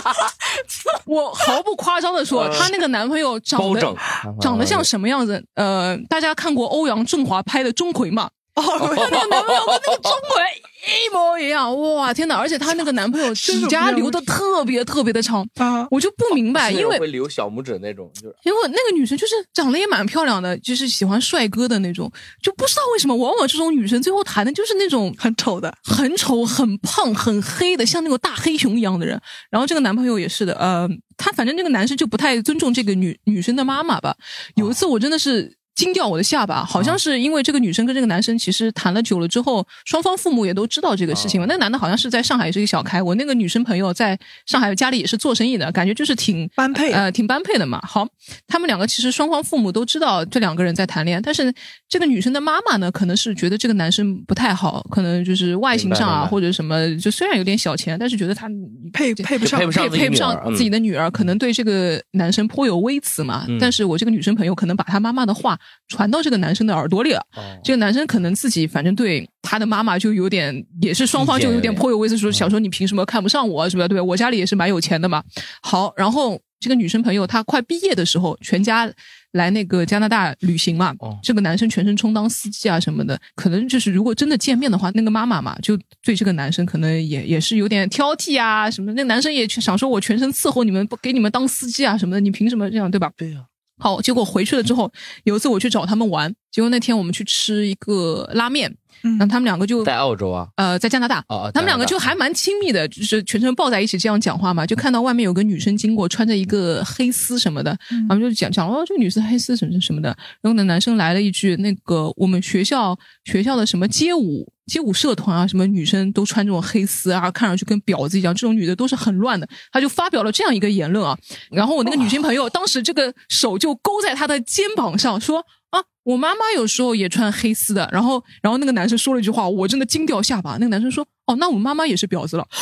Speaker 3: [laughs] 我毫不夸张的说，她那个男朋友长
Speaker 2: 呃包
Speaker 3: 得
Speaker 2: 拯
Speaker 3: 长得像什么样子？呃，大家看过欧阳震华拍的《钟馗》吗？
Speaker 4: 哦，
Speaker 3: [laughs] 她那个男朋友跟那个钟馗一模一样，哇天哪！而且她那个男朋友指甲留的特别特别的长，
Speaker 4: 啊，
Speaker 3: 我就不明白，
Speaker 2: 是那
Speaker 3: 因
Speaker 2: 种
Speaker 3: 为
Speaker 2: 会留小拇指那种，就是
Speaker 3: 因为那个女生就是长得也蛮漂亮的，就是喜欢帅哥的那种，就不知道为什么，往往这种女生最后谈的就是那种
Speaker 4: 很丑的，
Speaker 3: 很丑、很胖、很黑的，像那种大黑熊一样的人。然后这个男朋友也是的，呃，他反正那个男生就不太尊重这个女女生的妈妈吧。有一次我真的是。惊掉我的下巴，好像是因为这个女生跟这个男生其实谈了久了之后，双方父母也都知道这个事
Speaker 4: 哦
Speaker 3: 情了。那男的好像是在上海也是一个小开，我那个女生朋友在上海家里也是做生意的，感觉就是挺
Speaker 4: 般配
Speaker 3: 呃，挺般配的嘛。好，他们两个其实双方父母都知道这两个人在谈恋爱，但是这个女生的妈妈呢，可能是觉得这个男生不太好，可能就是外形上
Speaker 2: 明白
Speaker 3: 啊
Speaker 2: 明白
Speaker 3: 或者什么，就虽然有点小钱，但是觉得他
Speaker 4: 配
Speaker 3: 这
Speaker 4: 配不上
Speaker 2: 配不上自己
Speaker 3: 配不
Speaker 2: 女儿
Speaker 3: 上自己的女儿，可能对这个男生颇有微词嘛。
Speaker 2: 嗯
Speaker 3: 但是我这个女生朋友可能把她妈妈的话传到这个男生的耳朵里了，这个男生可能自己反正对他的妈妈就有点，也是双方就有点颇有微词，说小时候你凭什么看不上我啊，是吧？对吧？我家里也是蛮有钱的嘛。好，然后这个女生朋友她快毕业的时候，全家来那个加拿大旅行嘛，
Speaker 2: 哦
Speaker 3: 这个男生全程充当司机啊什么的，可能就是如果真的见面的话，那个妈妈嘛，就对这个男生可能也也是有点挑剔啊什么的。那男生也想说，我全程伺候你们，不给你们当司机啊什么的，你凭什么这样，对吧？
Speaker 2: 对呀，
Speaker 3: 好，结果回去了之后，有一次我去找他们玩，结果那天我们去吃一个拉面，
Speaker 4: 嗯
Speaker 3: 然后他们两个就
Speaker 2: 在澳洲啊，
Speaker 3: 呃在加拿大，
Speaker 2: 哦，
Speaker 3: 他们两个
Speaker 2: 加
Speaker 3: 就
Speaker 2: 拿大
Speaker 3: 还蛮亲密的，就是全程抱在一起这样讲话嘛。就看到外面有个女生经过，穿着一个黑丝什么的，
Speaker 4: 嗯
Speaker 3: 然后就讲讲哦，这个女生黑丝什么什么的。然后呢，男生来了一句那个我们学校学校的什么街舞街舞社团啊，什么女生都穿这种黑丝啊，看上去跟婊子一样，这种女的都是很乱的。他就发表了这样一个言论啊，然后我那个女性朋友当时这个手就勾在她的肩膀上说。啊，我妈妈有时候也穿黑丝的，然后，然后那个男生说了一句话，我真的惊掉下巴。那个男生说：“哦，那我妈妈也是婊子了。” [laughs]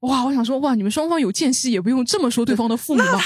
Speaker 3: 哇，我想说，哇，你们双方有间隙，也不用这么说对方的父母吧？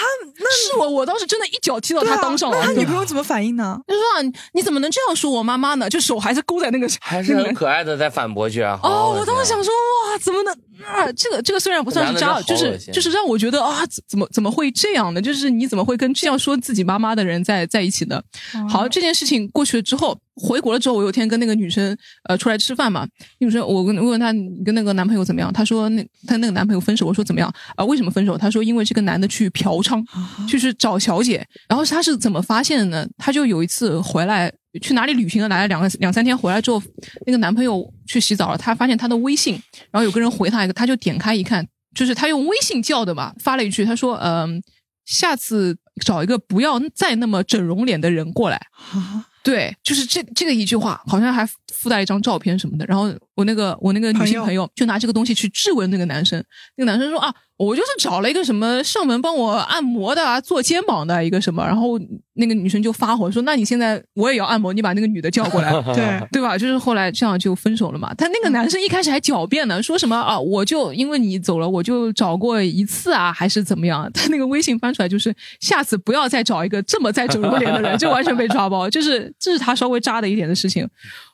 Speaker 3: 是我，我当时真的一脚踢到
Speaker 4: 对
Speaker 3: 他
Speaker 4: 啊，
Speaker 3: 裆上了。
Speaker 4: 那他女
Speaker 3: 对
Speaker 4: 朋友怎么反应呢？
Speaker 3: 就说啊，你你怎么能这样说我妈妈呢？就手还是勾在那个
Speaker 2: 还是很可爱的，在反驳句啊。好
Speaker 3: 哦，
Speaker 2: 恶心啊
Speaker 3: 我当时想说，哇，怎么能啊？这个这个虽然不算是
Speaker 2: 男
Speaker 3: 渣，
Speaker 2: 的
Speaker 3: 就
Speaker 2: 真的好恶
Speaker 3: 是
Speaker 2: 心
Speaker 3: 就是让我觉得啊，怎怎么怎么会这样呢？就是你怎么会跟这样说自己妈妈的人在在一起呢？好，这件事情过去了之后，回国了之后，我有一天跟那个女生呃出来吃饭嘛，那女生我跟我问她你跟那个男朋友怎么样？她说那她那个男朋友分手，我说怎么样啊、为什么分手？她说因为这个男的去嫖娼，就是找小姐。然后她是怎么发现的呢？她就有一次回来。去哪里旅行了？来了两个两三天回来之后，那个男朋友去洗澡了，她发现她的微信，然后有个人回她一个，她就点开一看，就是她用微信叫的嘛，发了一句，她说：“嗯、下次找一个不要再那么整容脸的人过来。”
Speaker 4: 啊
Speaker 3: 对，就是这这个一句话，好像还附带一张照片什么的。然后我那个我那个女性朋友就拿这个东西去质问那个男生，那个男生说啊，我就是找了一个什么上门帮我按摩的啊，做肩膀的、一个什么。然后那个女生就发火说，那你现在我也要按摩，你把那个女的叫过来。[laughs]
Speaker 4: 对，
Speaker 3: 对吧？就是后来这样就分手了嘛。但那个男生一开始还狡辩呢，说什么啊，我就因为你走了，我就找过一次啊，还是怎么样？他那个微信翻出来就是，下次不要再找一个这么在整容脸的人，就完全被抓包。就是这是他稍微渣的一点的事情。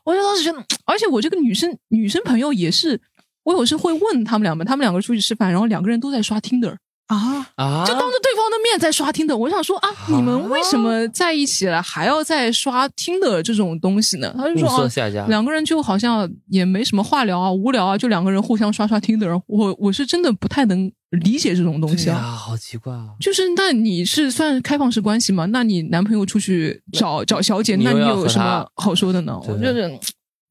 Speaker 3: 我就当时觉得，而且我这个女生女生朋友也是，我有时会问他们两个，他们两个出去吃饭，然后两个人都在刷 Tinder。
Speaker 4: 啊，
Speaker 2: 啊，
Speaker 3: 就当着对方的面在刷听的，我想说啊，你们为什么在一起了还要再刷听的这种东西呢？他就说
Speaker 2: 物色
Speaker 3: 啊，
Speaker 2: 下家，
Speaker 3: 两个人就好像也没什么话聊啊，无聊啊，就两个人互相刷刷听的。我我是真的不太能理解这种东西
Speaker 2: 对
Speaker 3: 啊。
Speaker 2: 啊，好奇怪啊。
Speaker 3: 就是，那你是算开放式关系吗？那你男朋友出去找找小姐，
Speaker 2: 你
Speaker 3: 那
Speaker 2: 又
Speaker 3: 你
Speaker 2: 要
Speaker 3: 有
Speaker 2: 和
Speaker 3: 什么
Speaker 2: 他
Speaker 3: 好说的呢？
Speaker 2: 对
Speaker 3: 我就是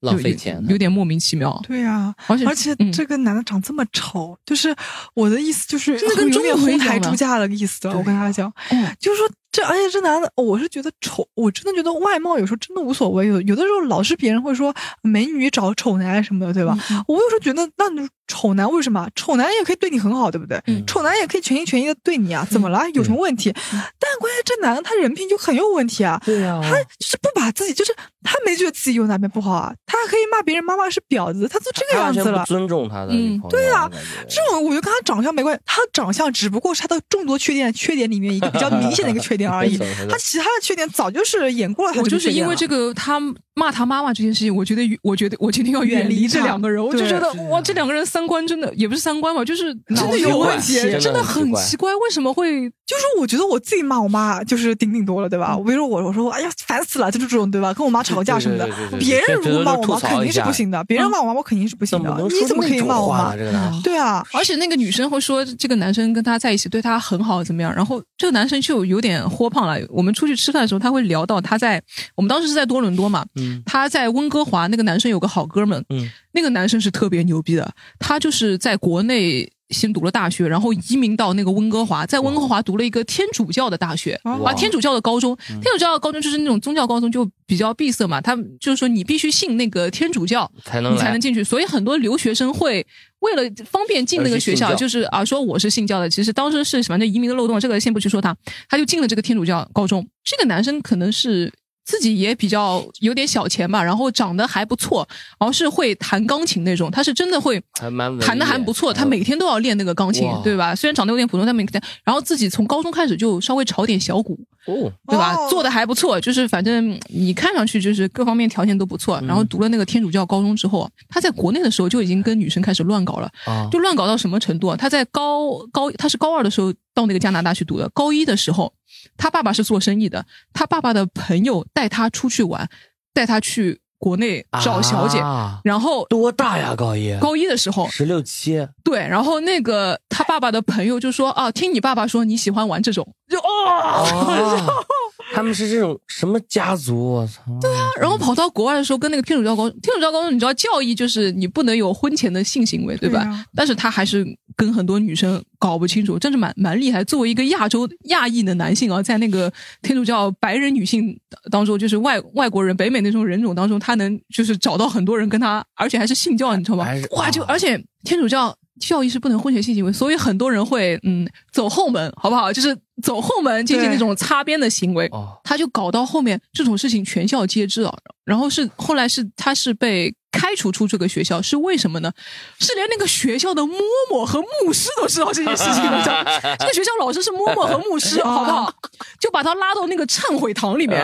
Speaker 2: 浪费钱
Speaker 3: 有，有点莫名其妙。
Speaker 4: 对呀、
Speaker 3: 而且
Speaker 4: 而且
Speaker 3: 嗯
Speaker 4: 这个男的长这么丑，就是我的意思就是
Speaker 3: 真的跟
Speaker 4: 有
Speaker 3: 中国
Speaker 4: 点
Speaker 3: 一
Speaker 4: 哄
Speaker 3: 样
Speaker 4: 抬
Speaker 3: 了
Speaker 4: 出嫁的意思啊的。我跟他讲，
Speaker 2: 哦
Speaker 3: 嗯
Speaker 4: 就是说这，而且这男的，我是觉得丑，我真的觉得外貌有时候真的无所谓。有有的时候老是别人会说美女找丑男啊什么的，对吧？我有时候觉得，那你丑男为什么？丑男也可以对你很好，对不对？
Speaker 3: 嗯
Speaker 4: 丑男也可以全心全意的对你啊，怎么了？有什么问题？但关键这男的他人品就很有问题啊，
Speaker 1: 对啊，
Speaker 4: 他就是不把自己，就是他没觉得自己有哪边不好啊，他还可以骂别人妈妈是婊子，他都这个
Speaker 2: 他
Speaker 4: 样
Speaker 2: 完全
Speaker 4: 子
Speaker 2: 不
Speaker 4: 了。
Speaker 2: 尊重他的
Speaker 3: 嗯
Speaker 2: 女朋友。对
Speaker 4: 啊，这种我就跟他长相没关系，他长相只不过是他的众多缺点缺点里面一个比较明显的一个缺点而已。
Speaker 2: 没错没错
Speaker 4: 他其他的缺点早就是掩过了他
Speaker 3: 我
Speaker 4: 这
Speaker 3: 就
Speaker 4: 个缺
Speaker 3: 是
Speaker 4: 点
Speaker 3: 因
Speaker 4: 了。
Speaker 3: 为这个他骂他妈妈这件事情，我觉得我觉得我决定要远离这两个人，我就
Speaker 4: 对
Speaker 3: 觉得哇，这两个人三观真的也不是三观吧，就是
Speaker 4: 真
Speaker 3: 脑
Speaker 4: 的
Speaker 3: 子
Speaker 4: 有问
Speaker 3: 题，
Speaker 4: 题，
Speaker 2: 真
Speaker 3: 真
Speaker 2: 的
Speaker 3: 的
Speaker 2: 很奇
Speaker 3: 很
Speaker 2: 怪
Speaker 3: 奇怪，为什么会
Speaker 4: 就是我觉得我自己骂我妈就是顶顶多了，对吧？比如说我我说哎呀烦死了，就是这种对吧？跟我妈吵架什么的
Speaker 2: 对对对对，对
Speaker 4: 别人如果骂
Speaker 2: 这
Speaker 4: 我
Speaker 2: 都
Speaker 4: 妈
Speaker 2: 是吐槽
Speaker 4: 肯定是不行的，别人骂我妈我肯定是不
Speaker 2: 怎
Speaker 4: 行
Speaker 2: 么
Speaker 4: 的
Speaker 2: 能，
Speaker 4: 你
Speaker 2: 说
Speaker 4: 怎么可以
Speaker 2: 那种
Speaker 4: 骂我
Speaker 2: 话
Speaker 4: 妈
Speaker 2: 啊？？这个男
Speaker 4: 对啊，
Speaker 3: 而且那个女生会说这个男生跟她在一起对她很好，怎么样？然后这个男生就有点豁胖了。我们出去吃饭的时候，他会聊到他在我们当时是在多伦多嘛，
Speaker 2: 嗯
Speaker 3: 他在温哥华那个男生有个好哥们，
Speaker 2: 嗯
Speaker 3: 那个男生是特别牛逼的，他就是在国内。先读了大学，然后移民到那个温哥华，在温哥华读了一个天主教的大学，
Speaker 4: 哇
Speaker 3: 啊，天主教的高中，
Speaker 2: 嗯
Speaker 3: 天主教的高中就是那种宗教高中，就比较闭塞嘛。他们就是说你必须信那个天主教，
Speaker 2: 才能
Speaker 3: 你才
Speaker 2: 来
Speaker 3: 能，进去。所以很多留学生会为了方便进那个学
Speaker 2: 而
Speaker 3: 校，
Speaker 2: 去信教
Speaker 3: 就是啊，说我是信教的。其实当时是反正移民的漏洞，这个先不去说他，他就进了这个天主教高中。这个男生可能是。自己也比较有点小钱吧，然后长得还不错，然后是会弹钢琴那种，他是真的会
Speaker 2: 还蛮文艺
Speaker 3: 弹的还不错，他
Speaker 2: 嗯
Speaker 3: 每天都要练那个钢琴
Speaker 2: 哇，
Speaker 3: 对吧？虽然长得有点普通，但每天，然后自己从高中开始就稍微炒点小股，
Speaker 2: 哦，
Speaker 3: 对吧？
Speaker 4: 哦
Speaker 3: 做的还不错，就是反正你看上去就是各方面条件都不
Speaker 2: 嗯
Speaker 3: 错。然后读了那个天主教高中之后，他在国内的时候就已经跟女生开始乱搞了，
Speaker 2: 啊
Speaker 3: 就乱搞到什么程度啊？他在高高他是高二的时候到那个加拿大去读的，高一的时候，他爸爸是做生意的，他爸爸的朋友带他出去玩，带他去国内找小姐，
Speaker 2: 啊
Speaker 3: 然后
Speaker 2: 多大呀？高一
Speaker 3: 高一的时候，
Speaker 2: 十六
Speaker 3: [laughs]
Speaker 2: 七，
Speaker 3: 对，然后那个他爸爸的朋友就说啊，听你爸爸说你喜欢玩这种，就
Speaker 1: 啊
Speaker 3: 哦。
Speaker 2: 哦他们是这种什么家族？我操！对啊，
Speaker 3: 然后跑到国外的时候，跟那个天主教高天主教高中，你知道教义就是你不能有婚前的性行为，对吧？
Speaker 4: 对啊
Speaker 3: 但是他还是跟很多女生搞不清楚，真是蛮蛮厉害。作为一个亚洲亚裔的男性啊，在那个天主教白人女性当中，就是外外国人、北美那种人种当中，他能就是找到很多人跟他，而且还是信教，你知道吗
Speaker 2: 还是？
Speaker 3: 哇，就
Speaker 2: 啊
Speaker 3: 而且天主教。教义是不能婚前性行为，所以很多人会嗯走后门，好不好？就是走后门进行
Speaker 4: 对
Speaker 3: 那种擦边的行为。
Speaker 2: 哦，
Speaker 3: 他就搞到后面这种事情全校皆知啊。然后是后来是他是被开除出这个学校，是为什么呢？是连那个学校的嬷嬷和牧师都知道这件事情，你知道吗？这个学校老师是嬷嬷和牧师，好不好？就把他拉到那个忏悔堂里面，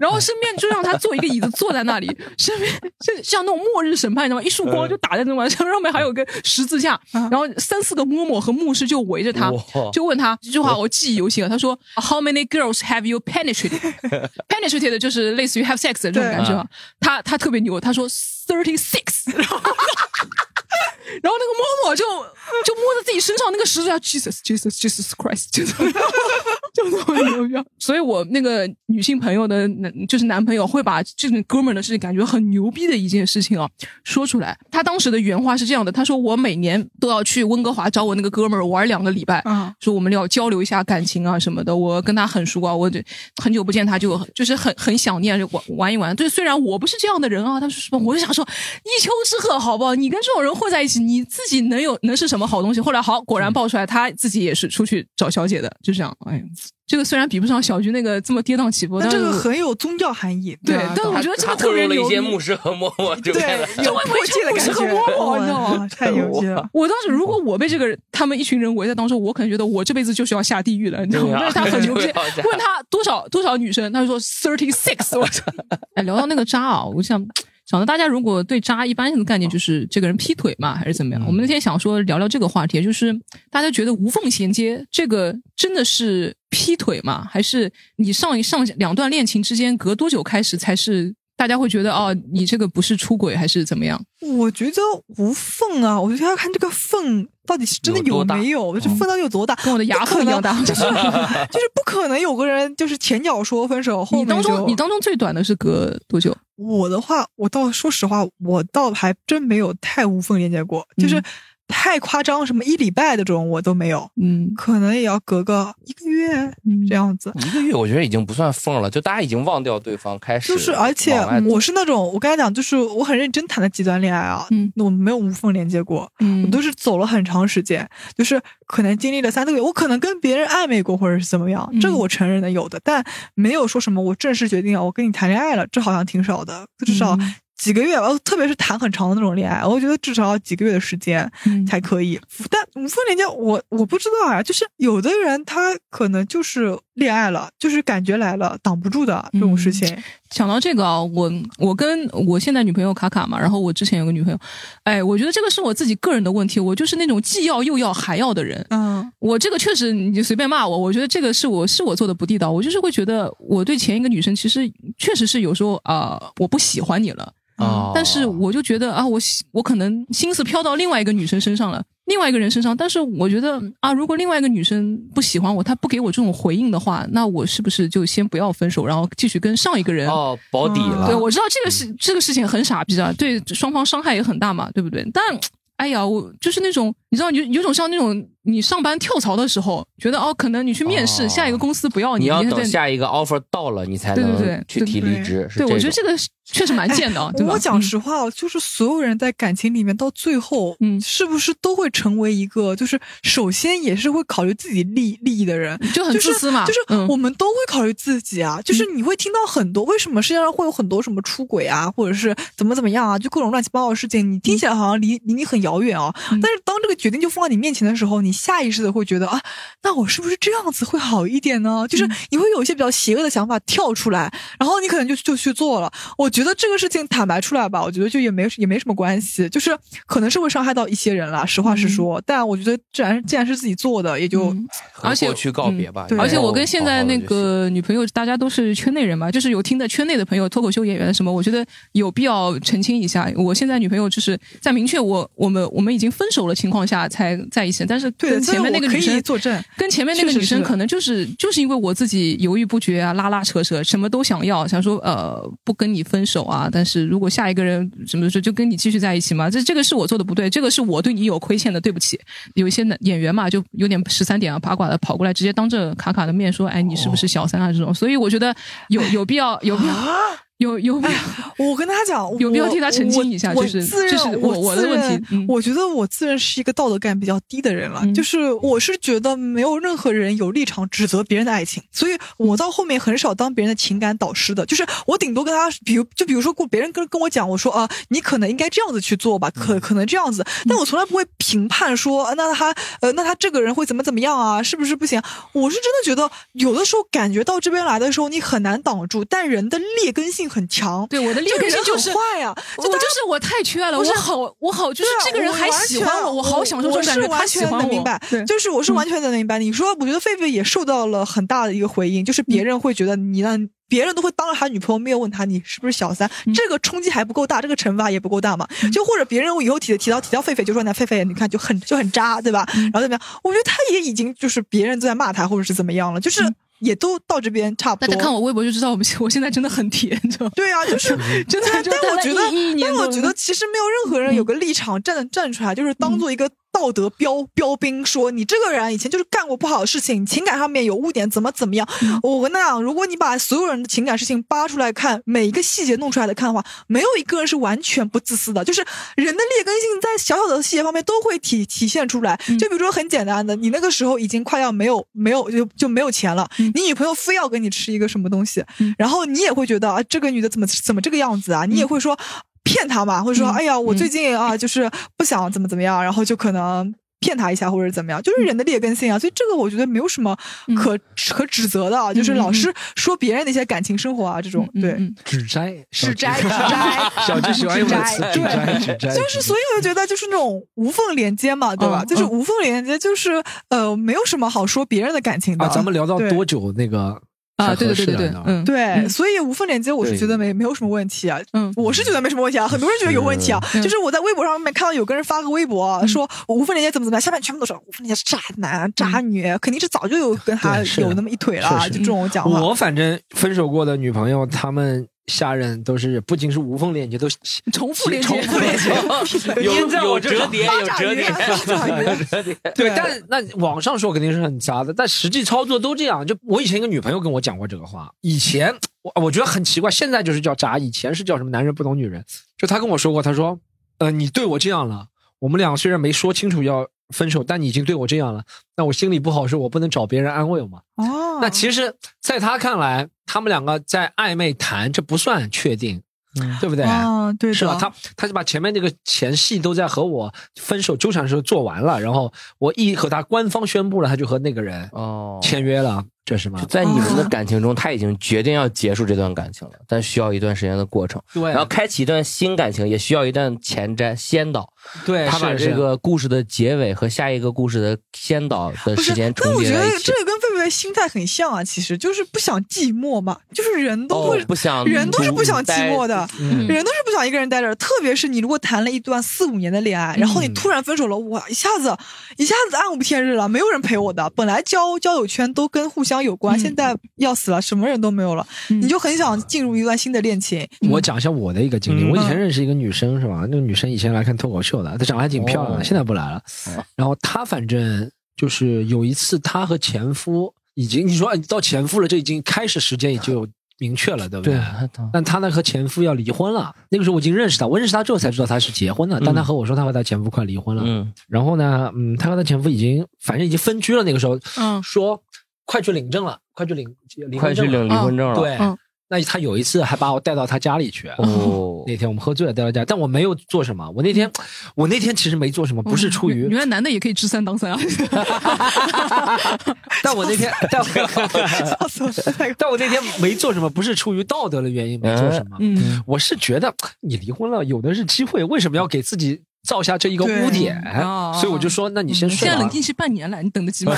Speaker 3: 然后身边就让他坐一个椅子坐在那里，身边像像那种末日审判，你知道吗？一束光就打在那玩上，上面还有个十字架，然后三四个嬷嬷和牧师就围着他
Speaker 2: 哇，
Speaker 3: 就问他这句话，我记忆犹新啊。他说：“How many girls have you penetrated？” penetrated 就是类似于 have sex 的这种感觉啊。他他特别牛，他说 thirty six，然后然后那个嬷嬷就就摸着自己身上那个十字架，Jesus Jesus Jesus Christ，就这么 [laughs] 就这么牛逼啊。所以我那个女性朋友的男就是男朋友会把这种哥们儿的事情感觉很牛逼的一件事情啊说出来。他当时的原话是这样的：他说我每年都要去温哥华找我那个哥们儿玩两个礼拜。
Speaker 4: 啊，
Speaker 3: 说我们要交流一下感情啊什么的。我跟他很熟啊，我这很久不见他就就是很很想念，就玩玩一玩。对，虽然我不是这样的人啊，但是什么，我就想说一丘之貉，好不好？你跟这种人混在一起，你自己能有能是什么好东西？后来好，果然爆出来，他自己也是出去找小姐的，就这样。哎，这个虽然比不上小菊那个这么跌宕起伏，
Speaker 4: 但
Speaker 3: 但
Speaker 4: 这个
Speaker 3: 我
Speaker 4: 很啊有宗教含义。
Speaker 3: 对
Speaker 4: 吧，
Speaker 3: 但我觉得这个特别
Speaker 2: 了一
Speaker 3: 牛
Speaker 2: 些
Speaker 3: 逼
Speaker 2: 牧。师和嬷嬷，就开始
Speaker 4: 对有
Speaker 3: 完全
Speaker 4: 破戒的
Speaker 3: 不
Speaker 4: 感
Speaker 3: 是个
Speaker 4: 觉，
Speaker 3: 嬷嬷你知道
Speaker 4: 哇
Speaker 3: 吗
Speaker 4: 太牛逼了！
Speaker 3: 我当时如果我被这个人他们一群人围在当中，我可能觉得我这辈子就是要下地狱了，你知道吗？
Speaker 2: 对啊
Speaker 3: 但是他很牛
Speaker 2: [laughs]
Speaker 3: 逼，
Speaker 2: 就是要下
Speaker 3: 问他多少多少女生，他就说 thirty six。我操！ [laughs] 哎，聊到那个渣啊，我想。想到大家如果对渣一般的概念就是这个人劈腿嘛，还是怎么样？我们那天想说聊聊这个话题，就是大家觉得无缝衔接这个真的是劈腿吗？还是你上一上两段恋情之间隔多久开始才是大家会觉得哦，你这个不是出轨还是怎么样？
Speaker 4: 我觉得无缝啊，我觉得要看这个缝到底是真的
Speaker 2: 有多
Speaker 4: 有
Speaker 2: 大
Speaker 4: 没有，这缝到底有多大，
Speaker 3: 嗯跟我的牙缝一样大
Speaker 4: 不可能 [laughs] 就是就是不可能有个人就是前脚说分手，
Speaker 3: 你
Speaker 4: 后面
Speaker 3: 当
Speaker 4: 就
Speaker 3: 中你当中最短的是隔多久？
Speaker 4: 我的话，我倒说实话，我倒还真没有太无缝连接过，就是
Speaker 3: 嗯
Speaker 4: 太夸张，什么一礼拜的这种我都没有，
Speaker 3: 嗯
Speaker 4: 可能也要隔个一个月
Speaker 3: 嗯
Speaker 4: 这样子。
Speaker 2: 一个月我觉得已经不算缝了，就大家已经忘掉对方，开始
Speaker 4: 就是，而且
Speaker 2: 往外
Speaker 4: 我是那种，我刚才讲，就是我很认真谈的极端恋爱啊，
Speaker 3: 嗯
Speaker 4: 那我没有无缝连接过，我
Speaker 3: 嗯
Speaker 4: 都是走了很长时间，就是可能经历了三个月，我可能跟别人暧昧过或者是怎么样，这个
Speaker 3: 嗯
Speaker 4: 我承认的有的，但没有说什么我正式决定了我跟你谈恋爱了，这好像挺少的，至少
Speaker 3: 嗯
Speaker 4: 几个月吧，特别是谈很长的那种恋爱，我觉得至少要几个月的时间
Speaker 3: 嗯
Speaker 4: 才可以。但无缝连接，我我不知道啊，就是有的人他可能就是恋爱了，就是感觉来了，挡不住的这
Speaker 3: 嗯
Speaker 4: 种事情。
Speaker 3: 想到这个啊，我我跟我现在女朋友卡卡嘛，然后我之前有个女朋友，哎，我觉得这个是我自己个人的问题，我就是那种既要又要还要的人。
Speaker 4: 嗯
Speaker 3: 我这个确实，你就随便骂我，我觉得这个是我是我做的不地道，我就是会觉得我对前一个女生其实确实是有时候啊、我不喜欢你了，
Speaker 2: 哦
Speaker 3: 但是我就觉得啊，我喜我可能心思飘到另外一个女生身上了，另外一个人身上。但是我觉得啊，如果另外一个女生不喜欢我，她不给我这种回应的话，那我是不是就先不要分手，然后继续跟上一个人？
Speaker 2: 哦保底了，
Speaker 3: 嗯对，我知道这个事、
Speaker 2: 嗯
Speaker 3: 这个事情很傻逼啊，对双方伤害也很大嘛，对不对？但哎呀，我就是那种你知道有有种像那种你上班跳槽的时候，觉得哦，可能你去面试、
Speaker 2: 哦
Speaker 3: 下一个公司不要你，
Speaker 2: 你要
Speaker 3: 还
Speaker 2: 等
Speaker 3: 在
Speaker 2: 下一个 offer 到了，你才
Speaker 3: 对对对
Speaker 2: 能去提离职。是
Speaker 3: 对，我觉得
Speaker 2: 种
Speaker 3: 这个是确实蛮贱的啊。对吧
Speaker 4: 我讲
Speaker 3: 嗯
Speaker 4: 实话哦，就是所有人在感情里面到最后，
Speaker 3: 嗯
Speaker 4: 是不是都会成为一个，就是首先也是会考虑自己利利益的人，
Speaker 3: 嗯就很
Speaker 4: 就是
Speaker 3: 自私嘛，
Speaker 4: 就是
Speaker 3: 嗯
Speaker 4: 我们都会考虑自己啊，就是你会听到很多为什么世界上会有很多什么出轨啊，或者是怎么怎么样啊，就各种乱七八糟的事情，你听起来好像离离你很遥远啊，
Speaker 3: 嗯
Speaker 4: 但是当这个决定就放在你面前的时候，你下意识的会觉得啊，那我是不是这样子会好一点呢？就是
Speaker 3: 嗯
Speaker 4: 你会有一些比较邪恶的想法跳出来，然后你可能就就去做了。我觉得这个事情坦白出来吧，我觉得就也没也没什么关系，就是可能是会伤害到一些人啦，实话实说。但我觉得既然既然是自己做的，也就、
Speaker 3: 嗯
Speaker 2: 和
Speaker 3: 而且
Speaker 2: 过去告别吧
Speaker 4: 嗯。对
Speaker 2: 以后
Speaker 3: 而且我跟现在那
Speaker 2: 好好地就行
Speaker 3: 个女朋友，大家都是圈内人嘛，就是有听的圈内的朋友，脱口秀演员什么，我觉得有必要澄清一下。我现在女朋友就是在明确我我们我们已经分手了情况下才在一起，但是
Speaker 4: 对的
Speaker 3: 跟前面那个女
Speaker 4: 这个我可以
Speaker 3: 生
Speaker 4: 作证
Speaker 3: 跟前面那个女
Speaker 4: 确实
Speaker 3: 生
Speaker 4: 是
Speaker 3: 可能就是就是因为我自己犹豫不决啊，拉拉扯扯，什么都想要，想说呃不跟你分手啊，但是如果下一个人什么时候就跟你继续在一起嘛，这这个是我做的不对，这个是我对你有亏欠的，对不起。有一些男演员嘛，就有点十三点啊八卦的跑过来，直接当着卡卡的面说，哎，你是不是小三啊这种，所以我觉得有有必要有必要。有有必要，
Speaker 4: 啊哎我跟他讲，
Speaker 3: 有必要
Speaker 4: 我
Speaker 3: 替他澄清一下
Speaker 4: 我
Speaker 3: 就是
Speaker 4: 我自认
Speaker 3: 就是我
Speaker 4: 我
Speaker 3: 我的
Speaker 4: 自认
Speaker 3: 问题嗯
Speaker 4: 我觉得我自认是一个道德感比较低的人了，
Speaker 3: 嗯
Speaker 4: 就是我是觉得没有任何人有立场指责别人的爱情，所以
Speaker 3: 嗯
Speaker 4: 我到后面很少当别人的情感导师的，就是我顶多跟他，比如就比如说过别人跟跟我讲，我说啊，你可能应该这样子去做吧，
Speaker 3: 嗯
Speaker 4: 可可能这样子，但我从来不会评判说，啊那他呃，那他这个人会怎么怎么样啊，是不是不行？我是真的觉得有的时候感觉到这边来的时候，你很难挡住，但人的劣根性很强，
Speaker 3: 对我的劣根性就是
Speaker 4: 这个人很坏呀、
Speaker 3: 啊我
Speaker 4: 就大
Speaker 3: 就
Speaker 4: 家
Speaker 3: 是我太缺了，
Speaker 4: 不
Speaker 3: 我
Speaker 4: 是
Speaker 3: 好我好，就是
Speaker 4: 对啊
Speaker 3: 这个人还
Speaker 4: 我完
Speaker 3: 喜欢
Speaker 4: 全
Speaker 3: 我，好享受这种感觉，
Speaker 4: 我是
Speaker 3: 他
Speaker 4: 完
Speaker 3: 喜
Speaker 4: 全
Speaker 3: 欢
Speaker 4: 能
Speaker 3: 我，
Speaker 4: 明白
Speaker 3: 对，嗯
Speaker 4: 就是我是完全能明白。你说，我觉得狒狒也受到了很大的一个回应，就是
Speaker 3: 嗯
Speaker 4: 别人会觉得你让。别人都会当着他女朋友面问他你是不是小三，
Speaker 3: 嗯
Speaker 4: 这个冲击还不够大，这个惩罚也不够大嘛？就或者别人以后提提到提到狒狒，就说那狒狒你看就很就很渣，对吧？
Speaker 3: 嗯
Speaker 4: 然后怎么样？我觉得他也已经就是别人都在骂他或者是怎么样了，就是也都到这边差不
Speaker 3: 大
Speaker 4: 多。
Speaker 3: 家嗯看我微博就知道，我们我现 [laughs] 在真的很铁，你知
Speaker 4: [laughs]
Speaker 3: 道吗？
Speaker 4: 对啊，就是
Speaker 3: [laughs] 真的
Speaker 4: 但
Speaker 3: 就
Speaker 4: 但
Speaker 3: 大
Speaker 4: 我
Speaker 3: 概
Speaker 4: 觉得
Speaker 3: 一一，年
Speaker 4: 但我
Speaker 3: 多嗯
Speaker 4: 觉得其实没有任何人有个立场站站出来，就是当做一个道德标标兵，说你这个人以前就是干过不好的事情，情感上面有污点，怎么怎么样。
Speaker 3: 嗯
Speaker 4: 我跟他讲，如果你把所有人的情感事情扒出来看，每一个细节弄出来的看的话，没有一个人是完全不自私的，就是人的劣根性在小小的细节方面都会体体现出来。
Speaker 3: 嗯
Speaker 4: 就比如说很简单的，你那个时候已经快要没有没有就就没有钱了，
Speaker 3: 嗯
Speaker 4: 你女朋友非要跟你吃一个什么东西，
Speaker 3: 嗯
Speaker 4: 然后你也会觉得啊，这个女的怎么怎么这个样子啊？你也会说骗她嘛，或者说、
Speaker 3: 嗯
Speaker 4: 哎呀，我
Speaker 3: 嗯
Speaker 4: 最近啊就是不想怎么怎么样，然后就可能。骗她一下或者怎么样，就是人的劣根性啊，所以这个我觉得没有什么
Speaker 3: 嗯
Speaker 4: 可、可指责的啊，就是
Speaker 3: 嗯嗯
Speaker 4: 老
Speaker 3: 嗯
Speaker 4: 是说别人的一些感情生活啊，这种、
Speaker 3: 嗯
Speaker 4: 对，
Speaker 3: 嗯
Speaker 1: 指摘
Speaker 4: 指摘
Speaker 1: [laughs]
Speaker 4: 指摘，
Speaker 1: 小智喜欢用的词，指
Speaker 4: 对
Speaker 1: 摘指摘，
Speaker 4: 就是，所以我就觉得就是那种无缝连接嘛，对吧？
Speaker 3: 嗯
Speaker 4: 就是无缝连接，就是呃，没有什么好说别人的感情的。
Speaker 1: 啊，咱们聊到
Speaker 4: 对
Speaker 1: 多久那个
Speaker 3: 啊，
Speaker 1: 才
Speaker 3: 对
Speaker 1: 合
Speaker 3: 对
Speaker 1: 适
Speaker 3: 对对
Speaker 1: 啊
Speaker 3: 对，
Speaker 1: 你知道吗
Speaker 3: 嗯，
Speaker 4: 对，所以无缝连接，我是
Speaker 2: 对
Speaker 4: 觉得没没有什么问题啊。
Speaker 3: 嗯
Speaker 4: 我是觉得没什么问题啊，很多人觉得有问题啊。
Speaker 3: 嗯
Speaker 4: 就是我在微博上面看到有个人发个微博啊
Speaker 3: 嗯
Speaker 4: 说我无缝连接怎么怎么样，下面全部都是无缝连接是渣男渣女，肯定是早就有跟他
Speaker 1: 对是的
Speaker 4: 有那么一腿了啊，
Speaker 1: 是
Speaker 4: 就是 [laughs] 这种讲话。
Speaker 1: 我反正分手过的女朋友，她们下任都是不仅是无缝链接，都是
Speaker 3: 重复连接，
Speaker 1: 重复连接
Speaker 4: [laughs]
Speaker 2: 有
Speaker 1: 因在
Speaker 2: 有
Speaker 1: 我这
Speaker 2: 折叠，有折叠，
Speaker 4: 啊
Speaker 2: [laughs] 有折叠。
Speaker 1: 对，啊但那网上说肯定是很杂的，但实际操作都这样。就我以前一个女朋友跟我讲过这个话，以前我我觉得很奇怪，现在就是叫渣，以前是叫什么男人不懂女人。就她跟我说过，她说，呃，你对我这样了，我们俩虽然没说清楚要分手，但你已经对我这样了，那我心里不好受，我不能找别人安慰我嘛。
Speaker 4: [laughs] 哦，
Speaker 1: 那其实，在她看来，他们两个在暧昧谈，这不算确定，对不对？
Speaker 4: 啊，对的，
Speaker 1: 是吧？他他是把前面那个前戏都在和我分手纠缠的时候做完了，然后我一和他官方宣布了，他就和那个人
Speaker 2: 哦
Speaker 1: 签约了，这是吗
Speaker 2: 就？在你们
Speaker 3: 啊
Speaker 2: 的感情中，他已经决定要结束这段感情了，但需要一段时间的过程。
Speaker 1: 对
Speaker 2: 然后开启一段新感情，也需要一段前瞻先导。
Speaker 1: 对，
Speaker 2: 他把
Speaker 1: 是是
Speaker 2: 这个故事的结尾和下一个故事的先导的
Speaker 4: 不是
Speaker 2: 时间，
Speaker 4: 但
Speaker 2: 重
Speaker 4: 我
Speaker 2: 叠
Speaker 4: 觉
Speaker 2: 在
Speaker 4: 得
Speaker 2: 一起
Speaker 4: 这。个跟贝贝的心态很像啊，其实就是不想寂寞嘛，就是人都
Speaker 2: 哦
Speaker 4: 会，，
Speaker 2: 不想
Speaker 4: 人都是不想寂
Speaker 2: 待
Speaker 4: 寞的，
Speaker 3: 嗯
Speaker 4: 人都是不想一个人待着，特别是你如果谈了一段四五年的恋爱，然后你
Speaker 1: 嗯
Speaker 4: 突然分手了，哇，一下子一下子暗无天日了，没有人陪我的。本来交交友圈都跟互相有
Speaker 3: 嗯
Speaker 4: 关，现在要死了，什么人都没有了，你就很想进入一段新的恋情。
Speaker 1: 嗯我讲一下我的一个经历。
Speaker 2: 嗯
Speaker 1: 我以前认识一个女生，是吧？那个女生以前来看脱口秀的，她长得还挺漂亮的，
Speaker 2: 哦
Speaker 1: 现在不来了。
Speaker 2: 哦
Speaker 1: 然后她反正就是有一次，她和前夫已经，你说哎到前夫了，这已经开始时间已经有明确了，对不
Speaker 2: 对，
Speaker 1: 但她呢和前夫要离婚了。那个时候我已经认识她，我认识她之后才知道她是结婚了。但她和我说她和她前夫快离婚了。
Speaker 2: 嗯，
Speaker 1: 然后呢，嗯，她和她前夫已经反正已经分居了。那个时候，
Speaker 3: 嗯
Speaker 1: 说快去领证了，快去领离
Speaker 2: 快
Speaker 1: 婚
Speaker 2: 去
Speaker 1: 证了。
Speaker 2: 领离
Speaker 4: 啊
Speaker 2: 婚证了。
Speaker 1: 对，
Speaker 3: 嗯
Speaker 1: 那她有一次还把我带到她家里去。
Speaker 2: [laughs] 哦，
Speaker 1: 那天我们喝醉了带到家，但我没有做什么。我那天，
Speaker 2: 嗯
Speaker 1: 我那天其实没做什么，不是出于
Speaker 3: 原原来男的也可以知三当三
Speaker 4: [laughs]
Speaker 3: 啊！
Speaker 1: 但我那天，但我
Speaker 4: 笑死我 [laughs] 了
Speaker 1: 但我那天没做什么，不是出于道德的原因没做什么。
Speaker 3: 嗯，
Speaker 1: 我是觉得你离婚了，有的是机会，为什么要给自己造下这一个污点
Speaker 3: 对哦？
Speaker 1: 所以我就说，那你先
Speaker 4: 啊
Speaker 1: 睡
Speaker 3: 现在
Speaker 1: 吧
Speaker 3: 冷。静期半年了，你等得及
Speaker 4: [laughs]
Speaker 3: 吗？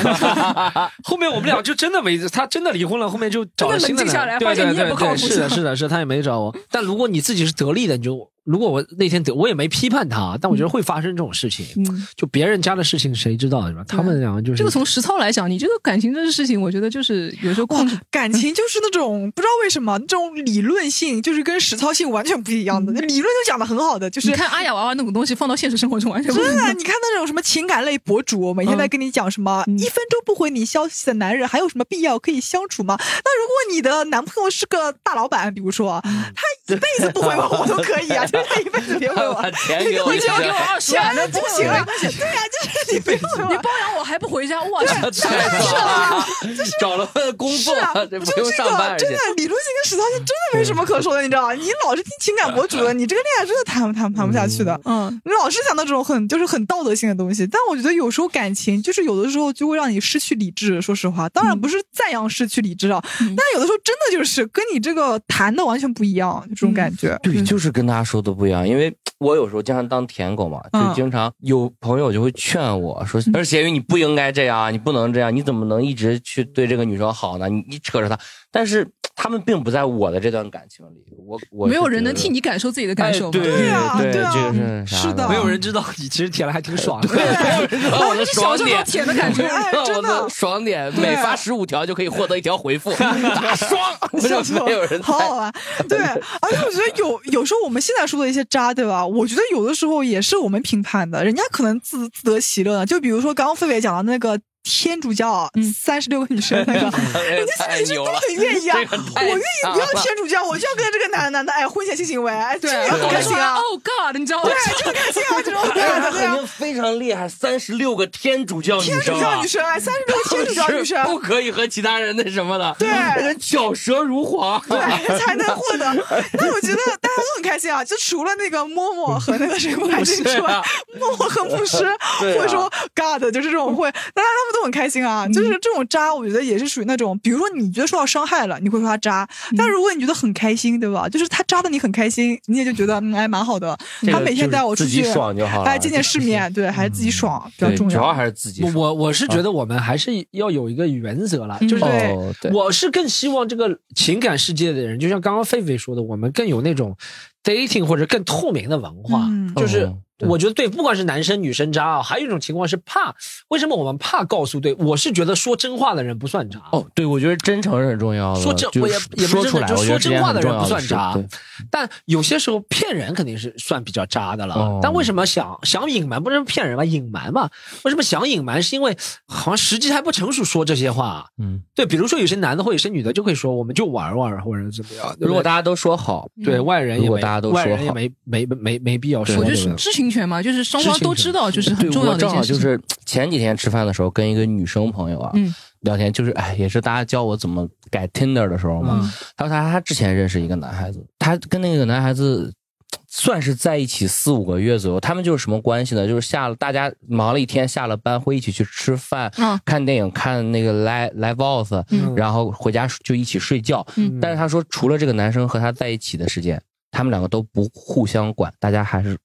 Speaker 1: 后面我们俩就真的没，他真的离婚了，后面就找了新的
Speaker 3: [laughs] 真的冷静下
Speaker 1: 男
Speaker 3: 来
Speaker 1: 对
Speaker 3: 发现
Speaker 1: 对
Speaker 3: 你也
Speaker 1: 对
Speaker 3: 不靠
Speaker 1: 对，
Speaker 3: 谱
Speaker 1: 是的，是的，是的他也没找我。但如果你自己是得利的，你就如果我那天得，我也没批判他，但我觉得会发生这种事情，
Speaker 3: 嗯，
Speaker 1: 就别人家的事情谁知道是吧？他们两个就是 [laughs]
Speaker 3: 这个从实操来讲，你这个感情这个事情，我觉得就是有时候控制
Speaker 4: 感情就是那种不知道为什么，这种理论性就是跟实操性完全不一样的。理论就讲的很好的，就
Speaker 3: 嗯
Speaker 4: 是
Speaker 3: 你看阿雅娃娃那种东西放到现实生活中完全不一
Speaker 2: [laughs]
Speaker 4: [laughs] 真的，啊
Speaker 3: 样。
Speaker 4: 你看那种什么情感类博主，
Speaker 2: 嗯
Speaker 4: 每天在跟你讲什么、
Speaker 3: 嗯
Speaker 4: 一分钟不回你消息的男人，还有什么必要可以相处吗？那如果你的男朋友是个大老板，比如说
Speaker 2: 嗯
Speaker 4: 他一辈子不
Speaker 2: [laughs]
Speaker 4: 回我，我都可以啊，就是他一辈子别回我，
Speaker 2: 把钱给我
Speaker 4: 你
Speaker 2: 一
Speaker 4: 就
Speaker 2: 下，
Speaker 3: 给我二十万，
Speaker 4: 那不行啊，对
Speaker 2: [laughs]
Speaker 4: 啊，就是你别回
Speaker 3: 你
Speaker 4: 我。
Speaker 3: 包养我还不回家，哇！这
Speaker 2: 太棒了！找了份工
Speaker 4: 是
Speaker 2: 作
Speaker 4: 啊，，
Speaker 2: 这
Speaker 4: 就
Speaker 2: 不
Speaker 4: 这
Speaker 2: 用上班
Speaker 4: 个
Speaker 2: 而
Speaker 4: 真
Speaker 2: 且
Speaker 4: 的。理论性跟实操性真的没什么可说的，你知道吧？你老是听情感博主
Speaker 2: [laughs]
Speaker 4: 的，你这个恋爱真的谈不谈谈不下去的。
Speaker 3: 嗯，
Speaker 4: 你老是讲那种很就是很道德性的东西，但我觉得有时候感情就是有的时候就会让你失去理智。说实话，当
Speaker 2: 嗯
Speaker 4: 然不是赞扬失去理智啊，
Speaker 3: 嗯
Speaker 4: 但有的时候真的就是跟你这个谈的完全不一样，就这种
Speaker 2: [laughs]
Speaker 4: 感觉。
Speaker 2: 对，
Speaker 3: 嗯
Speaker 2: 就是跟他说的不一样，因为我有时候经常当舔狗嘛，
Speaker 4: 嗯
Speaker 2: 就经常有朋友就会劝我说，而且因为你不应该这样，你不能这样，你怎么能一直去对这个女生好呢？你你扯着她，但是他们并不在我的这段感情里，我我
Speaker 3: 没有人能替
Speaker 2: 你
Speaker 3: 你感受自己的感
Speaker 1: 哎
Speaker 3: 受吗？
Speaker 2: 对
Speaker 4: 对啊
Speaker 2: 对
Speaker 4: 对啊
Speaker 2: 这个是啥
Speaker 4: 是的
Speaker 1: 没有人知道你其实舔了还挺爽的。
Speaker 3: 啊
Speaker 4: [laughs]
Speaker 2: 道我的爽点，
Speaker 3: 舔的感觉。
Speaker 4: 哎，
Speaker 2: [laughs]
Speaker 4: 真
Speaker 2: 我的
Speaker 4: 的。
Speaker 2: 爽点，
Speaker 4: 对啊
Speaker 2: 每发十五条就可以获得一条
Speaker 4: [laughs]
Speaker 2: 回复，打爽，
Speaker 4: 笑死我
Speaker 2: 没有人
Speaker 4: 了，好好
Speaker 2: 在。 [laughs]
Speaker 4: 玩。对，而且我觉得有有时候我们现在说的一些渣，对吧？我觉得有的时候也是我们评判的，人家可能自自得其乐呢。就比如说刚刚菲菲讲的那个天主教
Speaker 3: 嗯
Speaker 4: 三十六个女生那个，
Speaker 2: 哎太
Speaker 4: 是
Speaker 2: 牛了！
Speaker 4: 很愿意啊，
Speaker 2: 这个
Speaker 4: 我
Speaker 2: 太
Speaker 4: 愿意不
Speaker 2: 强
Speaker 4: 要
Speaker 2: 了
Speaker 4: 天主教，我就要跟这个男男的哎婚前性行为，哎，这
Speaker 3: 对，
Speaker 4: 个很开心啊
Speaker 3: 哦，God，你知道吗
Speaker 4: 对？，这个开心啊，这种对
Speaker 2: 哎，他
Speaker 4: 啊对
Speaker 2: 肯
Speaker 4: 啊，
Speaker 2: 定非常厉害，三十六个天主教女
Speaker 4: 天
Speaker 2: 生
Speaker 4: 主教
Speaker 2: 啊
Speaker 4: 女，生哎， [laughs] 三十六天主教女
Speaker 2: 是不
Speaker 4: 生，
Speaker 2: 可以和其他人那什么的，
Speaker 4: 啊对
Speaker 2: 人巧舌如簧。
Speaker 4: [laughs]
Speaker 2: [laughs]
Speaker 4: 对，才能获得。那我觉得大家都很开心啊，就除了那个默默和那个谁不开心之
Speaker 2: 对
Speaker 4: 外
Speaker 2: 啊，
Speaker 4: 默默和牧师
Speaker 2: [laughs] 对啊
Speaker 4: 或者说 God 就是这种
Speaker 2: [laughs]
Speaker 4: 会，大家他们都很开心啊。
Speaker 2: 嗯
Speaker 4: 就是这种渣，我觉得也是属于那种，比如说你觉得受到伤害了，你会说他渣，
Speaker 2: 嗯
Speaker 4: 但如果你觉得很开心，对吧？就是他渣的你很开心，你也就觉得嗯，哎，蛮好的。
Speaker 2: 这个
Speaker 4: 他每天带我出
Speaker 2: 自己
Speaker 4: 去，
Speaker 2: 爽啊就好了，
Speaker 4: 哎，见见世面，对，还是自己爽比较
Speaker 2: 对
Speaker 4: 重
Speaker 2: 主要
Speaker 4: 要。
Speaker 2: 还是自己
Speaker 1: 我
Speaker 2: 爽。
Speaker 1: 我我是觉得我们还是要有一个原则了，
Speaker 3: 嗯
Speaker 1: 就是
Speaker 4: 对
Speaker 2: 啊哦，对，
Speaker 1: 我是更希望这个情感世界的人，就像刚刚狒狒说的，我们更有那种 dating 或者更透明的文化，
Speaker 4: 嗯
Speaker 1: 就是
Speaker 2: 哦对
Speaker 1: 我觉得对，不管是男生女生渣啊，还有一种情况是怕。为什么我们怕告诉对？我是觉得说真话的人不算渣。
Speaker 2: 哦，对，我觉得真诚是很重要的。
Speaker 1: 说真
Speaker 2: 就
Speaker 1: 我也
Speaker 2: 是
Speaker 1: 也不
Speaker 2: 说
Speaker 1: 是
Speaker 2: 出
Speaker 1: 真
Speaker 2: 来，
Speaker 1: 的就
Speaker 2: 我觉得
Speaker 1: 说
Speaker 2: 这
Speaker 1: 真
Speaker 2: 件
Speaker 1: 话
Speaker 2: 很
Speaker 1: 的人
Speaker 2: 重要
Speaker 1: 不算
Speaker 2: 事
Speaker 1: 渣
Speaker 2: [laughs] 对
Speaker 1: 但有些时候骗人肯定是算比较渣的了。
Speaker 2: 哦
Speaker 1: 但为什么想想隐瞒，不是骗人嘛，隐瞒嘛？为什么想隐瞒？是因为好像时机还不成熟说这些话。啊
Speaker 2: 嗯，
Speaker 1: 对，比如说有些男的或有些女的就会说，我们就玩玩或者怎么样。
Speaker 2: 如果
Speaker 1: 大
Speaker 2: 大家都说好，
Speaker 1: 对外人也没
Speaker 2: 如果大家都说
Speaker 1: 外人也
Speaker 2: 好
Speaker 1: 没没没没必要说。
Speaker 3: [laughs] 我觉得
Speaker 1: 对
Speaker 3: 是
Speaker 1: 不对
Speaker 3: 知情权嘛，就是双方都知道，就是很
Speaker 2: 对
Speaker 3: 重
Speaker 2: 我
Speaker 3: 要的一
Speaker 2: 正好
Speaker 3: 件事
Speaker 2: 就
Speaker 3: 情。
Speaker 2: 是前几天吃饭的时候，跟一个女生朋友啊、
Speaker 3: 嗯
Speaker 2: 聊天，就是哎，也是大家教我怎么改 Tinder 的时候嘛，
Speaker 1: 嗯
Speaker 2: 她说她她之前认识一个男孩子，她跟那个男孩子。算是在一起四五个月左右，他们就是什么关系呢？就是下了大家忙了一天，下了班会一起去吃饭、
Speaker 3: 啊，
Speaker 2: 看电影、看那个 live live house，、
Speaker 3: 嗯
Speaker 2: 然后回家就一起睡觉。
Speaker 3: 嗯
Speaker 2: 但是他说，除了这个男生和他在一起的时间，他们两个都不互相管，大家还是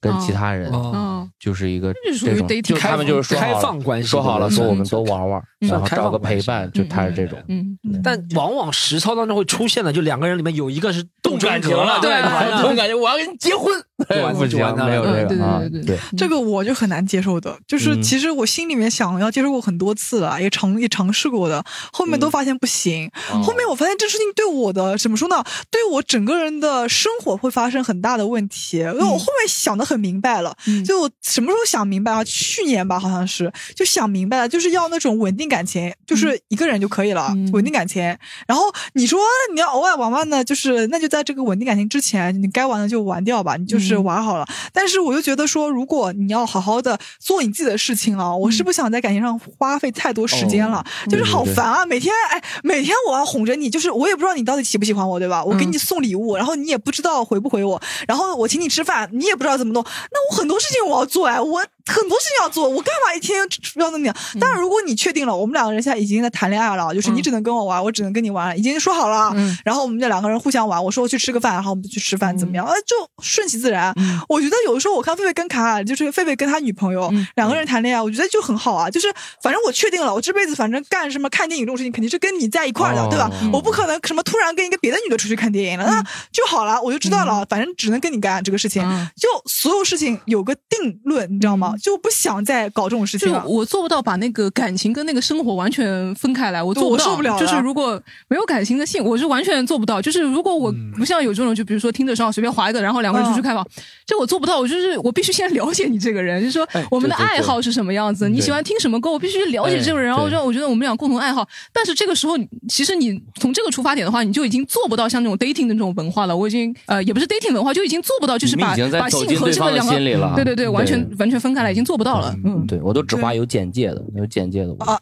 Speaker 2: 跟其他人，
Speaker 1: 哦
Speaker 3: 嗯，
Speaker 2: 就是一个
Speaker 3: 这就属于
Speaker 2: 这种，
Speaker 3: dating
Speaker 2: 就他们就是说好
Speaker 1: 开
Speaker 2: 了
Speaker 1: 放关系，
Speaker 2: 说好了，
Speaker 1: 对不对
Speaker 2: 说我们多玩玩，
Speaker 3: 嗯
Speaker 2: 然后
Speaker 1: 开
Speaker 2: 找
Speaker 1: 放
Speaker 2: 个
Speaker 1: 关
Speaker 2: 陪
Speaker 1: 系
Speaker 2: 伴，就他是这种。
Speaker 3: 嗯嗯，
Speaker 1: 但往往实操当中会出现的，就两个人里面有一个是动
Speaker 2: 感情了，
Speaker 1: 对，
Speaker 3: 对
Speaker 1: 完
Speaker 3: 对
Speaker 1: 了
Speaker 2: 这种感觉，我要跟你结婚，
Speaker 1: 对
Speaker 2: 不行
Speaker 1: 完，蛋了
Speaker 2: 没有这
Speaker 3: 嗯对
Speaker 2: 个啊，
Speaker 3: 对对
Speaker 2: 对，
Speaker 4: 这个我就很难接受的，就是
Speaker 2: 嗯
Speaker 4: 其实我心里面想要接受过很多次了，也尝也尝试过的，后面都
Speaker 2: 嗯
Speaker 4: 发现不行。
Speaker 2: 哦
Speaker 4: 后面我发现这事情对我的怎么说呢？对我整个人的生活会发生很大的问题。因为
Speaker 2: 嗯
Speaker 4: 我后面想的很明白了，
Speaker 3: 嗯
Speaker 4: 就什么时候想明白啊？去年吧，好像是就想明白了，就是要那种稳定感情，就是一个人就可以了，
Speaker 3: 嗯
Speaker 4: 稳定感情。然后你说你要偶尔玩玩呢，就是那就在这个稳定感情之前，你该玩的就玩掉吧，你就是
Speaker 3: 嗯
Speaker 4: 玩好了。但是我就觉得说，如果你要好好的做你自己的事情了，我是
Speaker 3: 嗯
Speaker 4: 不想在感情上花费太多时间了，
Speaker 3: 哦
Speaker 4: 就是好烦啊！每天哎，每天我要哄着你，就是我也不知道你到底喜不喜欢我，对吧？我
Speaker 3: 嗯
Speaker 4: 给你送礼物，然后你也不知道回不回我，然后我请你吃饭，你也不知道怎么弄。那我很多事情我要做哎，我很多事情要做，我干嘛一天要那么样？当然，如果你确定了，我们两个人现在已经在谈恋爱了，就是你
Speaker 3: 嗯
Speaker 4: 只能跟我玩，我只能跟你玩，已经说好了。
Speaker 3: 嗯
Speaker 4: 然后我们这两个人互相玩，我说我去吃个饭，然后我们就去吃饭，怎么样？啊，就顺其自然。
Speaker 3: 嗯
Speaker 4: 我觉得有的时候我看狒狒跟卡卡，就是狒狒跟他女朋友、
Speaker 3: 嗯
Speaker 4: 两个人谈恋爱，我觉得就很好啊。就是反正我确定了，我这辈子反正干什么看电影这种事情肯定是跟你在一块儿的，
Speaker 2: 哦
Speaker 4: 对吧
Speaker 2: 嗯？
Speaker 4: 我不可能什么突然跟一个别的女的出去看电影了，那就好了，我就知道了，反正只能跟你干这个事情。
Speaker 3: 嗯
Speaker 4: 就所有事情有个定论，你知道吗？就不想再搞这种事情
Speaker 3: 就
Speaker 4: 了。
Speaker 3: 我做不到把那个感情跟那个生活完全分开来，我做不
Speaker 4: 我
Speaker 3: 到。
Speaker 4: 受不了了
Speaker 3: 就是如果没有感情的信，我是完全做不到。就是如果我
Speaker 2: 嗯
Speaker 3: 不像有这种，就比如说听着上随便划一个，然后两个人出去
Speaker 4: 嗯
Speaker 3: 开房，这我做不到。我就是我必须先了解你这个人，就是说
Speaker 2: 哎
Speaker 3: 我们的
Speaker 2: 对对
Speaker 3: 爱好是什么样子，你喜欢听什么歌，我必须了解这个人。
Speaker 2: 哎
Speaker 3: 然后
Speaker 2: 对
Speaker 3: 让我觉得我们俩共同爱好。但是这个时候，其实你从这个出发点的话，你就已经做不到像那种 dating 的那种文化了。我已经呃，也不是 dating 文化，就已经做不到，就是
Speaker 2: 你们
Speaker 3: 把
Speaker 2: 已经在
Speaker 3: 把
Speaker 2: 走
Speaker 3: 性
Speaker 2: 进
Speaker 3: 和
Speaker 2: 对
Speaker 3: 这个
Speaker 2: 方的
Speaker 3: 两个
Speaker 2: 心里了
Speaker 3: 对对对，完全
Speaker 2: 对
Speaker 3: 完全分开来，已经做不到了。嗯，
Speaker 2: 对我都只花有简介的，有简介的我不画，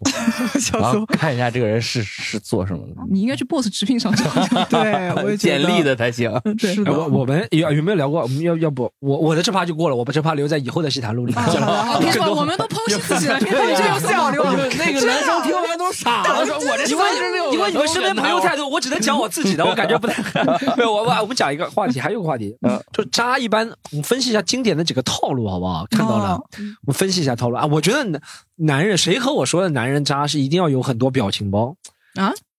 Speaker 4: 笑
Speaker 2: 然
Speaker 4: 死
Speaker 2: 后
Speaker 4: 我！
Speaker 2: 看一下这个人是是做什么的，
Speaker 3: 你应该去 Boss 直聘上找。
Speaker 4: [laughs] 对，我也
Speaker 2: [laughs]
Speaker 4: 觉
Speaker 2: 简
Speaker 4: 得
Speaker 2: 历的才行。
Speaker 3: 对
Speaker 4: 是
Speaker 1: 哎
Speaker 4: 的。
Speaker 1: 我我们有有没有聊过？我们要要不我我的这趴就过了，我把这趴留在以后的戏谈录里面
Speaker 4: 啊
Speaker 1: 讲。 [laughs]
Speaker 4: 好 [laughs]
Speaker 3: 别说，我们都剖析自己了，别 [laughs]
Speaker 4: 对
Speaker 3: 这
Speaker 4: 呀
Speaker 3: 样笑
Speaker 4: 有
Speaker 3: 流。
Speaker 1: 那个男生听完都傻了，说我这因为因为你们身边朋友太多，我只能讲我自己的，我感觉不太 [laughs] 没有。我把我们讲一个话题，还有一个话题，
Speaker 2: 嗯
Speaker 1: 就渣一般，我们分析一下经典的几个套路好不好？看到了
Speaker 4: 哦，
Speaker 1: 我们分析一下套路啊。我觉得男男人谁和我说的男人渣是一定要有很多表情包，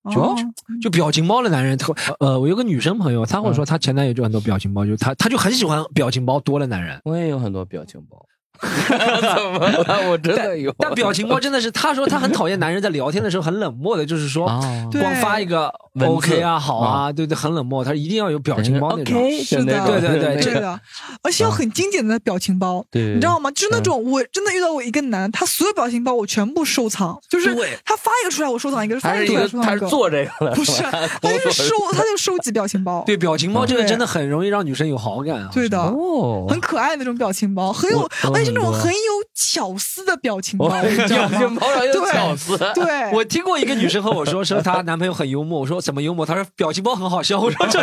Speaker 4: 哦
Speaker 1: 就表情包的男人特呃，我有个女生朋友，她跟我
Speaker 2: 嗯
Speaker 1: 说她前男友就很多表情包，就她她就很喜欢表情包多的男人。
Speaker 2: 我也有很多表情包，怎么了？我真的有，
Speaker 1: 但表情包真的是，她说她很讨厌男人在聊天的时候很冷漠的，就是说
Speaker 2: 啊，
Speaker 4: 对
Speaker 1: 光发一个
Speaker 2: 文字
Speaker 1: OK 啊，好啊，对对，很冷漠，他一定要有表情包那种。
Speaker 2: OK，
Speaker 4: 是的
Speaker 2: [laughs] 对
Speaker 1: 对对
Speaker 2: 对嗯
Speaker 4: [laughs]
Speaker 1: 对
Speaker 4: 对
Speaker 1: 这
Speaker 4: 的，而且要很经典的表情包，
Speaker 2: 对
Speaker 4: 你知道吗？就是那种我真的遇到过一个男，他所有表情包我全部收藏，就是
Speaker 2: 对
Speaker 4: 他发一个出来我收藏一个，
Speaker 2: 他
Speaker 4: 发
Speaker 2: 是
Speaker 4: 一
Speaker 2: 一
Speaker 4: 个出来
Speaker 2: 个他是
Speaker 4: 收藏一个，
Speaker 2: 做这个的， [laughs]
Speaker 4: 不是，他就是收，他就收集表情包，
Speaker 1: 对表情包这个
Speaker 4: 对
Speaker 1: 真的很容易让女生有好感啊。
Speaker 4: 对的，
Speaker 2: 哦
Speaker 4: 很可爱的那种表情包，很有
Speaker 2: 我我，
Speaker 4: 而且是那种
Speaker 2: 很多
Speaker 4: 很有巧思的表情包
Speaker 2: 我，
Speaker 4: 你知道
Speaker 2: 表情
Speaker 4: 吗？
Speaker 2: 包上有
Speaker 4: 对
Speaker 2: 巧思，
Speaker 4: 对，
Speaker 1: 我听过一个女生和我说，说她男朋友很幽默，我说怎么幽默？她说表情包很好笑。我说这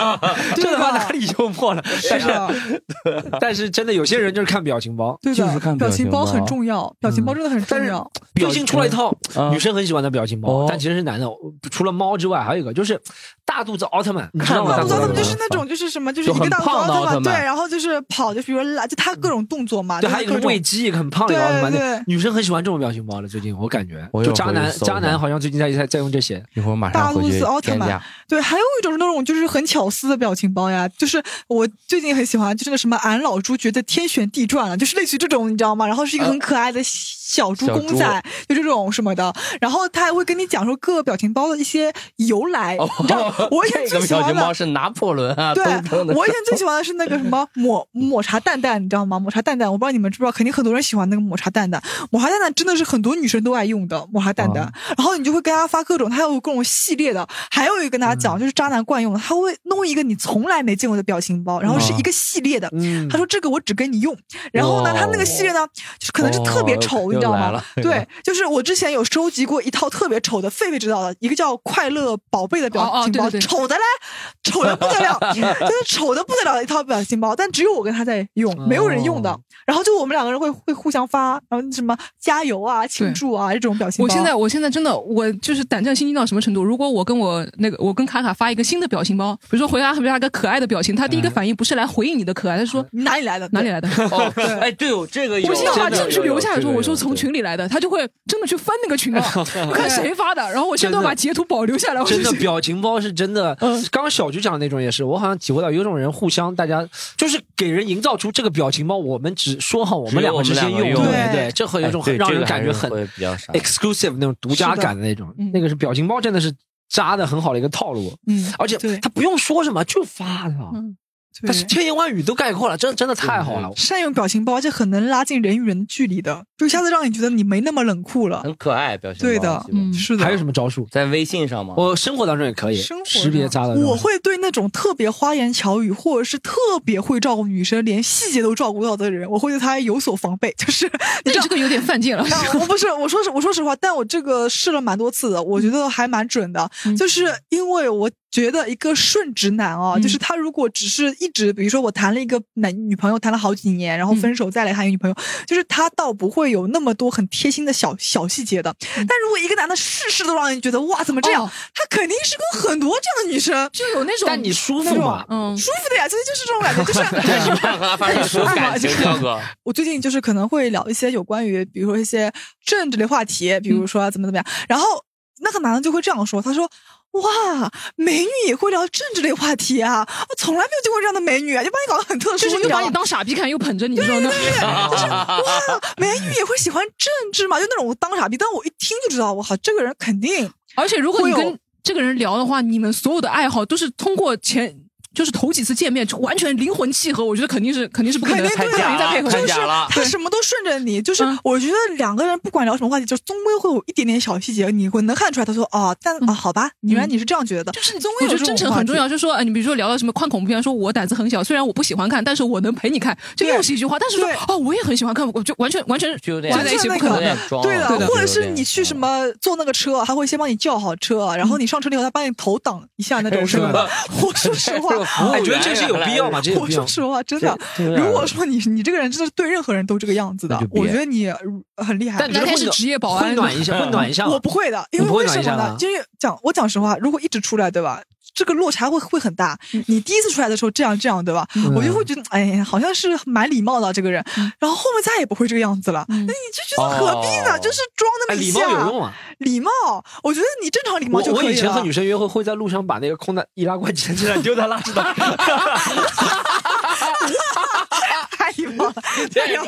Speaker 1: 这他妈哪里幽默了？但
Speaker 4: 是
Speaker 1: 是
Speaker 4: 的，
Speaker 1: 但是真的有些人就是看表情包，
Speaker 4: 对
Speaker 2: 就是
Speaker 4: 的，
Speaker 2: 看表情
Speaker 4: 情
Speaker 2: 包
Speaker 4: 包很重要，表情包真的很重要，
Speaker 1: 最近出了一套
Speaker 2: 啊
Speaker 1: 女生很喜欢的表情包
Speaker 2: 哦，
Speaker 1: 但其实是男的。除了猫之外，还有一个就是大肚子奥特曼，你知道吗？
Speaker 4: 那
Speaker 2: 看到
Speaker 4: 我知道
Speaker 2: 了
Speaker 4: 他
Speaker 1: 大
Speaker 4: 们
Speaker 1: 肚
Speaker 4: 就
Speaker 1: 子
Speaker 4: 是那种，就是什么，就是一
Speaker 2: 就很
Speaker 4: 个大
Speaker 2: 胖的
Speaker 4: 奥
Speaker 2: 奥特
Speaker 4: 特曼，对，
Speaker 2: 曼
Speaker 4: 然后就是跑，就比如拉，就他各种动作嘛，
Speaker 1: 对，
Speaker 4: 就是
Speaker 1: 还有一
Speaker 4: 啊各
Speaker 1: 个
Speaker 4: 种
Speaker 1: 喂鸡，一个很胖的一个奥特曼。
Speaker 4: 对
Speaker 1: 对
Speaker 4: 对
Speaker 1: 女生很喜欢这种表情包了，最近我感觉
Speaker 2: 我，有
Speaker 1: 就渣
Speaker 2: 回
Speaker 1: 男
Speaker 2: 去搜一
Speaker 1: 渣
Speaker 2: 下
Speaker 1: 男好像最近在在在用这些。
Speaker 2: 一会儿马上回去添加
Speaker 4: 大肚子奥特曼对，还有一种是那种就是很巧思的表情包呀，就是我最近很喜欢，就那个什么俺老朱觉得天旋地转了，就是类似于这种，你知道吗？然后是一个很可爱的小猪
Speaker 2: 小
Speaker 4: 公仔，就这种什么的。然后他还会跟你讲说各表情包的一些由来。哎
Speaker 2: 哦
Speaker 4: 你知道，我以前
Speaker 2: 这
Speaker 4: 最
Speaker 2: 个
Speaker 4: 喜
Speaker 2: 表
Speaker 4: 欢
Speaker 2: 情包
Speaker 4: 的。
Speaker 2: 是拿破仑啊，
Speaker 4: 对
Speaker 2: 等等的，
Speaker 4: 我以前最喜欢的是那个什么抹抹茶蛋蛋，你知道吗？抹茶蛋蛋，我不知道你们知不知道，肯定很多人喜欢那个抹茶蛋蛋。抹茶蛋蛋真的是很多女生都爱用的抹茶蛋蛋，
Speaker 2: 啊
Speaker 4: 然后你就会跟他发各种，他有各种系列的，还有一个跟大家
Speaker 2: 嗯
Speaker 4: 讲就是渣男惯用的，他会弄一个你从来没见过的表情包，然后
Speaker 2: 啊
Speaker 4: 是一个系列的。
Speaker 1: 嗯
Speaker 4: 他说这个我只跟你用，然后呢，
Speaker 2: 哇
Speaker 4: 他那个系列呢，就是可能是特别丑，
Speaker 2: 哦
Speaker 4: 你知道
Speaker 2: 又来
Speaker 4: 吗
Speaker 2: 了？
Speaker 4: 对，就是我之前有收集过一套特别丑的，狒狒知道的，一个叫“快乐宝贝”的表
Speaker 3: 哦哦
Speaker 4: 情包，
Speaker 3: 对对对
Speaker 4: 丑的嘞，丑的不得了，就是丑的不得了的一套表情包，但只有我跟他在用，没有人用的。
Speaker 1: 哦
Speaker 4: 然后就我们两个人会会互相发，然后什么加油啊、庆祝啊这种表情包。
Speaker 3: 我现在我现在真的我就是胆战心惊到什么程度？如果我跟我那个我跟卡卡发一个新的表情包，比如说回答回答个可爱的表情，他第一个反应不是来回应你的可爱，他说
Speaker 4: 你哪里来的？
Speaker 3: 哪里来的？
Speaker 2: 哦， [laughs] 哎，对哦，这个有
Speaker 3: 我心想把
Speaker 2: 真的
Speaker 3: 证据
Speaker 2: 有
Speaker 3: 留下来，
Speaker 2: 这个
Speaker 3: 说我
Speaker 2: 有
Speaker 3: 说从群里来的，他就会真的去翻那个群啊，看谁发的，然后我现在都
Speaker 1: 真的
Speaker 3: 把截图保留下来。我就
Speaker 1: [laughs] 真的
Speaker 3: 是
Speaker 1: 表情包是真的，
Speaker 4: 嗯
Speaker 1: 刚刚小菊讲的那种也是，我好像体会到有种人互相大家就是给人营造出这个表情包，我们只说好我们两个之间
Speaker 2: 只有我们
Speaker 1: 用，
Speaker 2: 两
Speaker 4: 个用
Speaker 1: 对对，这会有一种很
Speaker 2: 哎对
Speaker 1: 让
Speaker 2: 这
Speaker 1: 人
Speaker 2: 个
Speaker 1: 感觉
Speaker 2: 还是
Speaker 1: 很
Speaker 2: 会比较傻。
Speaker 1: exclusive 那种独家感的那种
Speaker 3: 嗯，
Speaker 1: 那个是表情包真的是扎的很好的一个套路，
Speaker 4: 嗯，
Speaker 1: 而且
Speaker 4: 对嗯
Speaker 1: 他不用说什么就发了，他
Speaker 4: 对
Speaker 1: 千言万语都概括了，真真的太好了。
Speaker 4: 善用表情包，而且很能拉近人与人的距离的，就一下子让你觉得你没那么冷酷了。
Speaker 2: 很可爱表情包。
Speaker 4: 对的
Speaker 2: 基本
Speaker 3: 嗯
Speaker 4: 是的，
Speaker 1: 还有什么招数？
Speaker 2: 在微信上嘛，
Speaker 1: 我生活当中也可以
Speaker 4: 生活上
Speaker 1: 识别渣的，
Speaker 4: 我会对那种特别花言巧语，或者是特别会照顾女生，连细节都照顾到的人，我会对他有所防备。就是
Speaker 3: 那你这个有点犯贱了。
Speaker 4: [laughs] 啊，我不是，我说实我说实话，但我这个试了蛮多次的，我觉得还蛮准的，
Speaker 3: 嗯
Speaker 4: 就是因为我觉得一个顺直男啊，
Speaker 3: 嗯
Speaker 4: 就是他如果只是一直，比如说我谈了一个男女朋友，谈了好几年，然后
Speaker 3: 嗯
Speaker 4: 分手再来谈一个女朋友，就是他倒不会有那么多很贴心的小小细节的。但如果一个男的事事都让你觉得哇怎么这样，
Speaker 3: 嗯哦
Speaker 4: 他肯定是跟很多这样的女生。
Speaker 3: 就有那种，
Speaker 1: 但你舒服吗？
Speaker 3: 嗯，
Speaker 4: 舒服的呀，其实就是这种感觉，
Speaker 3: [laughs]
Speaker 4: 就
Speaker 2: [laughs]
Speaker 4: 是哎
Speaker 2: 发生
Speaker 4: [laughs]
Speaker 2: 什么感
Speaker 4: 啊
Speaker 2: 情，彪哥？
Speaker 4: 我最近就是可能会聊一些有关于，比如说一些政治类话题，
Speaker 3: 嗯
Speaker 4: 比如说怎么怎么样，然后那个男的就会这样说，他说。哇，美女也会聊政治类话题啊！我从来没有见过这样的美女啊，就把你搞得很特殊，
Speaker 3: 就是又
Speaker 4: 知道
Speaker 3: 把
Speaker 4: 吗
Speaker 3: 你当傻逼看，又捧着你，你知道吗？
Speaker 4: 哇，美女也会喜欢政治嘛？就那种当傻逼，但我一听就知道，我靠，这个人肯定
Speaker 3: 而且如果你
Speaker 4: 会有
Speaker 3: 跟这个人聊的话，你们所有的爱好都是通过前。就是头几次见面就完全灵魂契合，我觉得肯定是肯定是不可能，
Speaker 4: 肯定
Speaker 3: 不
Speaker 4: 对啊
Speaker 3: 可能再配合。
Speaker 4: 就
Speaker 2: 太
Speaker 4: 是
Speaker 2: 假了
Speaker 4: 他什么都顺着你，就是
Speaker 3: 嗯
Speaker 4: 我觉得两个人不管聊什么话题，就是终归会有一点点小细节，你会能看出来。他说哦，但啊，好吧，原来你是这样觉得
Speaker 3: 嗯
Speaker 4: 的，
Speaker 3: 就是
Speaker 4: 终
Speaker 3: 我
Speaker 4: 归
Speaker 3: 觉得
Speaker 4: 有这
Speaker 3: 真
Speaker 4: 种
Speaker 3: 诚
Speaker 4: 话
Speaker 3: 很重
Speaker 4: 题
Speaker 3: 要。就是说，哎，你比如说聊到什么看恐怖片，说我胆子很小，虽然我不喜欢看，但是我能陪你看，这
Speaker 4: 对
Speaker 3: 又是一句话。但是说
Speaker 4: 对，
Speaker 3: 哦，我也很喜欢看，我就完全完全
Speaker 2: 就有点
Speaker 3: 站在一起不
Speaker 4: 就那
Speaker 3: 可
Speaker 4: 个
Speaker 3: 能
Speaker 2: 有
Speaker 3: 的
Speaker 2: 点。装
Speaker 4: 对
Speaker 2: 了，
Speaker 4: 的，或者
Speaker 2: 有
Speaker 4: 是
Speaker 2: 点
Speaker 4: 你去什么坐那个车，他会先帮你叫好车，然后你上车了以后，他帮你头挡一下那种，
Speaker 2: [laughs]
Speaker 4: 是吧？ [laughs] 我说实
Speaker 2: 这
Speaker 4: 话
Speaker 2: 个，服务
Speaker 1: 哎，
Speaker 2: 员
Speaker 1: 觉得这是有必要吗？这有
Speaker 4: 我
Speaker 1: 必要
Speaker 4: 说
Speaker 1: 吗。
Speaker 4: 实话，真的，
Speaker 2: 这这有点
Speaker 4: 如果说你你这个人真的对任何人都这个样子的
Speaker 2: 那就，别
Speaker 4: 我觉得你呃很厉害
Speaker 1: 但。
Speaker 3: 那天是职业保安
Speaker 1: 会暖一下，会暖一下吗。
Speaker 4: 我不会的，因
Speaker 1: 你
Speaker 4: 为
Speaker 1: 不会
Speaker 4: 为
Speaker 1: 暖
Speaker 4: 什
Speaker 1: 一下
Speaker 4: 么呢
Speaker 1: 吗？
Speaker 4: 就是讲我讲实话，如果一直出来，对吧？这个落差会会很大。你第一次出来的时候这样这样，对吧？我就会觉得，哎呀，好像是蛮礼貌的这个人，然后后面再也不会这个样子了。那你就觉得何必呢？
Speaker 2: 哦
Speaker 4: 就是装那
Speaker 1: 哎，
Speaker 4: 么一
Speaker 1: 礼
Speaker 4: 下
Speaker 1: 貌，有用啊！
Speaker 4: 礼貌，我觉得你正常礼貌
Speaker 1: 我
Speaker 4: 就
Speaker 1: 我
Speaker 4: 可
Speaker 1: 以前
Speaker 4: 了。
Speaker 1: 和女生约会，会在路上把那个空的易拉罐捡起
Speaker 4: [laughs]
Speaker 1: 来丢在垃圾桶。
Speaker 4: 太哎礼貌了，这个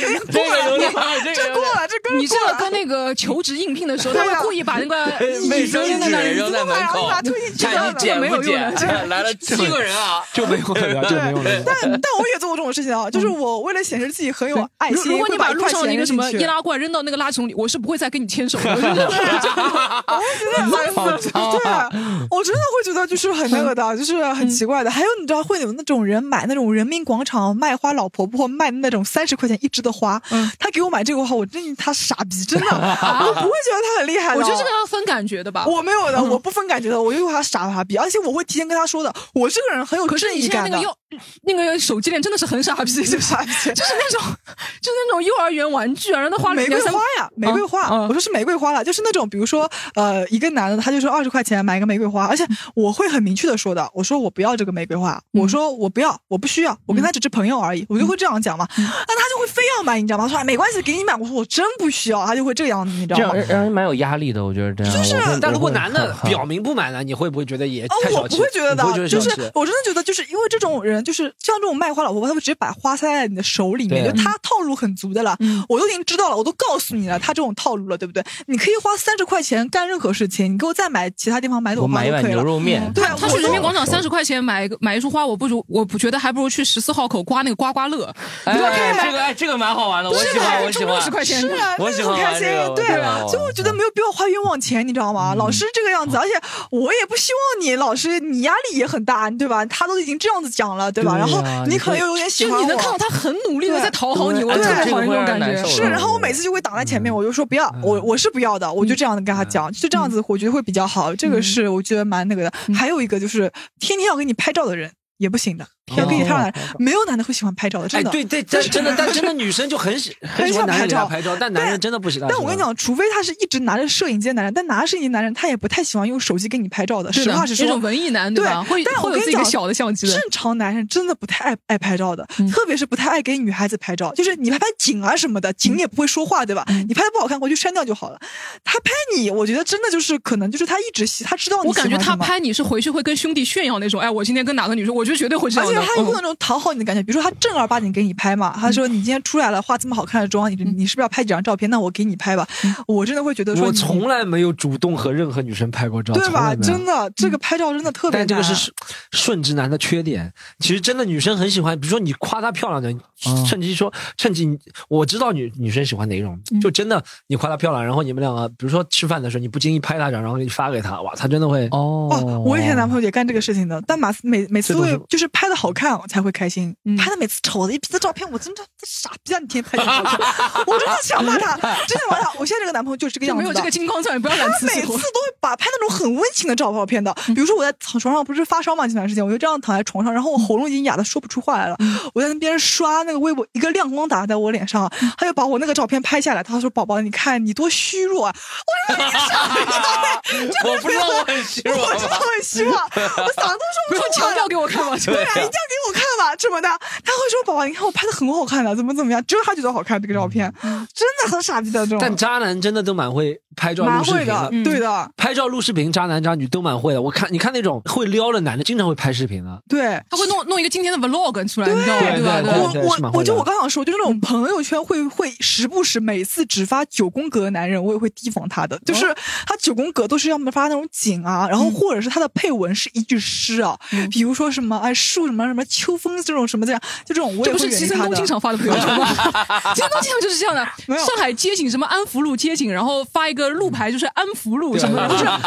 Speaker 4: 这
Speaker 2: 这
Speaker 4: 个过
Speaker 2: 个有点
Speaker 4: 了，
Speaker 2: 这
Speaker 4: 这
Speaker 2: 个
Speaker 4: 过了，这跟 [laughs]
Speaker 3: 你这
Speaker 4: 过
Speaker 3: 个
Speaker 4: 了
Speaker 3: 跟那个求职应聘的时候，
Speaker 4: 对
Speaker 3: 他
Speaker 4: 啊
Speaker 3: 会故意把那个
Speaker 2: 卫
Speaker 3: 椅子
Speaker 2: 生
Speaker 3: 扔在
Speaker 2: 纸
Speaker 3: 那里，
Speaker 2: 扔在门口
Speaker 4: 把推进去
Speaker 2: 看
Speaker 4: 的
Speaker 2: 你捡
Speaker 3: 没
Speaker 2: 不
Speaker 3: 有用
Speaker 2: 捡 [laughs]
Speaker 3: 的，
Speaker 2: 来了七个人啊，
Speaker 1: 就没有了，就没有
Speaker 4: 对，
Speaker 1: 了。
Speaker 4: 但
Speaker 3: [laughs]
Speaker 4: 但我也做过这种事情啊，就是我为了显示自己很有爱
Speaker 3: 如嗯
Speaker 4: 心，
Speaker 3: 如果你
Speaker 4: 会把一
Speaker 3: 路
Speaker 4: 块
Speaker 3: 上的
Speaker 4: 钱
Speaker 3: 一个
Speaker 4: 扔
Speaker 3: 什么
Speaker 4: 进
Speaker 3: 易
Speaker 4: 去 [laughs]
Speaker 3: 拉罐扔到那个垃圾桶里，我是不会再跟你牵手的。我觉得
Speaker 4: 我觉得蛮
Speaker 3: 啊
Speaker 4: 对，啊我真的会觉得就是很那个
Speaker 3: 嗯
Speaker 4: 的，啊就是很奇怪的。还有你知道会有那种人买那种人民广场卖花老婆婆卖的那种三十块钱一支的花，
Speaker 3: 嗯
Speaker 4: 他给我买这个花，我真的他傻逼，
Speaker 3: [laughs]
Speaker 4: 真的，我不会觉得他很厉害的。哦
Speaker 3: 我觉得这个嗯要分感觉的吧。
Speaker 4: 我没有的，我不分感觉的，我就用他傻傻逼，而且我会提前跟他说的，我这个人很有
Speaker 3: 可
Speaker 4: 正
Speaker 3: 是你
Speaker 4: 义
Speaker 3: 现在
Speaker 4: 感
Speaker 3: 那个。
Speaker 4: 的 [laughs]
Speaker 3: 要那个手机链真的是很傻逼，就是 [laughs] 就是
Speaker 4: 傻逼
Speaker 3: 那种就是那种幼儿园玩具啊，让他花了
Speaker 4: 玫
Speaker 3: 两
Speaker 4: 瑰
Speaker 3: 三
Speaker 4: 花呀，玫瑰
Speaker 3: 啊
Speaker 4: 花。
Speaker 3: 啊
Speaker 4: 我说是玫瑰花了，就是那种比如说，呃，一个男的他就说二十块钱买一个玫瑰花，而且我会很明确的说的，我说我不要这个玫瑰花，
Speaker 3: 嗯
Speaker 4: 我说我不要，我不需要，我跟他只是朋友而已，我就会这样讲嘛。
Speaker 3: 嗯
Speaker 4: 那、他就会非要买，你知道吗？他说哎没关系，给你买。我说我真不需要，他就会这个样子，你知
Speaker 2: 这
Speaker 4: 道
Speaker 2: 样
Speaker 4: 吗？
Speaker 2: [laughs] 让让人蛮有压力的，我觉得这样。
Speaker 4: 就是
Speaker 2: 我会
Speaker 1: 但如果
Speaker 2: 我会
Speaker 1: 男的
Speaker 2: 很
Speaker 1: 表明不买呢，你会不会觉得也
Speaker 4: 哦
Speaker 1: 哎太，
Speaker 4: 我
Speaker 1: 小
Speaker 4: 不
Speaker 1: 气？
Speaker 4: 会觉得
Speaker 1: 你不会觉得
Speaker 4: 的，就
Speaker 1: 小
Speaker 4: 是
Speaker 1: 气
Speaker 4: 我 [laughs] 真的觉得，就是因为这种人，就是像这种卖花老婆婆，她会直接把花塞在你的手里面，
Speaker 2: 对
Speaker 4: 就她套路很足的了。
Speaker 3: 嗯
Speaker 4: 我都已经知道了，我都告诉你了，她这种套路了，对不对？你可以花三十块钱干任何事情，你给我再买其他地方买朵
Speaker 2: 我
Speaker 4: 花
Speaker 2: 买一
Speaker 4: 就
Speaker 2: 碗
Speaker 4: 可以
Speaker 2: 牛
Speaker 4: 了。嗯
Speaker 2: 肉面，
Speaker 4: 对，啊
Speaker 3: 他
Speaker 4: 我
Speaker 3: 去人民
Speaker 4: 都
Speaker 3: 广场三十块钱买一个买一束花，我不如我不觉得还不如去十四号口刮那个刮刮乐，
Speaker 2: 哎，
Speaker 4: 对吧
Speaker 2: 这个哎，这个蛮好玩的，我喜欢，我喜
Speaker 3: 中六十
Speaker 2: 欢。
Speaker 3: 块钱。
Speaker 4: 是啊，
Speaker 2: 我
Speaker 4: 那
Speaker 2: 喜
Speaker 4: 个很
Speaker 2: 欢
Speaker 4: 开
Speaker 2: 玩
Speaker 4: 心
Speaker 2: 这个，我
Speaker 4: 对
Speaker 2: 知
Speaker 4: 啊
Speaker 2: 道，
Speaker 4: 所以我觉得没有必要花冤枉钱，你知道吗？老师这个样子，而且我也不希望你老师你压力也很大，对吧？他都已经这样子讲了，对吧？
Speaker 2: 对
Speaker 4: 然后
Speaker 2: 呀
Speaker 4: 你
Speaker 2: 你
Speaker 4: 可能又有点喜
Speaker 3: 就
Speaker 4: 欢
Speaker 3: 你
Speaker 4: 我，
Speaker 3: 能看到他很努力的在讨好你，
Speaker 4: 对
Speaker 3: 我特别
Speaker 4: 对
Speaker 3: 讨厌这种
Speaker 2: 这个会让人
Speaker 3: 感
Speaker 2: 难
Speaker 3: 觉啊
Speaker 2: 受。
Speaker 4: 是，然后我每次就会挡在前面，我就说不要，我我是不要的，我就这样子跟他讲，就这样子，我觉得会比较好。这个是我觉得蛮那个的。还有一个就是天天要给你拍照的人也不行的，要给你拍照的人，没有男的会喜欢拍照的，
Speaker 1: 哎，
Speaker 4: 真的。
Speaker 1: 对对，但真的，但真的女生就很喜很喜欢男人给她拍照，但男人真的不喜欢。
Speaker 4: 但我跟你，讲，除非他是一直拿着摄影机的男人，但拿着摄影机的男人，他也不太喜欢用手机给你拍照的。
Speaker 3: 对
Speaker 4: 实
Speaker 3: 的
Speaker 4: 话实
Speaker 3: 那种
Speaker 4: 说，
Speaker 3: 文艺男对吧？会
Speaker 4: 但我
Speaker 3: 会有
Speaker 4: 跟
Speaker 3: 自
Speaker 4: 你
Speaker 3: 己的
Speaker 4: 讲，
Speaker 3: 小的相机的
Speaker 4: 正。常男人真的不太爱爱拍照的，
Speaker 3: 嗯
Speaker 4: 特别是不太爱给女孩子拍照。就是你拍拍景啊什么的，
Speaker 3: 嗯
Speaker 4: 景也不会说话，对吧？你拍的不好看，回去删掉就好了。他拍你，我觉得真的就是可能就是他一直喜，他知道你
Speaker 3: 我
Speaker 4: 喜欢
Speaker 3: 感觉他
Speaker 4: 什么
Speaker 3: 拍你是回去会跟兄弟炫耀那种，哎，我今天跟哪个女生，我就绝对会这
Speaker 4: 而
Speaker 3: 样
Speaker 4: 且
Speaker 3: 的。嗯
Speaker 4: 他有那种讨好你的感觉，比如说他正儿八经给你拍嘛，他说你今天出来了，化这么好看的妆，你
Speaker 3: 嗯
Speaker 4: 你是不是要拍几张照片？那我给你拍吧。我真的会觉得说
Speaker 1: 我
Speaker 4: 你
Speaker 1: 从来没有主动和任何女生拍过照，
Speaker 4: 对吧？真
Speaker 1: 的。
Speaker 4: 的，这个拍照真的特
Speaker 1: 嗯
Speaker 4: 别
Speaker 1: 但
Speaker 4: 难。啊
Speaker 1: 这个是顺顺直男的缺点。其实真的女生很喜欢，比如说你夸她漂亮的，
Speaker 4: 嗯
Speaker 1: 趁机说，趁机我知道女女生喜欢哪种，
Speaker 4: 嗯
Speaker 1: 就真的你夸她漂亮，然后你们两个，比如说吃饭的时候，你不经意拍她一张，然后你发给她，哇，她真的会
Speaker 4: 哦，我以前男朋友也干这个事情的，但每次每每
Speaker 1: 这
Speaker 4: 次都
Speaker 1: 都是
Speaker 4: 会就是拍的好看我才会开心，
Speaker 3: 嗯
Speaker 4: 拍的每次丑的一批的照片，我真的傻逼啊！你天天拍这个照片，我真的想骂他，真的骂他。我现在这个男朋友就是这个
Speaker 3: 就
Speaker 4: 样
Speaker 3: 没
Speaker 4: 子
Speaker 3: 有
Speaker 4: 的，
Speaker 1: [laughs]
Speaker 3: 这个金刚钻，
Speaker 4: [laughs]
Speaker 3: 不要染
Speaker 4: 他
Speaker 3: 瓷
Speaker 4: 每
Speaker 3: 器
Speaker 4: 次都
Speaker 3: 活。
Speaker 4: 会把拍那种很温情的照片的，比如说我在床上不是发烧嘛，前段时间我就这样躺在床上，然后我喉咙已经哑的说不出话来了，我在那边刷那个微博，一个亮光打在我脸上，他就把我那个照片拍下来，他说：“宝宝，你看你多虚弱啊！”我说：“你傻逼对吧，
Speaker 2: 我不知道我很虚弱
Speaker 4: 我真的
Speaker 2: 吗？
Speaker 4: 很虚弱，啊我嗓子
Speaker 3: 不用
Speaker 4: 都说不出话
Speaker 3: 强
Speaker 4: 来
Speaker 3: 调
Speaker 4: 了。”
Speaker 3: 给我
Speaker 4: [laughs]
Speaker 3: 看吧，
Speaker 4: 对啊，一定要给我看吧，什么的。他会说：“宝宝，你看我拍的很好看的，啊怎么怎么样？”只有他觉得好看这个照片，真的很傻逼的这种，
Speaker 1: 但渣男真的都蛮会拍照
Speaker 4: 蛮
Speaker 1: 录视
Speaker 4: 会
Speaker 1: 频嗯
Speaker 4: 的，对的，
Speaker 1: 拍照录视频，渣男渣女都蛮会的。我看你看那种会撩的男的，经常会拍视频的。
Speaker 4: 对。
Speaker 3: 他会弄弄一个今天的 vlog 出来，你知道吗？
Speaker 1: 对
Speaker 3: 吧？
Speaker 1: 对
Speaker 3: 吧
Speaker 1: 对
Speaker 4: 我
Speaker 1: 是蛮
Speaker 4: 我
Speaker 1: 会
Speaker 4: 我就
Speaker 1: 的嗯
Speaker 4: 我刚想说，就那种朋友圈会会时不时每次只发九宫格的男人，我也会提防他的。
Speaker 1: 哦
Speaker 4: 就是他九宫格都是要么发那种景啊，然后
Speaker 1: 嗯
Speaker 4: 或者是他的配文是一句诗啊，比如说什么哎树什么什么秋风这种什么这样，就这种我
Speaker 3: 这
Speaker 4: 也
Speaker 3: 不是
Speaker 4: 会远
Speaker 3: 齐
Speaker 4: 离
Speaker 3: 森
Speaker 4: 他
Speaker 3: 东机
Speaker 4: 的。
Speaker 3: 场发的朋友圈
Speaker 4: [laughs]
Speaker 3: 吗？齐森东机场就是这样的，
Speaker 4: 没有
Speaker 3: 上海街景什么安福路街景，然后发一个路牌，就是安福路什么的，不是
Speaker 4: 我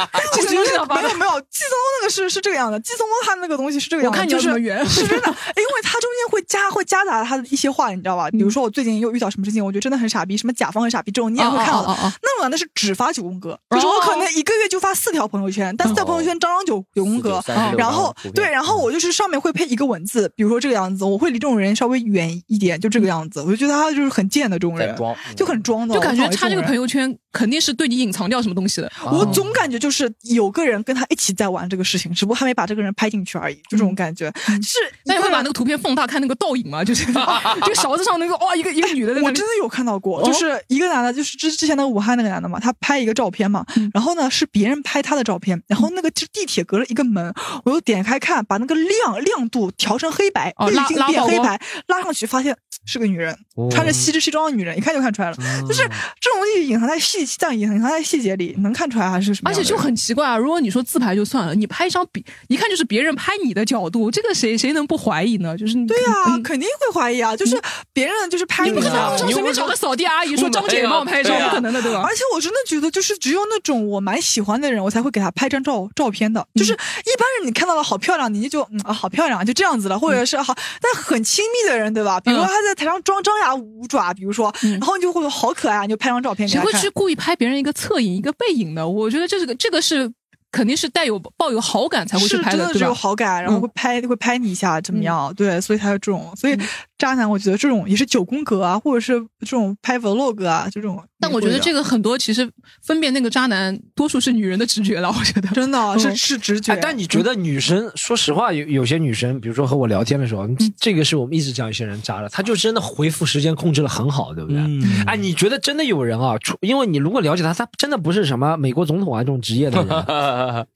Speaker 3: 齐
Speaker 4: 觉
Speaker 3: 森东机场
Speaker 4: 得
Speaker 3: 发
Speaker 4: 没
Speaker 3: 的
Speaker 4: 有。没有，季松那个是是这个样的，季松他那个东西是这个
Speaker 3: 我
Speaker 4: 样的，
Speaker 3: 看你
Speaker 4: 就
Speaker 3: 有
Speaker 4: 是
Speaker 3: 什么缘，
Speaker 4: 是真的，因为他中间会夹会夹杂他的一些话，你知道吧？比如说我最近又遇到什么事情，我觉得真的很傻逼，什么甲方很傻逼这种，你也会看到
Speaker 3: 哦哦
Speaker 4: 的
Speaker 3: 哦哦哦。
Speaker 4: 那么那是只发九宫格，就是我可能一个月就发四条朋友圈，但四条朋友圈张张九九宫格，
Speaker 2: 49
Speaker 4: 然后
Speaker 2: 张图片
Speaker 4: 对，然后我就是上面会配一个文字，比如说这个样子，我会离这种人稍微远一点，就这个样子，我就觉得他就是很贱的这种
Speaker 2: 在
Speaker 4: 人，
Speaker 2: 装，嗯
Speaker 4: 就很装的，
Speaker 3: 就感觉
Speaker 4: 我讨
Speaker 3: 他这个
Speaker 4: 厌这种人
Speaker 3: 朋友圈肯定是对你隐藏掉什么东西的。
Speaker 4: 我总感觉就是有个人跟他一起在玩这个事情，只不过他没把这个人拍进去而已，就这种感觉。是，
Speaker 3: 嗯那你会把那
Speaker 4: 个
Speaker 3: 个图片放大看那个倒影吗？
Speaker 4: [laughs]
Speaker 3: 就是这个勺子上那个哇，一个一个哦女的在那
Speaker 4: 我
Speaker 3: 里
Speaker 4: 真。的有看到过，就是一个男的，就是之之前那个武汉那个男的嘛，他拍一个照片嘛，
Speaker 3: 嗯
Speaker 4: 然后呢是别人拍他的照片，然后那个就是地铁隔了一个门，我又点开看，把那个亮亮度调成黑白，
Speaker 3: 哦
Speaker 4: 滤
Speaker 3: 拉
Speaker 4: 镜
Speaker 3: 拉哦
Speaker 4: 变
Speaker 3: 曝
Speaker 4: 黑
Speaker 3: 光
Speaker 4: 白，拉上去发现是个女人，穿着西式西装的女人，一看就看出来了，就是
Speaker 3: 哦
Speaker 4: 这种东西隐藏在细这样隐藏在细节里，能看出来还是什
Speaker 3: 而
Speaker 4: 么样的人，
Speaker 3: 且就很奇怪啊！如果你说自拍就算了，你拍一张比一看就是别人拍你的角度，这个谁谁能不怀疑呢？就是对
Speaker 4: 对啊，肯定会怀疑啊，就是别人就是拍
Speaker 3: 嗯你不
Speaker 4: 你
Speaker 3: 可能
Speaker 4: 啊
Speaker 3: 路。上随便找个扫地阿姨说张姐帮我拍一张，
Speaker 2: 对啊
Speaker 3: 不可能的，对吧
Speaker 4: 而？且我真的觉得，就是只有那种我蛮喜欢的人，我才会给他拍张照照片的。就是
Speaker 3: 嗯
Speaker 4: 一般人你看到了好漂亮，你就嗯啊好漂亮啊就这样子了，或者是好，但很亲密的人对吧？比如说
Speaker 3: 嗯
Speaker 4: 他在台上装张牙舞爪，比如说，然后你就会说好可爱啊，你就拍张照片给
Speaker 3: 谁
Speaker 4: 他
Speaker 3: 会
Speaker 4: 看
Speaker 3: 去。故意拍别人一个侧影、一个背影呢？我觉得这是个这个是肯定是带有抱有好感才会去
Speaker 4: 是
Speaker 3: 拍
Speaker 4: 真的
Speaker 3: 对
Speaker 4: 只有
Speaker 3: 吧？嗯
Speaker 4: 好感，然后会拍、会拍你一下，怎么样？对，所以才有这种，所以
Speaker 3: 嗯
Speaker 4: 渣男，我觉得这种也是九宫格啊，或者是这种拍 vlog 啊，就这种。
Speaker 3: 但我觉得
Speaker 4: 也会
Speaker 3: 这个很多其实分辨那个渣男，多数是女人的直觉了。我觉得
Speaker 4: 的真的是
Speaker 3: 嗯
Speaker 4: 是直觉
Speaker 1: 哎，，但你觉得女
Speaker 4: 嗯
Speaker 1: 生，说实话，有有些女生，比如说和我聊天的时候，这个是我们一直讲有些人渣了，她就真的回复时间控制的很好，对不对？
Speaker 6: 嗯，
Speaker 1: 哎，你觉得真的有人啊？出因为你如果了解他，他真的不是什么美国总统啊这种职业
Speaker 3: [laughs]
Speaker 1: 的人，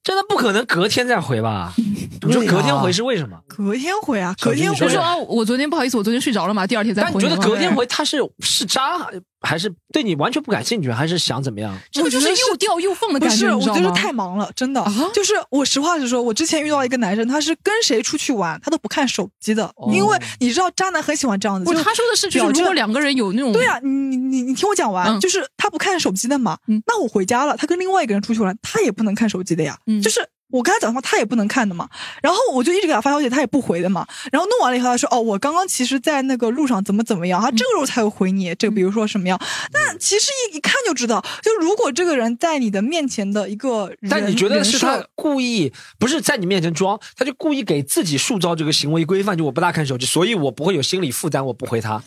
Speaker 1: 真的不可能隔天再回吧？你
Speaker 3: 啊
Speaker 1: 说隔天回是为什么？
Speaker 4: 隔天回啊，
Speaker 1: 小
Speaker 4: 隔
Speaker 1: 军
Speaker 4: 天
Speaker 1: 你
Speaker 3: 我
Speaker 4: 回
Speaker 1: 是
Speaker 3: 说啊，我昨天不好意思，我昨天睡着了嘛，第二天再
Speaker 1: 但
Speaker 3: 回。
Speaker 1: 你觉得隔
Speaker 4: 回
Speaker 3: 啊
Speaker 1: 天回他是是渣，还是对你完全不感兴趣，还是想怎么样？
Speaker 3: 这个就是
Speaker 4: 我觉得是
Speaker 3: 又掉又放的
Speaker 4: 不
Speaker 3: 感
Speaker 4: 是，
Speaker 3: 觉，
Speaker 4: 我
Speaker 3: 你知
Speaker 4: 觉
Speaker 3: 道吗？
Speaker 4: 得是太忙了，真的。
Speaker 3: 啊
Speaker 4: 就是我实话实说，我之前遇到一个男生，他是跟谁出去玩，他都不看手机的，因为你知道渣男很喜欢这样子。
Speaker 3: 不是
Speaker 4: 就
Speaker 3: 他说的是，就
Speaker 4: 表
Speaker 3: 是如
Speaker 4: 这
Speaker 3: 果两个人有那种
Speaker 4: 对啊，你你你你听我讲完，
Speaker 3: 嗯
Speaker 4: 就是他不看手机的嘛。
Speaker 3: 嗯
Speaker 4: 那我回家了，他跟另外一个人出去玩，他也不能看手机的呀。
Speaker 3: 嗯
Speaker 4: 就是我跟他讲的话，他也不能看的嘛。然后我就一直给他发消息，他也不回的嘛。然后弄完了以后，他说：“哦，我刚刚其实，在那个路上怎么怎么样。”
Speaker 3: 嗯
Speaker 4: 他这个时候才会回你，这个比如说什么样。但其实一一看就知道，就如果这个人在你的面前的一个人，
Speaker 1: 但你觉得
Speaker 4: 人
Speaker 1: 是
Speaker 4: 设
Speaker 1: 他故意，不是在你面前装，他就故意给自己塑造这个行为规范，就我不大看手机，所以我不会有心理负担，我不回他。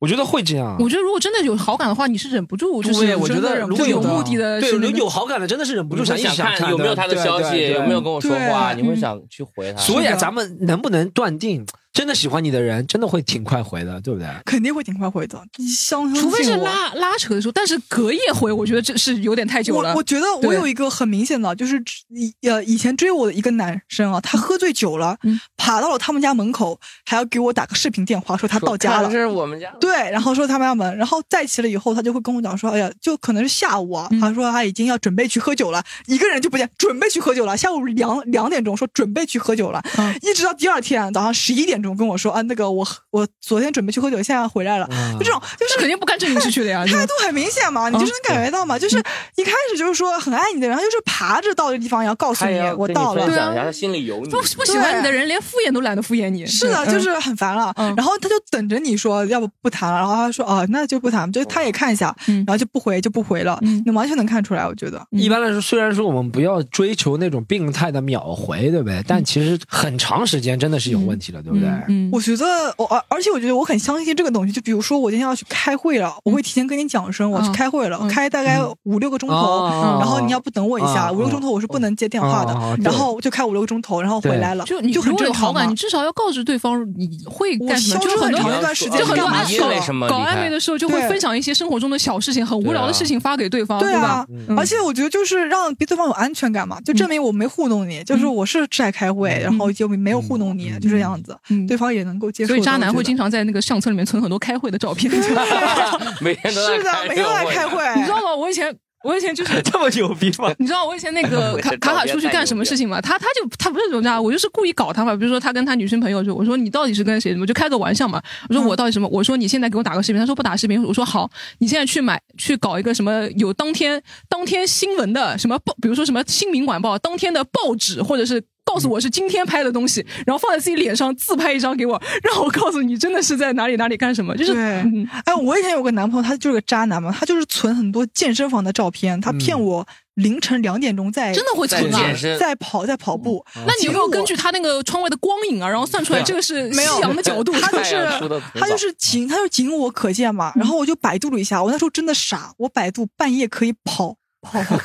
Speaker 1: 我觉得会这样。
Speaker 3: 我觉得如果真的有好感的话，你是忍不住，就是
Speaker 1: 对，我觉
Speaker 3: 真的
Speaker 1: 得
Speaker 3: 忍
Speaker 1: 如
Speaker 3: 不
Speaker 1: 果
Speaker 3: 住
Speaker 1: 有
Speaker 3: 有目的的，
Speaker 1: 对，
Speaker 3: 是那
Speaker 1: 有
Speaker 3: 个
Speaker 1: 有好感的，真的是忍不
Speaker 2: 你
Speaker 1: 住
Speaker 2: 会
Speaker 1: 想一直
Speaker 2: 想
Speaker 1: 想
Speaker 2: 有没有他的消息，有没有
Speaker 1: 跟。
Speaker 2: 跟我说话，
Speaker 4: 对嗯
Speaker 2: 你会想去回他。
Speaker 1: 所以
Speaker 4: 是
Speaker 1: 啊
Speaker 4: 的
Speaker 1: 咱们能不能断定，真的喜欢你的人，真的会挺快回的，对不对？
Speaker 4: 肯定会挺快回的。你相信
Speaker 3: 除非是
Speaker 4: 我
Speaker 3: 拉拉扯的时候，但是隔夜回，我觉得这是有点太久了
Speaker 4: 我我。觉得我
Speaker 3: 对
Speaker 4: 有一个很明显的，就是以呃以前追我的一个男生啊，他喝醉酒了，
Speaker 3: 嗯
Speaker 4: 爬到了他们家门口，还要给我打个视频电话，说他到家了
Speaker 2: 这。是我们家。
Speaker 4: 对，然后说他们家门，然后在一起了以后，他就会跟我讲说，哎呀，就可能是下午啊，
Speaker 3: 嗯
Speaker 4: 他说他已经要准备去喝酒了，一个人就不见，准备去喝酒了，下午两两点钟说准备去喝酒了，
Speaker 3: 嗯
Speaker 4: 一直到第二天早上十一点钟跟我说啊，那个我我昨天准备去喝酒，现在回来了，就这种
Speaker 3: 这
Speaker 4: 就是
Speaker 3: 肯定不干正经事去的呀，
Speaker 4: 态度很明显
Speaker 3: 哦
Speaker 4: 嘛，你就是能感觉到嘛，
Speaker 3: 嗯
Speaker 4: 就是一开始就是说很爱你的人，他就是爬着到这地方也要告诉
Speaker 2: 他也要
Speaker 4: 我
Speaker 2: 哎跟你
Speaker 4: 到
Speaker 2: 分
Speaker 4: 了。
Speaker 2: 享一下，他心里有你。
Speaker 3: 不不喜欢你的人连敷衍都懒得敷衍你。
Speaker 4: 是的，
Speaker 3: 对
Speaker 4: 就。是很烦了。
Speaker 3: 嗯
Speaker 4: 然后他就等着你说，要不不谈了。然后他说啊，那就不谈，就他也看一下，
Speaker 3: 嗯
Speaker 4: 然后就不回，就不回了。
Speaker 3: 嗯
Speaker 4: 你完全能看出来，我觉得。
Speaker 3: 嗯
Speaker 1: 一般来说，虽然说我们不要追求那种病态的秒回，对不对？但其实很长时间真的是有问题的，对不对？
Speaker 3: 嗯，
Speaker 4: 我觉得我而而且我觉得我很相信这个东西。就比如说我今天要去开会了，我会提前跟你讲声我去
Speaker 3: 嗯
Speaker 4: 开会了，
Speaker 3: 嗯哦
Speaker 4: 开大概五六个
Speaker 1: 哦
Speaker 4: 钟头，
Speaker 3: 嗯
Speaker 4: 然后你要不等我一下，
Speaker 1: 嗯
Speaker 4: 五六个钟头我是不能接电话的
Speaker 3: 哦
Speaker 1: 嗯嗯嗯，
Speaker 4: 然后就开五六个钟头，然后回来了，
Speaker 3: 嗯就你
Speaker 4: 就
Speaker 3: 如
Speaker 4: 很
Speaker 3: 果有
Speaker 4: 正
Speaker 3: 好
Speaker 4: 常嘛
Speaker 3: 感，你。至少要告知对方你会
Speaker 4: 我
Speaker 3: 干什么。
Speaker 4: 消
Speaker 3: 就
Speaker 4: 失
Speaker 3: 很
Speaker 4: 很
Speaker 3: 多
Speaker 4: 长一
Speaker 2: 人
Speaker 4: 段时间，
Speaker 3: 就很多
Speaker 4: 干嘛
Speaker 3: 暧
Speaker 2: 你因为
Speaker 4: 去
Speaker 2: 什
Speaker 4: 了？
Speaker 2: 么
Speaker 3: 搞
Speaker 2: 离
Speaker 3: 暧
Speaker 2: 开
Speaker 3: 昧的时候，就会
Speaker 4: 对
Speaker 3: 分享一些生活中的小事情、很无聊的
Speaker 2: 对啊
Speaker 3: 事情发给对方，
Speaker 4: 对
Speaker 3: 吧
Speaker 4: 啊？，
Speaker 1: 嗯
Speaker 4: 而且我觉得就是让对方有安全感嘛，就
Speaker 3: 嗯
Speaker 4: 证明我没糊弄你，就是我是在开会，然后就没有糊弄你，就这样子，
Speaker 3: 嗯
Speaker 4: 对方也能够接受
Speaker 3: 所
Speaker 4: 的。
Speaker 3: 以渣男
Speaker 4: 我
Speaker 3: 会
Speaker 4: 觉
Speaker 3: 经
Speaker 4: 得
Speaker 3: 常在那个相册里面存很多开会的照片，你
Speaker 4: [laughs]
Speaker 3: 知道吗
Speaker 2: 每天都在啊
Speaker 4: 是的，每天都在开会，
Speaker 3: 你
Speaker 2: 哎
Speaker 3: 知道吗？我以前，我以前就是
Speaker 2: [laughs]
Speaker 1: 这么牛逼吗？
Speaker 3: 你知道我以前那个
Speaker 2: 我也
Speaker 3: 卡
Speaker 2: 是
Speaker 3: 卡
Speaker 2: 照
Speaker 3: 卡
Speaker 2: 片
Speaker 3: 出去
Speaker 2: 太
Speaker 3: 干
Speaker 2: 牛
Speaker 3: 什么
Speaker 2: 逼
Speaker 3: 事情嘛？他他就他不是这种渣，我就是故意搞他嘛。比如说他跟他女生朋友说，我说你到底是跟谁什么，就开个玩笑嘛。我
Speaker 2: 嗯
Speaker 3: 说我到底什么？我说你现在给我打个视频，他说不打视频。我说好，你现在去买去搞一个什么有当天当天新闻的什么报，比如说什么新民晚报当天的报纸或者是。告诉我是今天拍的东西，然后放在自己脸上自拍一张给我，让我告诉你真的是在哪里哪里干什么，就是
Speaker 4: 对
Speaker 3: 嗯
Speaker 4: 哎，我以前有个男朋友，他就是个渣男嘛，他就是存很多健身房的照片，他骗我凌晨两点钟在
Speaker 3: 嗯真的会
Speaker 2: 在
Speaker 3: 存啊
Speaker 2: 健。身，
Speaker 4: 在跑在跑步，
Speaker 3: 嗯那你有没有
Speaker 4: 结果
Speaker 3: 根据他那个窗外的光影啊，然后算出来
Speaker 2: 对啊
Speaker 3: 这个是
Speaker 4: 没有
Speaker 3: 夕阳的角度？
Speaker 4: 他就
Speaker 2: 太阳出
Speaker 4: 是
Speaker 2: 得很
Speaker 4: 他就
Speaker 2: 早
Speaker 3: 嗯
Speaker 4: 是仅他就仅我可见嘛，然后我就百度了一下，我那时候真的傻，我百度半夜可以跑跑步。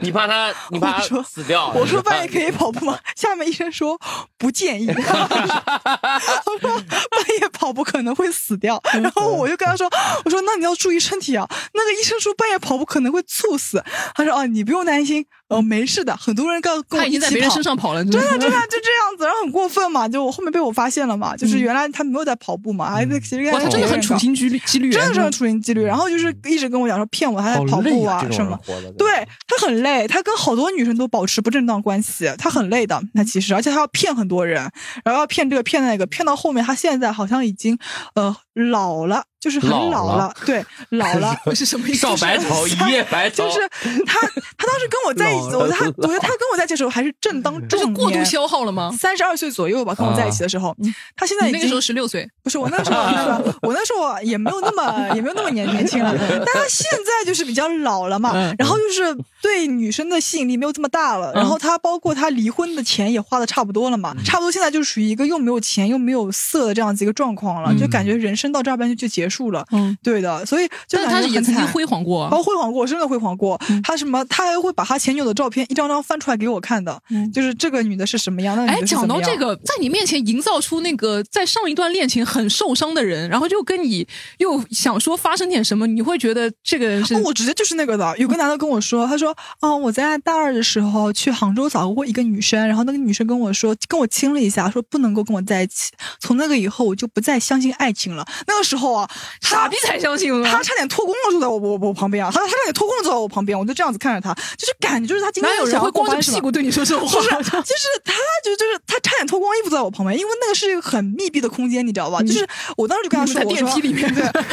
Speaker 2: 你怕他，你怕
Speaker 4: 我
Speaker 2: 他
Speaker 4: 说
Speaker 2: 死
Speaker 3: 哦
Speaker 2: 掉？
Speaker 4: 我说半夜可以跑
Speaker 3: [laughs]
Speaker 4: 步吗？下面医生说不建议。我说半夜跑步可能会死掉，
Speaker 3: 嗯
Speaker 4: 然后我就跟他说，我说那你要注意身体啊。那个医生说半夜跑步可能会猝死，他说哦你不用担心，呃没事的，很多人跟
Speaker 3: 他
Speaker 4: 跟我
Speaker 3: 已
Speaker 4: 一
Speaker 3: 经在
Speaker 4: 起
Speaker 3: 别人
Speaker 4: 跑
Speaker 3: 身。上跑了，真 [laughs]
Speaker 4: 真的真的就这样子，然后很过分嘛，就我后面被我发现了嘛，就是原来他没有在跑步嘛，还在其实
Speaker 3: 嗯
Speaker 4: 跟
Speaker 3: 哇，他真的很处
Speaker 4: 处心，
Speaker 3: 心积虑，积虑，。
Speaker 4: 真的是很处心积虑，然后就是一直跟我讲说骗
Speaker 1: 哎
Speaker 4: 我他在跑步啊什么，对他很累，他跟好多女生都保持不正当关系，他很累的。他其实，而且他要骗很多人，然后要骗这个骗那个，骗到后面，他现在好像已经呃老了，就是很
Speaker 2: 老
Speaker 4: 老
Speaker 2: 了
Speaker 4: 了，对，老了
Speaker 3: 是什么意思？
Speaker 2: 少白头
Speaker 4: [laughs]
Speaker 2: 一夜白头，
Speaker 4: 就是他，他当时跟我在一起，
Speaker 1: 老了
Speaker 4: 我他，我觉得他跟我在一起的时候还是正当
Speaker 3: 这是
Speaker 4: 中年，
Speaker 3: 过度消耗了吗？
Speaker 4: 三十二岁左右吧，跟我在一起的时候，他现在
Speaker 3: 你
Speaker 4: 已
Speaker 3: 那
Speaker 4: 经
Speaker 3: 个时候十六岁，
Speaker 4: 不是我那时候，那个
Speaker 3: [laughs]
Speaker 4: 我那时候也没有那么也没有那么年年轻了，但他现在就是比较老了嘛，
Speaker 3: 嗯
Speaker 4: 然后就是对女生的吸引力没有这么大了，然后
Speaker 3: 嗯
Speaker 4: 他包括他离婚的钱也花的差不多了嘛，差不多现在就是属于一个又没有钱又没有色的这样子一个状况了，就感觉人生到这儿边就就结束了，
Speaker 3: 嗯，
Speaker 4: 对的，所以就
Speaker 3: 但
Speaker 4: 感
Speaker 3: 他
Speaker 4: 觉
Speaker 3: 也
Speaker 4: 很
Speaker 3: 曾经
Speaker 4: 惨。
Speaker 3: 辉煌过啊
Speaker 4: 然。后辉煌过，真的辉煌过。
Speaker 3: 嗯
Speaker 4: 他什么，他还会把他前女友的照片一张张翻出来给我看的，
Speaker 3: 嗯
Speaker 4: 就是这个女的是什么样，那个
Speaker 3: 哎
Speaker 4: 女，的是
Speaker 3: 讲
Speaker 4: 怎么
Speaker 3: 到
Speaker 4: 样。
Speaker 3: 这个，在你面前营造出那个在上一段恋情很受伤的人，然后就跟你又想说发生点什么，你会觉得这个人是嗯
Speaker 4: 哦，我直接就是那个的。有个男的跟我说，他说，哦，我在大二的时候去杭州找过一个女生，然后那个女生跟我说，跟我亲了一下，说不能够跟我在一起。从那个以后，我就不再相信爱情了。那个时候啊，他
Speaker 3: 傻逼才相信吗？
Speaker 4: 他差点脱光了坐在我我我旁边啊，他他差点脱光了坐在我旁边，我就这样子看着他，就是感觉就是他今天
Speaker 3: 哪有人
Speaker 4: 想要
Speaker 3: 会
Speaker 4: 跟
Speaker 3: 光
Speaker 4: 我
Speaker 3: 着
Speaker 4: 发生
Speaker 3: 屁
Speaker 4: 什么
Speaker 3: 股对你说这种话？ [laughs]
Speaker 4: [laughs] 就是他，就就是他差点脱光衣服在我旁边，因为那个是一个很密闭的空间，你知道吧？就是我当时就跟他说，
Speaker 3: 嗯你们在电梯里面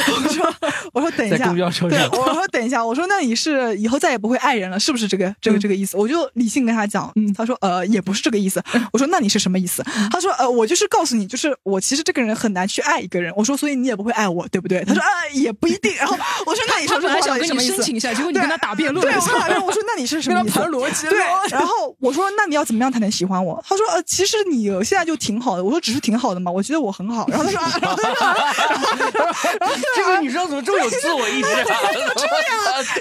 Speaker 4: 我说对，我说我说等一
Speaker 1: 在
Speaker 4: 下，
Speaker 1: 公交车上
Speaker 4: 对，我说等一下，我说那你是以后再也不会爱人了，是不是这个
Speaker 3: 嗯
Speaker 4: 这个这个意思？我就理性跟他讲，他说呃也不是这个意思，
Speaker 3: 嗯
Speaker 4: 我说那你是什么意思？他说呃我就是告诉你，就是我其实这个人很难去爱一个人，我说所以你也不会爱我，对不对？他说啊、也不一定，然后我说那你
Speaker 3: 嗯他
Speaker 4: 说这
Speaker 3: 本来
Speaker 4: 话
Speaker 3: 想
Speaker 4: 到
Speaker 3: 跟
Speaker 4: 底什
Speaker 3: 你
Speaker 4: 么意
Speaker 3: 申
Speaker 4: 思？
Speaker 3: 请一下，结果你跟他打辩论
Speaker 4: 对，啊
Speaker 3: 了
Speaker 4: 我。跟他说，我说那你是什么意思？
Speaker 3: 逻辑
Speaker 4: 对，然后我说那你要怎么样才能喜欢我？他说呃，其实你现在就挺好的。我说只是挺好的嘛，我觉得我很好。然后他说，啊然后他说，啊
Speaker 2: 这个女生怎么这么有自我意识啊？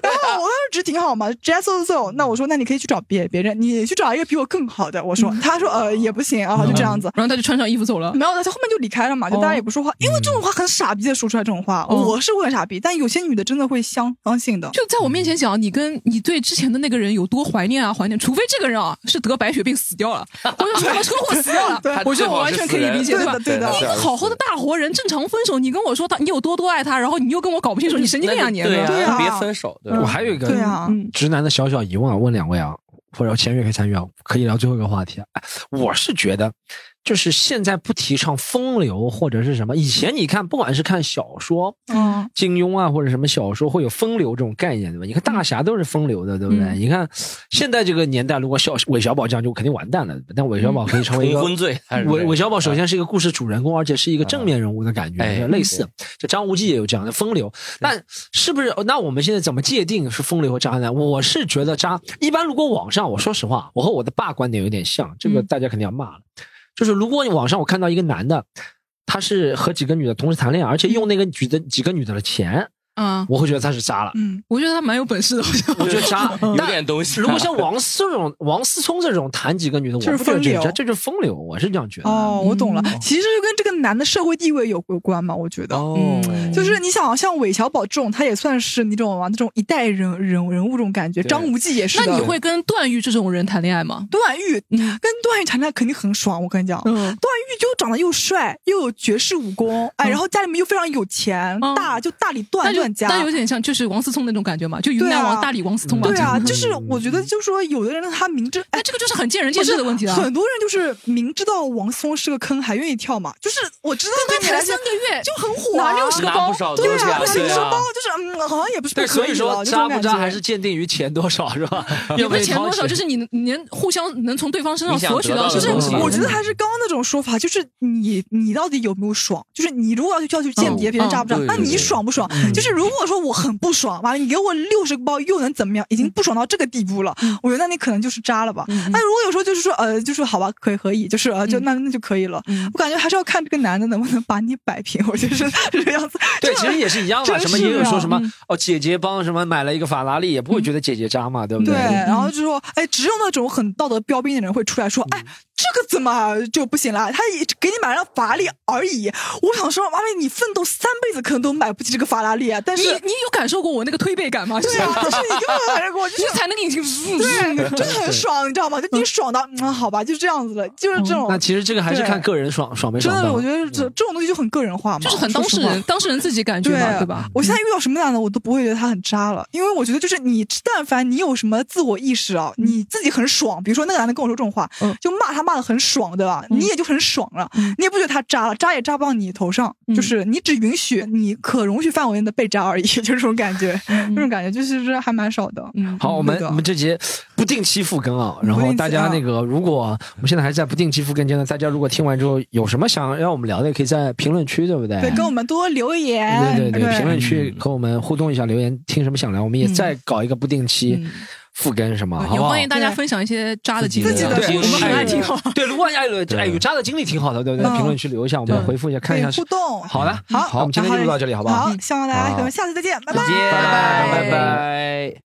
Speaker 4: 然后我当时只是挺好嘛，just so so。那我说那你可以去找别别人，你去找一个比我更好的。我说，
Speaker 3: 嗯
Speaker 4: 他说呃也不行啊，就这样子。
Speaker 3: [laughs] 然后他就穿上衣服走了。
Speaker 4: 没有，他后面就离开了嘛，就大家也不说话，因为这种话很傻逼的说出来这种话，
Speaker 3: 哦
Speaker 4: 我是会很傻逼，但有些女的真的会相相信的。
Speaker 3: 就在我面前讲，你跟你对之前的那个人有多怀念啊，怀念，除非这个人啊是得白血病死掉了， [laughs] 或者什么车祸死掉了，
Speaker 4: 对
Speaker 3: 我觉得我完全可以理解，
Speaker 4: 对
Speaker 3: 吧
Speaker 4: 的？对的
Speaker 3: 你一个好好的大活人，正常分手，你跟我说他你有多多爱他，然后你又跟我搞不清楚，你神经病啊你！
Speaker 2: 对
Speaker 4: 对
Speaker 2: 呀，
Speaker 4: 啊
Speaker 2: 别分手，对
Speaker 1: 我
Speaker 2: 吧？
Speaker 1: 还有一个
Speaker 4: 对啊，
Speaker 3: 嗯，
Speaker 1: 直男的小小疑问啊，问两位啊，或者前面可以参与啊，可以聊最后一个话题啊。哎我是觉得，就是现在不提倡风流或者是什么，以前你看，不管是看小说，
Speaker 4: 嗯，
Speaker 1: 金庸啊或者什么小说，会有风流这种概念，对吧？你看大侠都是风流的，对不对？
Speaker 3: 嗯
Speaker 1: 你看现在这个年代，如果小韦小宝这样，就肯定完蛋了。但韦小宝可以成为一
Speaker 2: [laughs]
Speaker 1: 个
Speaker 2: 红婚罪，还是
Speaker 1: 韦韦小宝首先是一个故事主人公，而且是一个正面人物的感觉，
Speaker 2: 啊哎
Speaker 1: 类似。这张无忌也有这样的风流，但是不是？那我们现在怎么界定是风流和渣男？我是觉得渣，一般如果网上，我说实话，我和我的爸观点有点像，这个
Speaker 3: 嗯
Speaker 1: 大家肯定要骂了。就是如果你网上我看到一个男的，他是和几个女的同时谈恋爱，而且
Speaker 4: 嗯
Speaker 1: 用那个女的几个女的的钱，
Speaker 3: 啊，
Speaker 1: 我会觉得他是渣了。
Speaker 4: 嗯，
Speaker 3: 我觉得他蛮有本事的，好像
Speaker 1: 我觉得渣，
Speaker 2: [laughs]
Speaker 3: [laughs]
Speaker 2: 有
Speaker 1: 但
Speaker 2: 点东西啊。
Speaker 1: 如果像王思这种、王思聪这种谈几个女的，我
Speaker 4: 就是
Speaker 1: 不觉得这
Speaker 4: 风流
Speaker 1: 渣，这就是风流，我是这样觉得。啊
Speaker 4: 哦，我懂了
Speaker 3: 嗯，
Speaker 4: 其实就跟这个男的社会地位有有关嘛，我觉得。
Speaker 1: 哦
Speaker 3: 嗯
Speaker 4: 就是你想像韦小宝这种，他也算是你懂吗？那种一代人人人物这种感觉，
Speaker 1: 对
Speaker 4: 张无忌也是的。
Speaker 3: 那你会跟段誉这种人谈恋爱吗？
Speaker 4: 段誉
Speaker 3: 嗯
Speaker 4: 跟段誉谈恋爱肯定很爽，我跟你讲，段
Speaker 3: 嗯，
Speaker 4: 誉就长得又帅，又有绝世武功，哎，
Speaker 3: 嗯
Speaker 4: 然后家里面又非常有钱，
Speaker 3: 嗯
Speaker 4: 大就大理
Speaker 3: 那
Speaker 4: 段
Speaker 3: 就
Speaker 4: 段家。
Speaker 3: 那有点像就是王思聪那种感觉嘛，就云南
Speaker 4: 对
Speaker 3: 王
Speaker 4: 啊
Speaker 3: 大理王思聪嘛。
Speaker 4: 对啊，
Speaker 1: 嗯
Speaker 4: 就是我觉得，就是说有的人他明知哎
Speaker 3: 那。这个就是很见仁见智的问题啊了。
Speaker 4: 很多人就是明知道王思聪是个坑，还愿意跳嘛。就是我知道
Speaker 3: 跟
Speaker 4: 对
Speaker 3: 他
Speaker 4: 你来
Speaker 3: 谈
Speaker 4: 讲
Speaker 3: 三个月
Speaker 4: 就很火
Speaker 3: 拿
Speaker 4: 啊，
Speaker 3: 60个
Speaker 2: 拿
Speaker 3: 包
Speaker 2: 不少东
Speaker 4: 对
Speaker 2: 西
Speaker 4: 啊，
Speaker 2: 啊，
Speaker 4: 拿
Speaker 2: 对
Speaker 4: 60
Speaker 2: 啊
Speaker 4: 包，就是嗯，好像也不是不
Speaker 1: 对，所
Speaker 4: 可
Speaker 1: 以
Speaker 4: 以啊
Speaker 1: 说
Speaker 4: 了，就这
Speaker 1: 渣
Speaker 4: 种
Speaker 1: 不
Speaker 4: 感
Speaker 1: 渣
Speaker 4: 觉
Speaker 1: 还是鉴定于钱多少是
Speaker 4: [laughs]
Speaker 1: 吧？
Speaker 3: 也
Speaker 1: 要
Speaker 3: 不
Speaker 1: 不
Speaker 3: 是钱多少，
Speaker 1: [laughs]
Speaker 3: 就是是你能你能互相能从对方身上
Speaker 2: 你想
Speaker 3: 索取
Speaker 2: 得到
Speaker 3: 到
Speaker 2: 的
Speaker 3: 这
Speaker 4: 就是
Speaker 3: 种
Speaker 2: 东西
Speaker 4: 我觉得
Speaker 3: 嗯
Speaker 4: 还是刚刚那种说法，就是你你到底有没有爽？就是你如果要去要去间谍，
Speaker 3: 嗯
Speaker 4: 别人渣不渣
Speaker 2: 嗯？
Speaker 4: 那
Speaker 2: 对对
Speaker 4: 你爽不爽？就是如果说我很不爽，完了你给我六十个包又能怎么样？已经不爽到这个地步了，我觉得那你可能就是渣了吧。
Speaker 3: 嗯嗯
Speaker 4: 那如果有时候就是说呃，就是好吧，可以可以，就是呃，就那那就可以了
Speaker 3: 嗯。
Speaker 4: 我感觉还是要看这个男的能不能把你摆平，我觉得是这个样子。
Speaker 1: 对，
Speaker 4: [laughs] 就
Speaker 1: 其实也是一样嘛。
Speaker 4: 真
Speaker 1: 什么
Speaker 4: 是
Speaker 1: 也有说
Speaker 4: 啊嗯
Speaker 1: 什么
Speaker 3: 嗯
Speaker 1: 哦，姐姐帮什么买了一个法拉利，也不会觉得姐姐渣嘛，对不
Speaker 4: 对，
Speaker 1: 对？
Speaker 4: 然后就说，哎，只有那种很道德标兵的人会出来
Speaker 1: 嗯
Speaker 4: 说，哎，这个怎么就不行了？他也给你买辆法拉利而已。我想说，妈咪，你奋斗三辈子可能都买不起这个法拉利啊！但
Speaker 3: 你
Speaker 4: 是，
Speaker 3: 你有感受过我那个推背感吗？就
Speaker 4: 对
Speaker 3: 是
Speaker 4: 啊，但是你根本还是
Speaker 1: [laughs]
Speaker 4: 给我，
Speaker 3: [laughs]
Speaker 4: 就
Speaker 1: 啊
Speaker 3: 就是是才能给你
Speaker 4: 对，啊真的很爽，你知道吗？就你爽到，嗯，好吧，就这样子了，就是这种
Speaker 1: 那，其实这个还是
Speaker 4: 对
Speaker 1: 看个人爽爽没
Speaker 4: 真
Speaker 1: 爽
Speaker 4: 的，
Speaker 1: 到嗯
Speaker 4: 我。觉得这这种东西就很个人化嘛，
Speaker 3: 就是很
Speaker 4: 说
Speaker 3: 当
Speaker 4: 实
Speaker 3: 事
Speaker 4: 话
Speaker 3: 人当事人自己感觉
Speaker 4: 对啊
Speaker 3: 嘛，对吧？
Speaker 4: 我现
Speaker 1: 嗯
Speaker 4: 在遇到什么男的，我都不会觉得他很渣了，因为我觉得就是你，但凡你有什么自我意
Speaker 1: 嗯
Speaker 4: 识啊，你自己很爽，比如说那个男的跟我说这种话，
Speaker 3: 嗯
Speaker 4: 就骂他骂的很爽，对吧？啊
Speaker 3: 嗯
Speaker 4: 你也就很爽了。
Speaker 1: 嗯
Speaker 4: 你也不觉得他扎了，扎也扎不到你头上，
Speaker 3: 嗯
Speaker 4: 就是你只允许你可容许范围内的被扎而已， [laughs] 就是这种感觉，
Speaker 1: 嗯
Speaker 4: [laughs] 这种感觉就是这还蛮少的。
Speaker 3: 嗯，
Speaker 1: 好，我们
Speaker 4: 那个
Speaker 1: 我们这节不定期复更啊，然
Speaker 4: 不定
Speaker 1: 后
Speaker 4: 期
Speaker 1: 大家
Speaker 4: 啊
Speaker 1: 那个，如果我们现在还在不定期复更阶段，大家如果听完之后有什么想让我们聊的，也可以在评论区，对不对？
Speaker 4: 对，跟我们多多留言，
Speaker 1: 对对对，评论区
Speaker 2: 嗯
Speaker 1: 和我们互动一下，留言听什么想聊，我们也
Speaker 3: 嗯
Speaker 1: 再搞一个不定期
Speaker 3: 嗯
Speaker 1: 复更，什么
Speaker 3: 啊
Speaker 4: 嗯
Speaker 1: 好
Speaker 3: 也
Speaker 1: 不好
Speaker 3: 欢？迎大家
Speaker 4: 对
Speaker 3: 分享一些渣的
Speaker 2: 自己
Speaker 3: 经
Speaker 2: 的
Speaker 4: 自
Speaker 1: 对
Speaker 3: 历啊，
Speaker 4: 己的故
Speaker 3: 我们
Speaker 4: 事
Speaker 3: 很爱听啊。
Speaker 1: [laughs] 对，如果哎有
Speaker 2: 对
Speaker 1: 哎有渣的经历挺好的，对不对？
Speaker 4: 嗯
Speaker 1: 评论区留一下，我
Speaker 3: 对
Speaker 1: 们回复一下，看一
Speaker 4: 对
Speaker 1: 下是
Speaker 4: 互动。
Speaker 1: 好的。
Speaker 4: 好，
Speaker 1: 好，我们今天就录到这里，好不好？
Speaker 4: 好，希望大家
Speaker 1: 好
Speaker 4: 我们下次再见，拜拜。
Speaker 2: 再见
Speaker 1: 拜
Speaker 3: 拜
Speaker 1: 拜
Speaker 2: 拜拜。